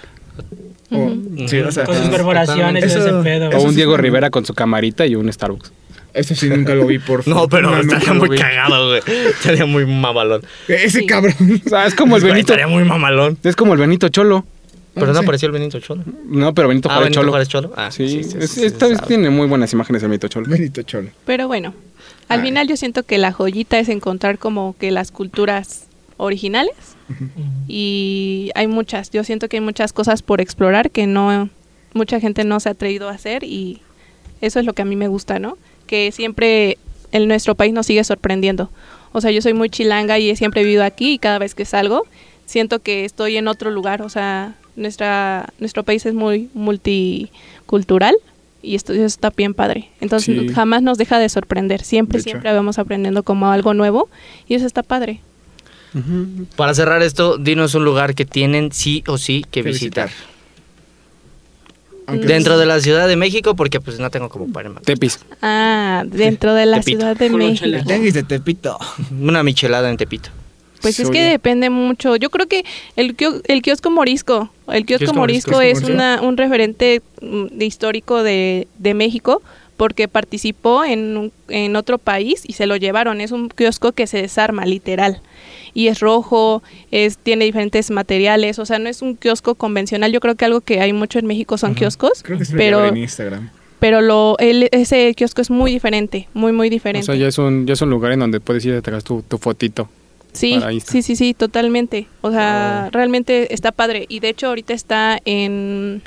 Speaker 6: Sí, o sea,
Speaker 4: Con sus perforaciones,
Speaker 6: Eso-
Speaker 4: ese pedo.
Speaker 3: O
Speaker 6: Eso
Speaker 3: un
Speaker 6: sí
Speaker 3: Diego
Speaker 6: es-
Speaker 3: Rivera con su camarita y un Starbucks.
Speaker 6: eso sí nunca lo vi, por
Speaker 1: No, pero
Speaker 6: fortuna, nunca
Speaker 1: estaría
Speaker 6: lo
Speaker 1: muy
Speaker 6: vi.
Speaker 1: cagado, güey. Estaría muy mamalón.
Speaker 6: Ese cabrón.
Speaker 3: O sea, es como el
Speaker 1: Güey,
Speaker 3: Benito.
Speaker 1: Pues Estaría muy mamalón.
Speaker 3: Es como el Benito Cholo.
Speaker 1: Pero no apareció el Benito Cholo.
Speaker 3: No, pero Benito
Speaker 1: Ah,
Speaker 3: Juárez
Speaker 1: Benito
Speaker 3: Cholo.
Speaker 1: Juárez Cholo. Ah,
Speaker 3: Sí,
Speaker 1: sí, sí, sí,
Speaker 3: es-
Speaker 1: sí,
Speaker 3: esta
Speaker 1: se
Speaker 3: vez
Speaker 1: sabe.
Speaker 3: tiene muy buenas imágenes el Benito Cholo.
Speaker 6: Benito Cholo.
Speaker 5: Pero bueno, al
Speaker 6: Ay.
Speaker 3: Ah.
Speaker 5: final yo siento que la joyita es encontrar como que las culturas originales y hay muchas, yo siento que hay muchas cosas por explorar que no mucha gente no se ha atrevido a hacer y eso es lo que a mí me gusta, ¿no? Que siempre en nuestro país nos sigue sorprendiendo. O sea, yo soy muy chilanga y he siempre vivido aquí y cada vez que salgo siento que estoy en otro lugar, o sea, nuestra nuestro país es muy multicultural y esto eso está bien padre. Entonces,
Speaker 3: Sí.
Speaker 5: jamás nos deja de sorprender, siempre
Speaker 6: De hecho.
Speaker 5: siempre vamos aprendiendo como algo nuevo y eso está padre.
Speaker 1: Para cerrar esto, dinos un lugar que tienen sí o sí que
Speaker 6: Que
Speaker 1: visitar.
Speaker 6: visitar.
Speaker 5: Aunque-
Speaker 1: Dentro de la Ciudad de México, porque pues no tengo como para ir más.
Speaker 3: Tepis.
Speaker 5: Ah, dentro de la
Speaker 1: Tepito.
Speaker 5: Ciudad de
Speaker 4: Con un
Speaker 5: México.
Speaker 4: chaleco.
Speaker 2: Tenis de Tepito.
Speaker 1: Una michelada en Tepito.
Speaker 5: Pues es
Speaker 2: Soya.
Speaker 5: que depende mucho. Yo creo que el, kio- el kiosco morisco, el kiosco,
Speaker 2: Kiosco
Speaker 5: morisco,
Speaker 2: morisco,
Speaker 5: es
Speaker 2: ¿cómo se
Speaker 5: una, un referente mm, de histórico de, de México porque participó en, un- en otro país y se lo llevaron. Es un kiosco que se desarma, literal. Y es rojo, es, tiene diferentes materiales, o sea, no es un kiosco convencional. Yo creo que algo que hay mucho en México son kioscos,
Speaker 6: Creo que es
Speaker 5: Pero-
Speaker 6: en Instagram.
Speaker 5: pero lo, el- ese kiosco es muy diferente, muy, muy
Speaker 3: O
Speaker 5: diferente.
Speaker 3: sea, ya es, un, ya es un lugar en donde puedes ir a sacar tu, tu fotito.
Speaker 5: Sí,
Speaker 3: para Insta.
Speaker 5: sí, sí, sí, totalmente. O sea,
Speaker 1: Ah.
Speaker 5: realmente está padre. Y de hecho ahorita está en...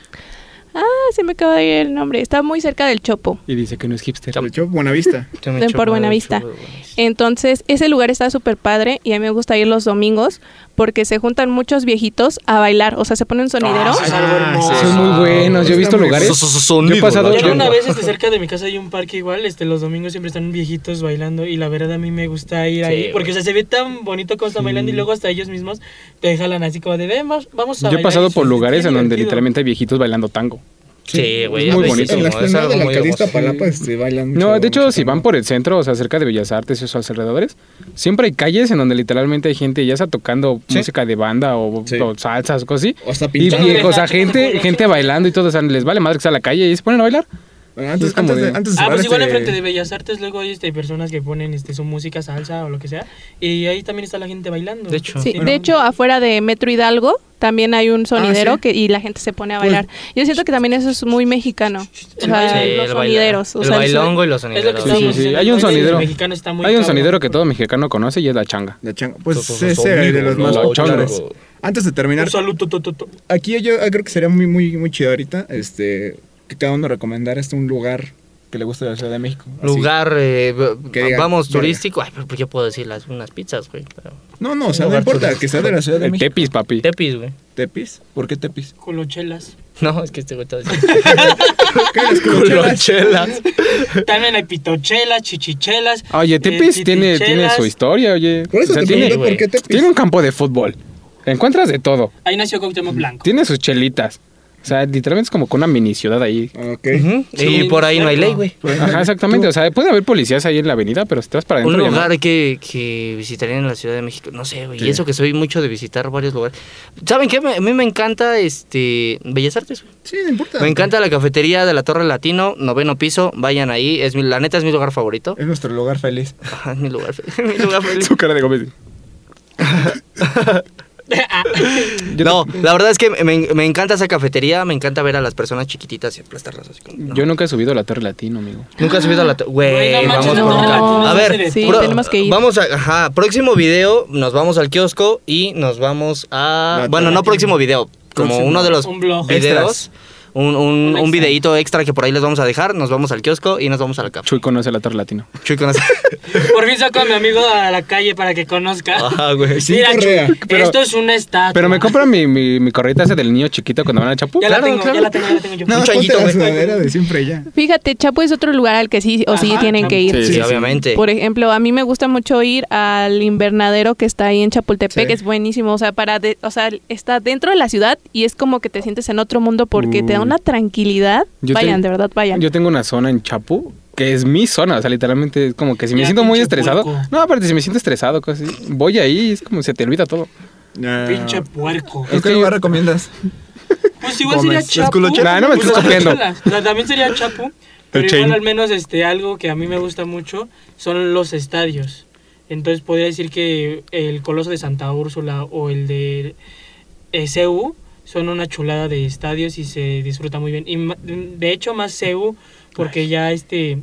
Speaker 5: Ah, se me acaba de ir el nombre. Está muy cerca del Chopo.
Speaker 3: Y dice que no es hipster.
Speaker 6: El show Buenavista.
Speaker 1: Se me
Speaker 5: Ven
Speaker 1: echó
Speaker 5: por
Speaker 1: mal,
Speaker 5: Buenavista. Eh,
Speaker 1: chulo, buenísimo.
Speaker 5: Entonces, ese lugar está súper padre y a mí me gusta ir los domingos porque se juntan muchos viejitos a bailar. O sea, se pone un sonidero.
Speaker 4: Ah, es algo hermoso.
Speaker 3: Son muy buenos. Yo he visto lugares. Yo he pasado-
Speaker 4: Y
Speaker 3: Yo-
Speaker 4: alguna vez este, cerca de mi casa hay un parque igual, este, los domingos siempre están viejitos bailando y la verdad a mí me gusta ir ahí
Speaker 1: Sí,
Speaker 4: porque o sea, se ve tan bonito cómo están bailando y luego hasta ellos mismos te jalan así como de ven, vamos, vamos a
Speaker 3: Yo he
Speaker 4: bailar",
Speaker 3: pasado
Speaker 4: y
Speaker 3: por
Speaker 4: se-
Speaker 3: lugares
Speaker 4: está
Speaker 3: en donde
Speaker 4: divertido.
Speaker 3: literalmente hay viejitos bailando tango.
Speaker 1: Sí, güey.
Speaker 3: Es muy bonito.
Speaker 6: En
Speaker 1: bellísimo,
Speaker 6: la
Speaker 1: es
Speaker 6: esplanada
Speaker 1: algo
Speaker 6: de la
Speaker 1: muy
Speaker 6: alcaldista
Speaker 1: hermoso.
Speaker 6: Palapa se bailan.
Speaker 3: No,
Speaker 6: mucho-
Speaker 3: de hecho,
Speaker 6: mucho
Speaker 3: si van por el centro, o sea, cerca de Bellas Artes y sus alrededores, siempre hay calles en donde literalmente hay gente ya está tocando música de banda o,
Speaker 6: Sí.
Speaker 3: o salsas o cosas así.
Speaker 6: O hasta
Speaker 3: Y
Speaker 6: pintando.
Speaker 3: viejos, o sea, gente, gente bailando y todo, o sea, les vale madre que sea a la calle y se ponen a bailar.
Speaker 6: Bueno,
Speaker 3: Sí,
Speaker 6: antes,
Speaker 3: es como
Speaker 6: antes de,
Speaker 3: de-
Speaker 6: antes de
Speaker 4: Ah,
Speaker 6: cerrar
Speaker 4: pues igual
Speaker 6: este-
Speaker 4: enfrente de Bellas Artes luego hay este, personas que ponen este, su música salsa o lo que sea y ahí también está la gente bailando.
Speaker 1: De hecho.
Speaker 5: Sí,
Speaker 4: Bueno.
Speaker 5: de hecho, afuera de Metro Hidalgo también hay
Speaker 1: Ah,
Speaker 5: un sonidero
Speaker 6: sí.
Speaker 5: que, y la gente se pone a bailar. Yo siento que también eso es muy mexicano. O sea,
Speaker 1: Sí, el
Speaker 5: los
Speaker 1: baila-
Speaker 5: sonideros. O
Speaker 1: El
Speaker 5: sea, el son-
Speaker 1: bailongo y los
Speaker 4: Es lo que
Speaker 1: sonideros.
Speaker 3: Sí, sí, sí.
Speaker 4: estamos diciendo,
Speaker 3: Hay un
Speaker 4: el baile
Speaker 3: sonidero.
Speaker 4: mexicano está muy
Speaker 3: Hay un
Speaker 4: cabrón.
Speaker 3: sonidero que todo mexicano conoce y es la changa.
Speaker 6: La changa. Pues ese es de los más populares. Antes de terminar,
Speaker 4: Un saludo, to, to, to.
Speaker 6: aquí yo ah, creo que sería muy, muy, muy chido ahorita este, que cada uno recomendara este, un lugar que le guste de la Ciudad de México. así.
Speaker 1: Lugar, eh,
Speaker 6: Que diga,
Speaker 1: vamos,
Speaker 6: verga.
Speaker 1: turístico. Ay, pero ¿por qué puedo decir las, unas pizzas, güey? Pero-
Speaker 6: No, no, o sea, no
Speaker 1: Lugar
Speaker 6: importa,
Speaker 1: turístico.
Speaker 6: que sea de la Ciudad de
Speaker 3: El
Speaker 6: México.
Speaker 3: tepis, papi.
Speaker 1: Tepis, güey.
Speaker 6: ¿Tepis? ¿Por qué Tepis?
Speaker 4: Culochelas.
Speaker 1: No, es que este güey está diciendo.
Speaker 6: ¿Qué eres, culochelas?
Speaker 1: Culochelas.
Speaker 4: También hay pitochelas, chichichelas.
Speaker 3: Oye,
Speaker 4: eh,
Speaker 3: Tepis tiene, tiene
Speaker 4: titichelas.
Speaker 3: su historia, oye.
Speaker 6: Por eso
Speaker 3: O sea,
Speaker 6: te
Speaker 3: tiene,
Speaker 6: pregunté por qué Tepis.
Speaker 3: tiene un campo de fútbol. Encuentras de todo.
Speaker 4: Ahí nació
Speaker 3: Mm,
Speaker 4: Cuauhtémoc Blanco.
Speaker 3: Tiene sus chelitas. O sea, literalmente es como que una mini ciudad ahí.
Speaker 6: Ok.
Speaker 1: Ujú, Y
Speaker 4: Sí,
Speaker 1: por ahí no hay
Speaker 4: exacto.
Speaker 1: ley, güey.
Speaker 3: Ajá, exactamente. O sea, puede haber policías ahí en la avenida, pero si te vas para
Speaker 1: Un
Speaker 3: adentro. ya no.
Speaker 1: lugar que, que visitaría en la Ciudad de México, no sé, güey. Y eso que soy mucho de visitar varios lugares. ¿Saben qué? Me- a mí me encanta este Bellas Artes. güey.
Speaker 6: Sí, no importa.
Speaker 1: Me encanta la cafetería de la Torre Latino, noveno piso. Vayan ahí. Es mi, la neta es mi lugar favorito.
Speaker 6: Es nuestro lugar feliz.
Speaker 1: Ajá, es mi lugar, fe- mi lugar feliz.
Speaker 3: Su cara de Gómez. Yo
Speaker 1: no, la verdad es que me, me encanta esa cafetería. Me encanta ver a las personas chiquititas y aplastarlas así. como- no.
Speaker 3: Yo nunca he subido a la Torre Latino, amigo.
Speaker 1: Nunca has subido a la... to- Güey,
Speaker 4: Güey, no
Speaker 1: vamos
Speaker 4: manches,
Speaker 1: por
Speaker 5: no,
Speaker 1: acá.
Speaker 5: no,
Speaker 1: a
Speaker 5: no,
Speaker 1: ver,
Speaker 5: sí, tenemos que ir.
Speaker 1: Vamos a... Ajá, próximo video, nos vamos al kiosco y nos vamos a...
Speaker 6: La
Speaker 1: bueno, no
Speaker 6: alternativa.
Speaker 1: próximo video, como
Speaker 6: Próximo.
Speaker 1: uno de los
Speaker 4: Un blog.
Speaker 1: videos. Un, un-
Speaker 4: Un
Speaker 1: un
Speaker 4: extra.
Speaker 1: videíto extra que por ahí les vamos a dejar. Nos vamos al kiosco y nos vamos a la café.
Speaker 3: Chuy conoce la Torre Latino.
Speaker 1: Chuy, con esa-
Speaker 4: Por fin saco a mi amigo a la calle para que conozca.
Speaker 1: Ah, güey.
Speaker 6: Sí,
Speaker 4: Mira,
Speaker 6: Correa.
Speaker 4: Chu,
Speaker 3: Pero-
Speaker 4: esto es una estatua.
Speaker 3: Pero me compran mi, mi, mi correita esa del niño chiquito cuando van al chapú.
Speaker 4: Ah, Ya la
Speaker 3: Claro,
Speaker 4: tengo,
Speaker 3: claro.
Speaker 4: ya la tengo, ya la tengo yo.
Speaker 6: No,
Speaker 1: Un changuito,
Speaker 6: changuito, la
Speaker 1: güey.
Speaker 6: sudadera de siempre ya.
Speaker 5: Fíjate, Chapo es otro lugar al que sí o sí
Speaker 4: Ajá,
Speaker 5: tienen que ir.
Speaker 3: Sí,
Speaker 1: Sí,
Speaker 3: sí, sí.
Speaker 1: obviamente.
Speaker 5: Por ejemplo, a mí me gusta mucho ir al invernadero que está ahí en Chapultepec,
Speaker 6: Sí.
Speaker 5: es buenísimo, o sea, para de- o sea, está dentro de la ciudad y es como que te sientes en otro mundo porque te da
Speaker 3: Uy.
Speaker 5: una tranquilidad.
Speaker 3: Yo
Speaker 5: vayan,
Speaker 3: te-
Speaker 5: de verdad, vayan.
Speaker 3: Yo tengo una zona en Chapu que es mi zona. O sea, literalmente es como que si me
Speaker 4: Ya,
Speaker 3: siento muy
Speaker 4: pinche
Speaker 3: estresado.
Speaker 4: puerco.
Speaker 3: No, aparte, si me siento estresado, cosas así, voy ahí y es como se te olvida todo.
Speaker 6: No.
Speaker 4: Pinche puerco.
Speaker 6: ¿Y
Speaker 3: Es
Speaker 6: ¿Qué
Speaker 3: que-
Speaker 6: lugar recomiendas?
Speaker 4: Pues igual sería
Speaker 6: Gómez.
Speaker 4: Chapu.
Speaker 6: Las culochelas.
Speaker 3: Nah, no me estés
Speaker 4: Las
Speaker 3: copiando.
Speaker 4: culochelas. O sea, también sería Chapu. Pero
Speaker 3: chain.
Speaker 4: igual al menos este, algo que a mí me gusta mucho son los estadios. Entonces podría decir que el Coloso de Santa Úrsula o el de eh, CU son una chulada de estadios y se disfruta muy bien. Y ma- de hecho más CU porque ya este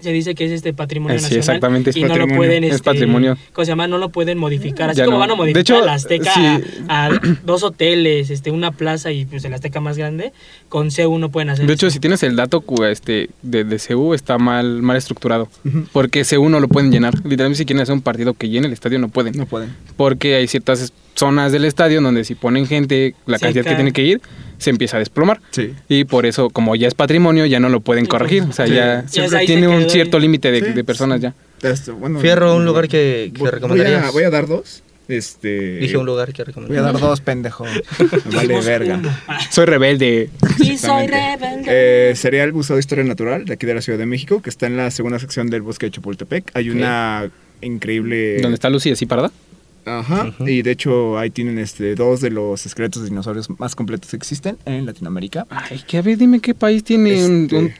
Speaker 4: se dice que es este patrimonio
Speaker 3: Eh, Sí,
Speaker 4: nacional
Speaker 3: exactamente, es
Speaker 4: y no
Speaker 3: patrimonio,
Speaker 4: lo pueden
Speaker 3: es
Speaker 4: este,
Speaker 3: patrimonio.
Speaker 4: ¿cómo se llama? no lo pueden modificar así
Speaker 3: Ya
Speaker 4: como
Speaker 3: no.
Speaker 4: van a
Speaker 3: De
Speaker 4: modificar
Speaker 3: hecho,
Speaker 4: la Azteca
Speaker 3: sí.
Speaker 4: a- a dos hoteles, este, una plaza y pues el Azteca más grande, con C1 no pueden hacer
Speaker 3: De hecho,
Speaker 4: eso.
Speaker 3: si tienes el dato cu- este, de, de CU, está mal, mal estructurado. Porque CU no lo pueden llenar. Literalmente, si quieren hacer un partido que llene el estadio, no pueden.
Speaker 6: No pueden.
Speaker 3: Porque hay ciertas zonas del estadio en donde si ponen gente, la
Speaker 4: Se
Speaker 3: cantidad que
Speaker 4: cae.
Speaker 3: tiene que ir, se empieza a desplomar.
Speaker 6: Sí.
Speaker 3: Y por eso, como ya es patrimonio, ya no lo pueden corregir. O sea,
Speaker 6: Sí.
Speaker 3: ya
Speaker 4: Ya es ahí
Speaker 3: tiene
Speaker 4: se
Speaker 3: un
Speaker 4: quedó
Speaker 3: cierto
Speaker 4: ahí.
Speaker 3: límite de,
Speaker 6: Sí,
Speaker 3: de personas ya.
Speaker 6: Este, bueno,
Speaker 1: Fierro, un lugar que, que
Speaker 6: voy-
Speaker 1: recomendarías.
Speaker 6: Voy a, voy a dar dos. Este.
Speaker 1: Dije un lugar que
Speaker 7: Voy a dar
Speaker 1: recomendarías.
Speaker 7: dos, pendejo.
Speaker 6: Vale,
Speaker 4: Dijimos
Speaker 6: verga.
Speaker 4: uno.
Speaker 3: Soy rebelde.
Speaker 4: Y soy
Speaker 6: Exactamente.
Speaker 4: rebelde.
Speaker 6: Eh, sería el Museo de Historia Natural de aquí de la Ciudad de México, que está en la segunda sección del bosque de Chapultepec. Hay una increíble.
Speaker 3: ¿Dónde está Lucy así parada?
Speaker 6: Ajá.
Speaker 1: Ujú.
Speaker 6: Y de hecho ahí tienen este dos de los esqueletos de dinosaurios más completos que existen en Latinoamérica.
Speaker 3: Ay, que a ver, dime qué país tiene un,
Speaker 6: Este.
Speaker 3: un-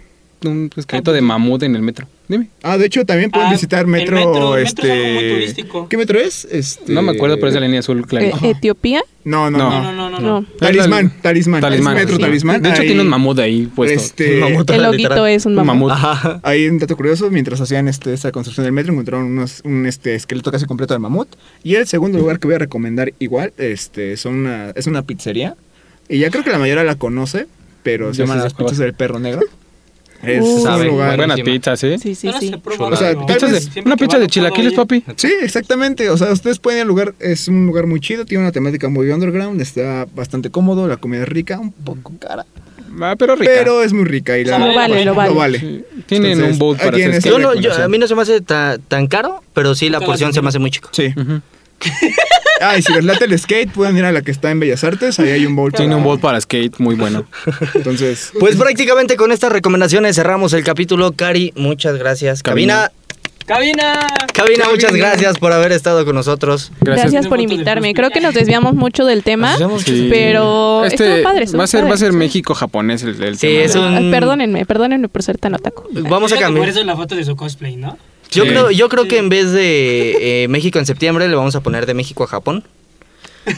Speaker 3: un esqueleto de mamut en el metro. Dime.
Speaker 6: Ah, de hecho también pueden
Speaker 4: Ah,
Speaker 6: visitar
Speaker 4: el
Speaker 6: metro,
Speaker 4: metro, el metro
Speaker 6: este
Speaker 4: es algo muy turístico.
Speaker 6: ¿Qué metro es? Este
Speaker 3: No me acuerdo, pero es de la línea azul, claro.
Speaker 5: Eh, ¿Etiopía?
Speaker 6: No, no,
Speaker 3: No.
Speaker 6: no.
Speaker 4: No, no, no, no.
Speaker 5: No.
Speaker 6: Talismán, talismán.
Speaker 3: Talismán.
Speaker 6: Es metro
Speaker 5: sí.
Speaker 6: talismán.
Speaker 3: De hecho,
Speaker 6: Ahí-
Speaker 3: tiene un mamut ahí puesto.
Speaker 6: Este,
Speaker 1: Mamut,
Speaker 5: El
Speaker 1: literal.
Speaker 5: loguito es un
Speaker 3: Un
Speaker 5: mamut.
Speaker 3: mamut.
Speaker 1: Ajá.
Speaker 6: Ahí un dato curioso, mientras hacían este, esta construcción del metro encontraron unos- un este, esqueleto casi completo de mamut. Y el segundo lugar que voy a recomendar igual este, son una, es una pizzería. Y ya creo que la mayoría la conoce, pero se
Speaker 3: Yo
Speaker 6: llama
Speaker 3: sí sé
Speaker 6: las
Speaker 3: cuál.
Speaker 6: pizzas del perro negro. Es
Speaker 5: Uh,
Speaker 6: un
Speaker 1: Saben,
Speaker 6: lugar-
Speaker 1: bueno.
Speaker 3: Buenas
Speaker 1: Buenísima.
Speaker 3: pizzas, ¿eh?
Speaker 5: Sí, sí,
Speaker 4: Yo no
Speaker 5: sí.
Speaker 4: sé,
Speaker 1: Chulada.
Speaker 4: probado.
Speaker 1: O sea, tal
Speaker 3: Pizzas de-
Speaker 4: Siempre
Speaker 3: una
Speaker 4: que
Speaker 3: pizza
Speaker 4: va,
Speaker 3: de
Speaker 4: no puedo
Speaker 3: chilaquiles,
Speaker 4: ir.
Speaker 3: papi.
Speaker 6: Sí, exactamente. O sea, ustedes pueden ir al lugar, es un lugar muy chido, tiene una temática muy underground, está bastante cómodo, la comida es rica, un poco cara,
Speaker 3: Ah, pero rica.
Speaker 6: pero es muy rica y la
Speaker 4: Lo vale, lo
Speaker 5: vale.
Speaker 3: Sí. Tienen
Speaker 6: Entonces,
Speaker 3: un bowl
Speaker 6: ahí
Speaker 3: para hacer
Speaker 6: tienes-
Speaker 3: esqueleto.
Speaker 1: Yo no, yo- a mí no se me hace ta- tan caro, pero sí la
Speaker 4: Nunca
Speaker 1: porción
Speaker 4: las
Speaker 1: se
Speaker 4: vi.
Speaker 1: me hace muy chica.
Speaker 6: Sí.
Speaker 3: Ujú.
Speaker 6: Ah, y si les late el skate, pueden ir a la que está en Bellas Artes, ahí hay un bowl.
Speaker 3: Tiene
Speaker 6: para-
Speaker 3: un bowl para skate muy bueno.
Speaker 6: Entonces,
Speaker 1: Pues prácticamente con estas recomendaciones cerramos el capítulo. Cari, muchas gracias. Cabina,
Speaker 3: Cabina.
Speaker 4: Cabina.
Speaker 1: cabina, muchas gracias por haber estado con nosotros.
Speaker 3: Gracias.
Speaker 5: Gracias, por invitarme. Creo que nos desviamos mucho del tema,
Speaker 3: Sí.
Speaker 5: pero
Speaker 3: Este,
Speaker 5: estuvo padre. estuvo
Speaker 3: va a ser,
Speaker 5: padre.
Speaker 3: va a ser México-japonés el, el
Speaker 1: Sí,
Speaker 3: tema.
Speaker 1: es un-
Speaker 5: Ah, Perdónenme, perdónenme por ser tan otaku.
Speaker 1: Vamos a
Speaker 4: Creo que Por
Speaker 1: cambiar.
Speaker 4: eso es la foto de su cosplay, ¿no?
Speaker 1: Yo
Speaker 3: Sí.
Speaker 1: creo, yo creo que en vez de eh, México en septiembre le vamos a poner de México a Japón.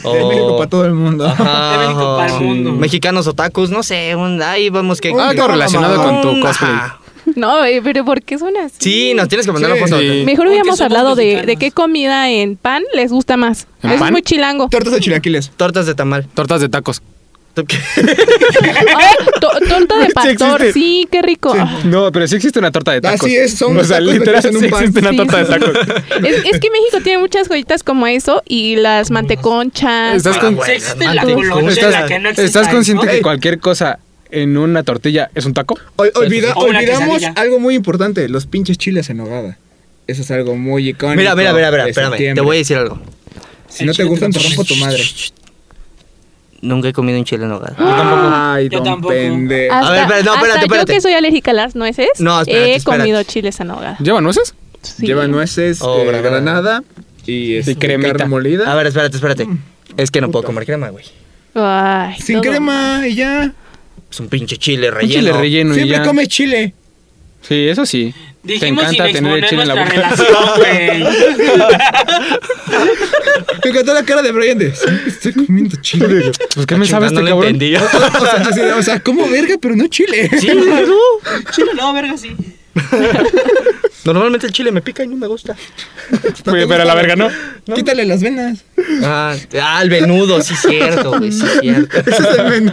Speaker 1: O-
Speaker 6: de México para todo el mundo.
Speaker 1: Oh. Ajá,
Speaker 4: De México para el
Speaker 1: sí.
Speaker 4: mundo.
Speaker 1: Mexicanos otakus, no sé, un- ahí vamos que
Speaker 6: Algo relacionado
Speaker 3: con tu
Speaker 1: Un-
Speaker 3: cosplay.
Speaker 1: ajá.
Speaker 5: No, eh, pero ¿por qué suena así?
Speaker 1: Sí, nos tienes que mandar una foto.
Speaker 3: Sí.
Speaker 5: Mejor
Speaker 4: Porque
Speaker 5: hubiéramos
Speaker 4: somos
Speaker 5: hablado de,
Speaker 4: mexicanos.
Speaker 5: de qué comida en pan les gusta más.
Speaker 3: ¿En
Speaker 5: Eso
Speaker 3: pan?
Speaker 5: es muy chilango.
Speaker 6: Tortas de chilaquiles.
Speaker 1: Tortas de tamal.
Speaker 3: Tortas de tacos.
Speaker 1: ¿Tú qué?
Speaker 5: Ay, to- tonta de
Speaker 3: Sí
Speaker 5: pastor,
Speaker 3: existe.
Speaker 5: sí, qué rico. Ah,
Speaker 3: No, pero sí existe una torta de tacos.
Speaker 6: Así es, son
Speaker 3: O sea,
Speaker 6: tacos
Speaker 3: literal,
Speaker 6: metidos en un
Speaker 3: sí
Speaker 6: pan.
Speaker 3: existe una
Speaker 5: Sí,
Speaker 3: torta de
Speaker 5: sí,
Speaker 3: tacos.
Speaker 5: Es, es que México tiene muchas joyitas como eso y las manteconchas.
Speaker 3: Estás con-
Speaker 4: Sí, existe
Speaker 1: Ah,
Speaker 4: la
Speaker 1: bueno,
Speaker 4: colonia en la
Speaker 3: ¿Estás,
Speaker 4: que no existe.
Speaker 3: estás consciente
Speaker 4: ¿no?
Speaker 3: que
Speaker 6: Ey.
Speaker 3: cualquier cosa en una tortilla es un taco?
Speaker 6: Ol- olvida-
Speaker 4: O una
Speaker 6: olvidamos
Speaker 4: quesadilla.
Speaker 6: algo muy importante, los pinches chiles en nogada. Eso es algo muy icónico.
Speaker 1: Mira, mira, mira, mira,
Speaker 6: de
Speaker 1: espérame. Te
Speaker 6: septiembre.
Speaker 1: voy a decir algo.
Speaker 6: Si no te gustan, te rompo tu madre.
Speaker 1: Nunca he comido un chile en hogar. Ah.
Speaker 6: Ay,
Speaker 4: Yo
Speaker 6: don
Speaker 4: tampoco.
Speaker 6: pendejo.
Speaker 5: Hasta,
Speaker 1: A ver, espérate, no,
Speaker 5: hasta
Speaker 1: espérate, espérate.
Speaker 5: yo que soy alérgica a las nueces,
Speaker 1: No, espérate,
Speaker 5: he
Speaker 1: espérate.
Speaker 5: comido chiles en nogada.
Speaker 3: ¿Lleva nueces?
Speaker 5: Sí.
Speaker 6: Lleva nueces,
Speaker 1: Oh,
Speaker 6: eh,
Speaker 1: granada.
Speaker 6: granada y, este,
Speaker 3: cremita.
Speaker 6: carne
Speaker 1: A
Speaker 6: molida.
Speaker 1: ver, espérate, espérate. Es que no puedo comer crema, güey.
Speaker 5: Ay,
Speaker 6: Sin
Speaker 5: todo.
Speaker 6: crema y ya.
Speaker 1: Es un pinche chile
Speaker 3: Un
Speaker 1: relleno.
Speaker 3: chile relleno y
Speaker 6: Siempre
Speaker 3: ya.
Speaker 6: comes chile.
Speaker 3: Sí, eso sí.
Speaker 4: Dijimos
Speaker 3: Te
Speaker 4: sin
Speaker 3: encanta tener
Speaker 4: exponer
Speaker 3: el chile en la
Speaker 4: nuestra
Speaker 3: boca.
Speaker 4: relación, güey.
Speaker 6: Me encantó la cara de Brian de. "Siempre Estoy comiendo chile.
Speaker 3: Pues, ¿qué me
Speaker 1: Ah, Chingada,
Speaker 3: sabe este
Speaker 1: no le
Speaker 3: cabrón?
Speaker 1: entendí.
Speaker 6: O sea, así de, o sea, como verga, pero no chile.
Speaker 1: Sí, no.
Speaker 4: Chile, no, verga, sí.
Speaker 1: Normalmente el chile me pica y no me gusta.
Speaker 3: Oye, pero la verga no.
Speaker 6: Quítale las venas.
Speaker 1: Ah, ah, el venudo, sí es cierto, güey, sí es cierto.
Speaker 6: Ese es el menú.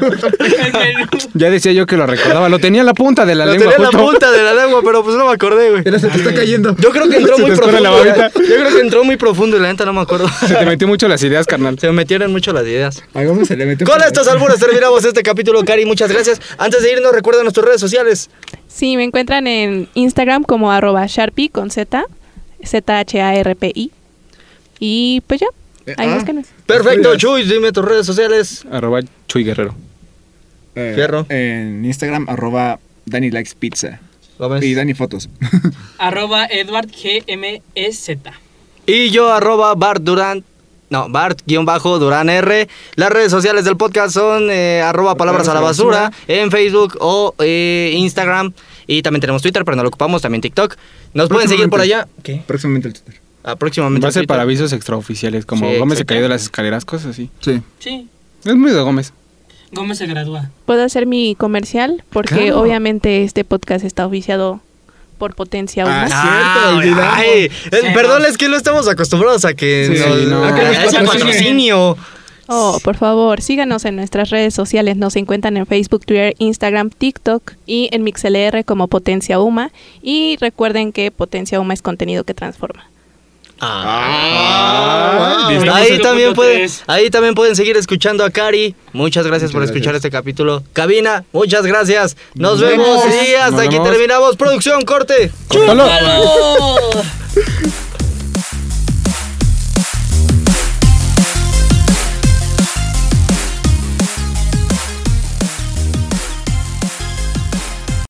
Speaker 3: Ya decía yo que lo recordaba. Lo tenía en la punta de la
Speaker 1: Lo
Speaker 3: lengua
Speaker 1: tenía en la
Speaker 3: justo.
Speaker 1: punta de la lengua, pero pues no me acordé, güey.
Speaker 6: Mira, se te está cayendo.
Speaker 1: Yo creo que entró
Speaker 3: Se
Speaker 1: muy
Speaker 3: te escurre
Speaker 1: profundo.
Speaker 3: la
Speaker 1: güey.
Speaker 3: babita.
Speaker 1: Yo creo que entró muy profundo y la neta no me acuerdo.
Speaker 3: Se te metió mucho las ideas, carnal.
Speaker 1: Se me metieron mucho las ideas.
Speaker 6: Hagamos se le metió
Speaker 1: Con
Speaker 6: por-
Speaker 1: estos albures terminamos este capítulo, Cari. Muchas gracias. Antes de irnos, recuerda nuestras redes sociales.
Speaker 5: Sí, me encuentran en Instagram como arroba sharpie con Z, Z-H-A-R-P-I. Y pues ya, ahí
Speaker 6: Ah.
Speaker 5: búsquenos.
Speaker 1: Perfecto,
Speaker 6: Gracias.
Speaker 1: Chuy, dime tus redes sociales.
Speaker 3: Arroba Chuy Guerrero.
Speaker 6: Eh,
Speaker 1: Fierro.
Speaker 6: En Instagram, arroba Dani Likes Pizza.
Speaker 1: Gómez.
Speaker 6: Y Dani Fotos.
Speaker 4: Arroba Edward E GMEZ.
Speaker 1: Y yo, arroba Bart Durán. No, Bart-Durán R. Las redes sociales del podcast son eh, arroba palabras a la basura en Facebook o eh, Instagram. Y también tenemos Twitter, pero no lo ocupamos, también TikTok. Nos pueden seguir por allá. ¿Qué?
Speaker 6: Próximamente el Twitter.
Speaker 1: Aproximadamente.
Speaker 3: Va a ser
Speaker 1: Twitter.
Speaker 3: para avisos extraoficiales, como
Speaker 1: Sí,
Speaker 3: Gómez se cayó
Speaker 1: exacto.
Speaker 3: de las escaleras, cosas así.
Speaker 6: Sí.
Speaker 4: Sí,
Speaker 3: Es muy de Gómez.
Speaker 4: Gómez se gradúa.
Speaker 5: Puedo hacer mi comercial porque
Speaker 3: Claro.
Speaker 5: obviamente este podcast está oficiado por Potencia
Speaker 6: Ah,
Speaker 5: Humana.
Speaker 1: Ah,
Speaker 6: cierto,
Speaker 1: güey,
Speaker 6: olvidamos.
Speaker 1: ay, eh,
Speaker 4: Sí,
Speaker 1: perdón,
Speaker 4: no.
Speaker 1: es que no estamos acostumbrados a que
Speaker 3: Sí,
Speaker 1: nos-
Speaker 3: no.
Speaker 1: a que
Speaker 6: Ah,
Speaker 1: haya
Speaker 6: patrocinio.
Speaker 1: patrocinio.
Speaker 5: Oh, por favor, síganos en nuestras redes sociales. Nos encuentran en Facebook, Twitter, Instagram, TikTok y en MixLR como Potencia Uma. Y recuerden que Potencia Uma es contenido que transforma.
Speaker 1: Ah.
Speaker 4: Ah,
Speaker 1: ahí,
Speaker 4: 25.3.
Speaker 1: también pueden, ahí también pueden seguir escuchando a Cari. Muchas gracias
Speaker 6: Muchas
Speaker 1: por escuchar
Speaker 6: gracias.
Speaker 1: este capítulo. Cabina, muchas gracias. Nos vemos y hasta
Speaker 3: Nos
Speaker 1: aquí
Speaker 3: vemos.
Speaker 1: terminamos. Producción, corte.
Speaker 3: ¡Córtalo!
Speaker 4: ¡Halo!